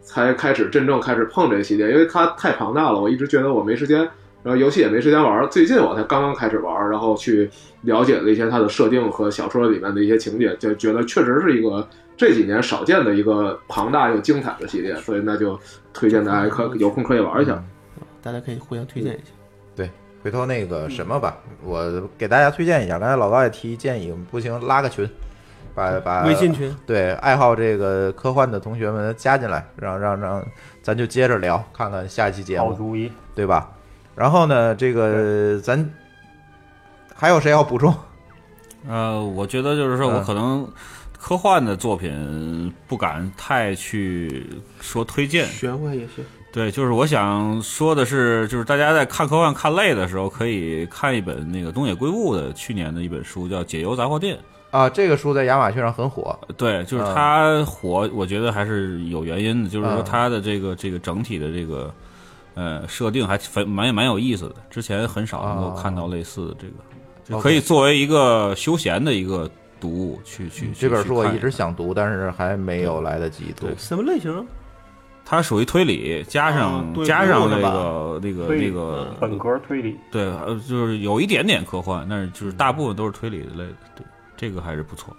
Speaker 6: 才开始真正开始碰这个系列，因为它太庞大了，我一直觉得我没时间，然后游戏也没时间玩儿。最近我才刚刚开始玩儿，然后去了解了一些它的设定和小说里面的一些情节，就觉得确实是一个这几年少见的一个庞大又精彩的系列，所以那就推荐大家可有空可以玩一下。
Speaker 4: 大家可以互相推荐一下。
Speaker 3: 对，回头那个什么吧，我给大家推荐一下。刚才老高也提建议，不行拉个群，把
Speaker 5: 嗯
Speaker 6: 呃
Speaker 3: 把
Speaker 4: 微信群
Speaker 3: 对爱好这个科幻的同学们加进来，让让让，咱就接着聊，看看下期节目。
Speaker 7: 好主意，
Speaker 3: 对吧？然后呢，这个咱还有谁要补 充？
Speaker 5: 呃，我觉得就是说我
Speaker 3: 嗯
Speaker 5: 可能科幻的作品不敢太去说推荐，
Speaker 4: 玄幻也行。
Speaker 5: 对，就是我想说的是，就是大家在看科幻看累的时候，可以看一本那个东野圭吾的去年的一本书，叫《解忧杂货店》。呃
Speaker 3: 啊，这个书在亚马逊上很火，
Speaker 5: 对，就是
Speaker 3: 嗯
Speaker 5: 它火，我觉得还是有原因的，就是说
Speaker 3: 嗯
Speaker 5: 它的这个这个整体的这个呃设定还蛮蛮蛮有意思的，之前很少能够看到类似的这个，就
Speaker 3: 啊 OK
Speaker 5: 可以作为一个休闲的一个读物去去。
Speaker 3: 嗯这本
Speaker 5: 去
Speaker 3: 书我
Speaker 5: 看嗯
Speaker 3: 一
Speaker 5: 下
Speaker 3: 直想读，但是还没有来得及读。
Speaker 4: 什么类型啊？
Speaker 5: 它属于推理，加上、
Speaker 7: 啊对
Speaker 5: 加上
Speaker 7: 对
Speaker 5: 那
Speaker 7: 对
Speaker 5: 个那个
Speaker 7: 推嗯
Speaker 5: 那个
Speaker 3: 呃
Speaker 7: 本格推理，
Speaker 5: 对，呃就是有一点点科幻，但是就是大部分都是推理类的，对，这个还是不错。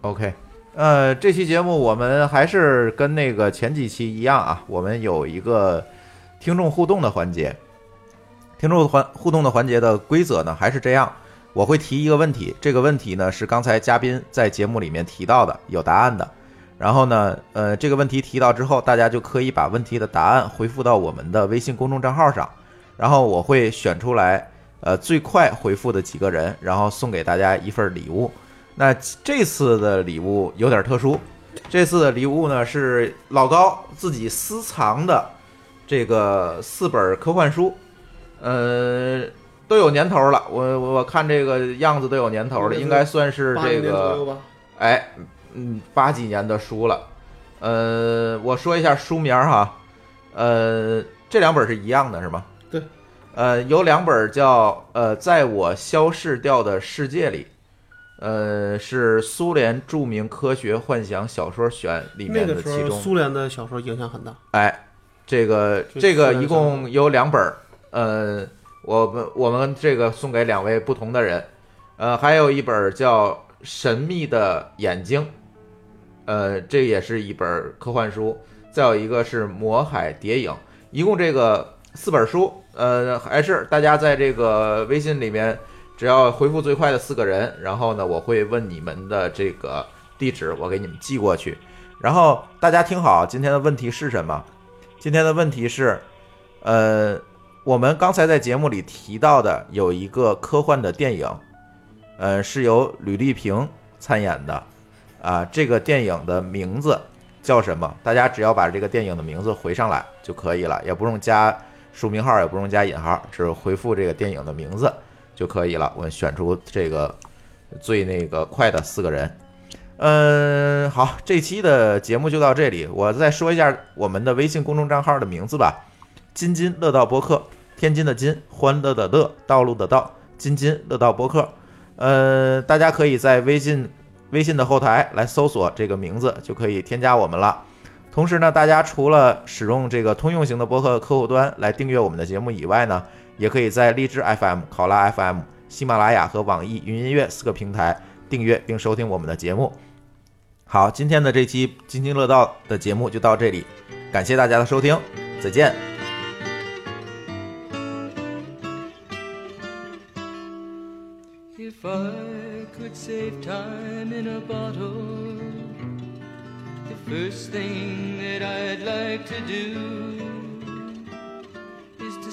Speaker 3: OK，呃，这期节目我们还是跟那个前几期一样啊，我们有一个听众互动的环节。听众环互动的环节的规则呢，还是这样，我会提一个问题，这个问题呢是刚才嘉宾在节目里面提到的，有答案的。然后呢，呃，这个问题提到之后，大家就可以把问题的答案回复到我们的微信公众账号上，然后我会选出来，呃，最快回复的几个人，然后送给大家一份礼物。那这次的礼物有点特殊， 这次的礼物呢是老高自己私藏的这个四本科幻书，呃，都有年头了。我我我看这个样子都有年头了，应该算是
Speaker 11: 80
Speaker 3: 这
Speaker 11: 年左右
Speaker 3: 个
Speaker 11: 吧，
Speaker 3: 哎，嗯，八几年的书了。呃，我说一下书名儿哈，呃，这两本是一样的，是吗？
Speaker 11: 对。
Speaker 3: 呃，有两本叫呃，在我消逝掉的世界里，呃，是苏联著名科学幻想小说选里
Speaker 11: 那
Speaker 3: 面
Speaker 11: 个
Speaker 3: 的
Speaker 11: 时
Speaker 3: 其
Speaker 11: 候
Speaker 3: 中
Speaker 11: 苏联的小说影响很大，
Speaker 3: 哎，这个
Speaker 11: 就
Speaker 3: 这
Speaker 11: 是
Speaker 3: 个
Speaker 11: 这
Speaker 3: 一共有两本儿，呃，我们我们这个送给两位不同的人，呃，还有一本儿叫《神秘的眼睛》，呃，这也是一本儿科幻书，再有一个是《魔海谍影》，一共这个四本书，呃，还是大家在这个微信里面。只要回复最快的四个人，然后呢，我会问你们的这个地址，我给你们寄过去。然后大家听好，今天的问题是什么？今天的问题是，呃，我们刚才在节目里提到的有一个科幻的电影，呃，是由吕丽萍参演的，啊，这个电影的名字叫什么？大家只要把这个电影的名字回上来就可以了，也不用加署名号，也不用加引号，只回复这个电影的名字就可以了。我们选出这个最那个快的四个人。嗯，好，这期的节目就到这里。我再说一下我们的微信公众账号的名字吧：津津乐道播客，天津的津，欢乐的乐，道路的道，津津乐道播客。呃，大家可以在微信微信的后台来搜索这个名字，就可以添加我们了。同时呢，大家除了使用这个通用型的播客客户端来订阅我们的节目以外呢，也可以在荔枝 FM、考拉 FM、喜马拉雅和网易云音乐四个平台订阅并收听我们的节目。好，今天的这期津津乐道的节目就到这里，感谢大家的收听，再见。
Speaker 4: If I could save time in a bottle, the first thing that I'd like to do is to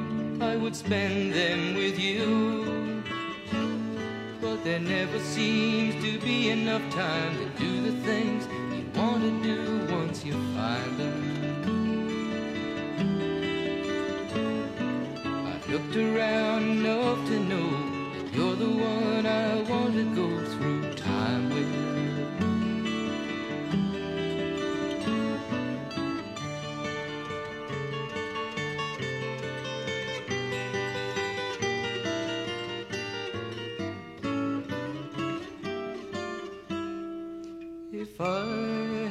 Speaker 4: I would spend them with you. But there never seems to be enough time to do the things you want to do once you find them. I've looked around enough to know that you're the one I want to go through time with. If I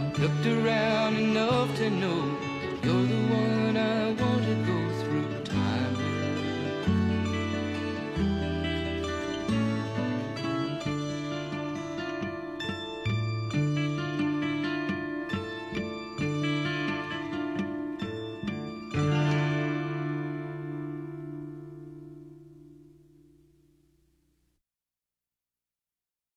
Speaker 4: I've looked around enough to know that you're the one I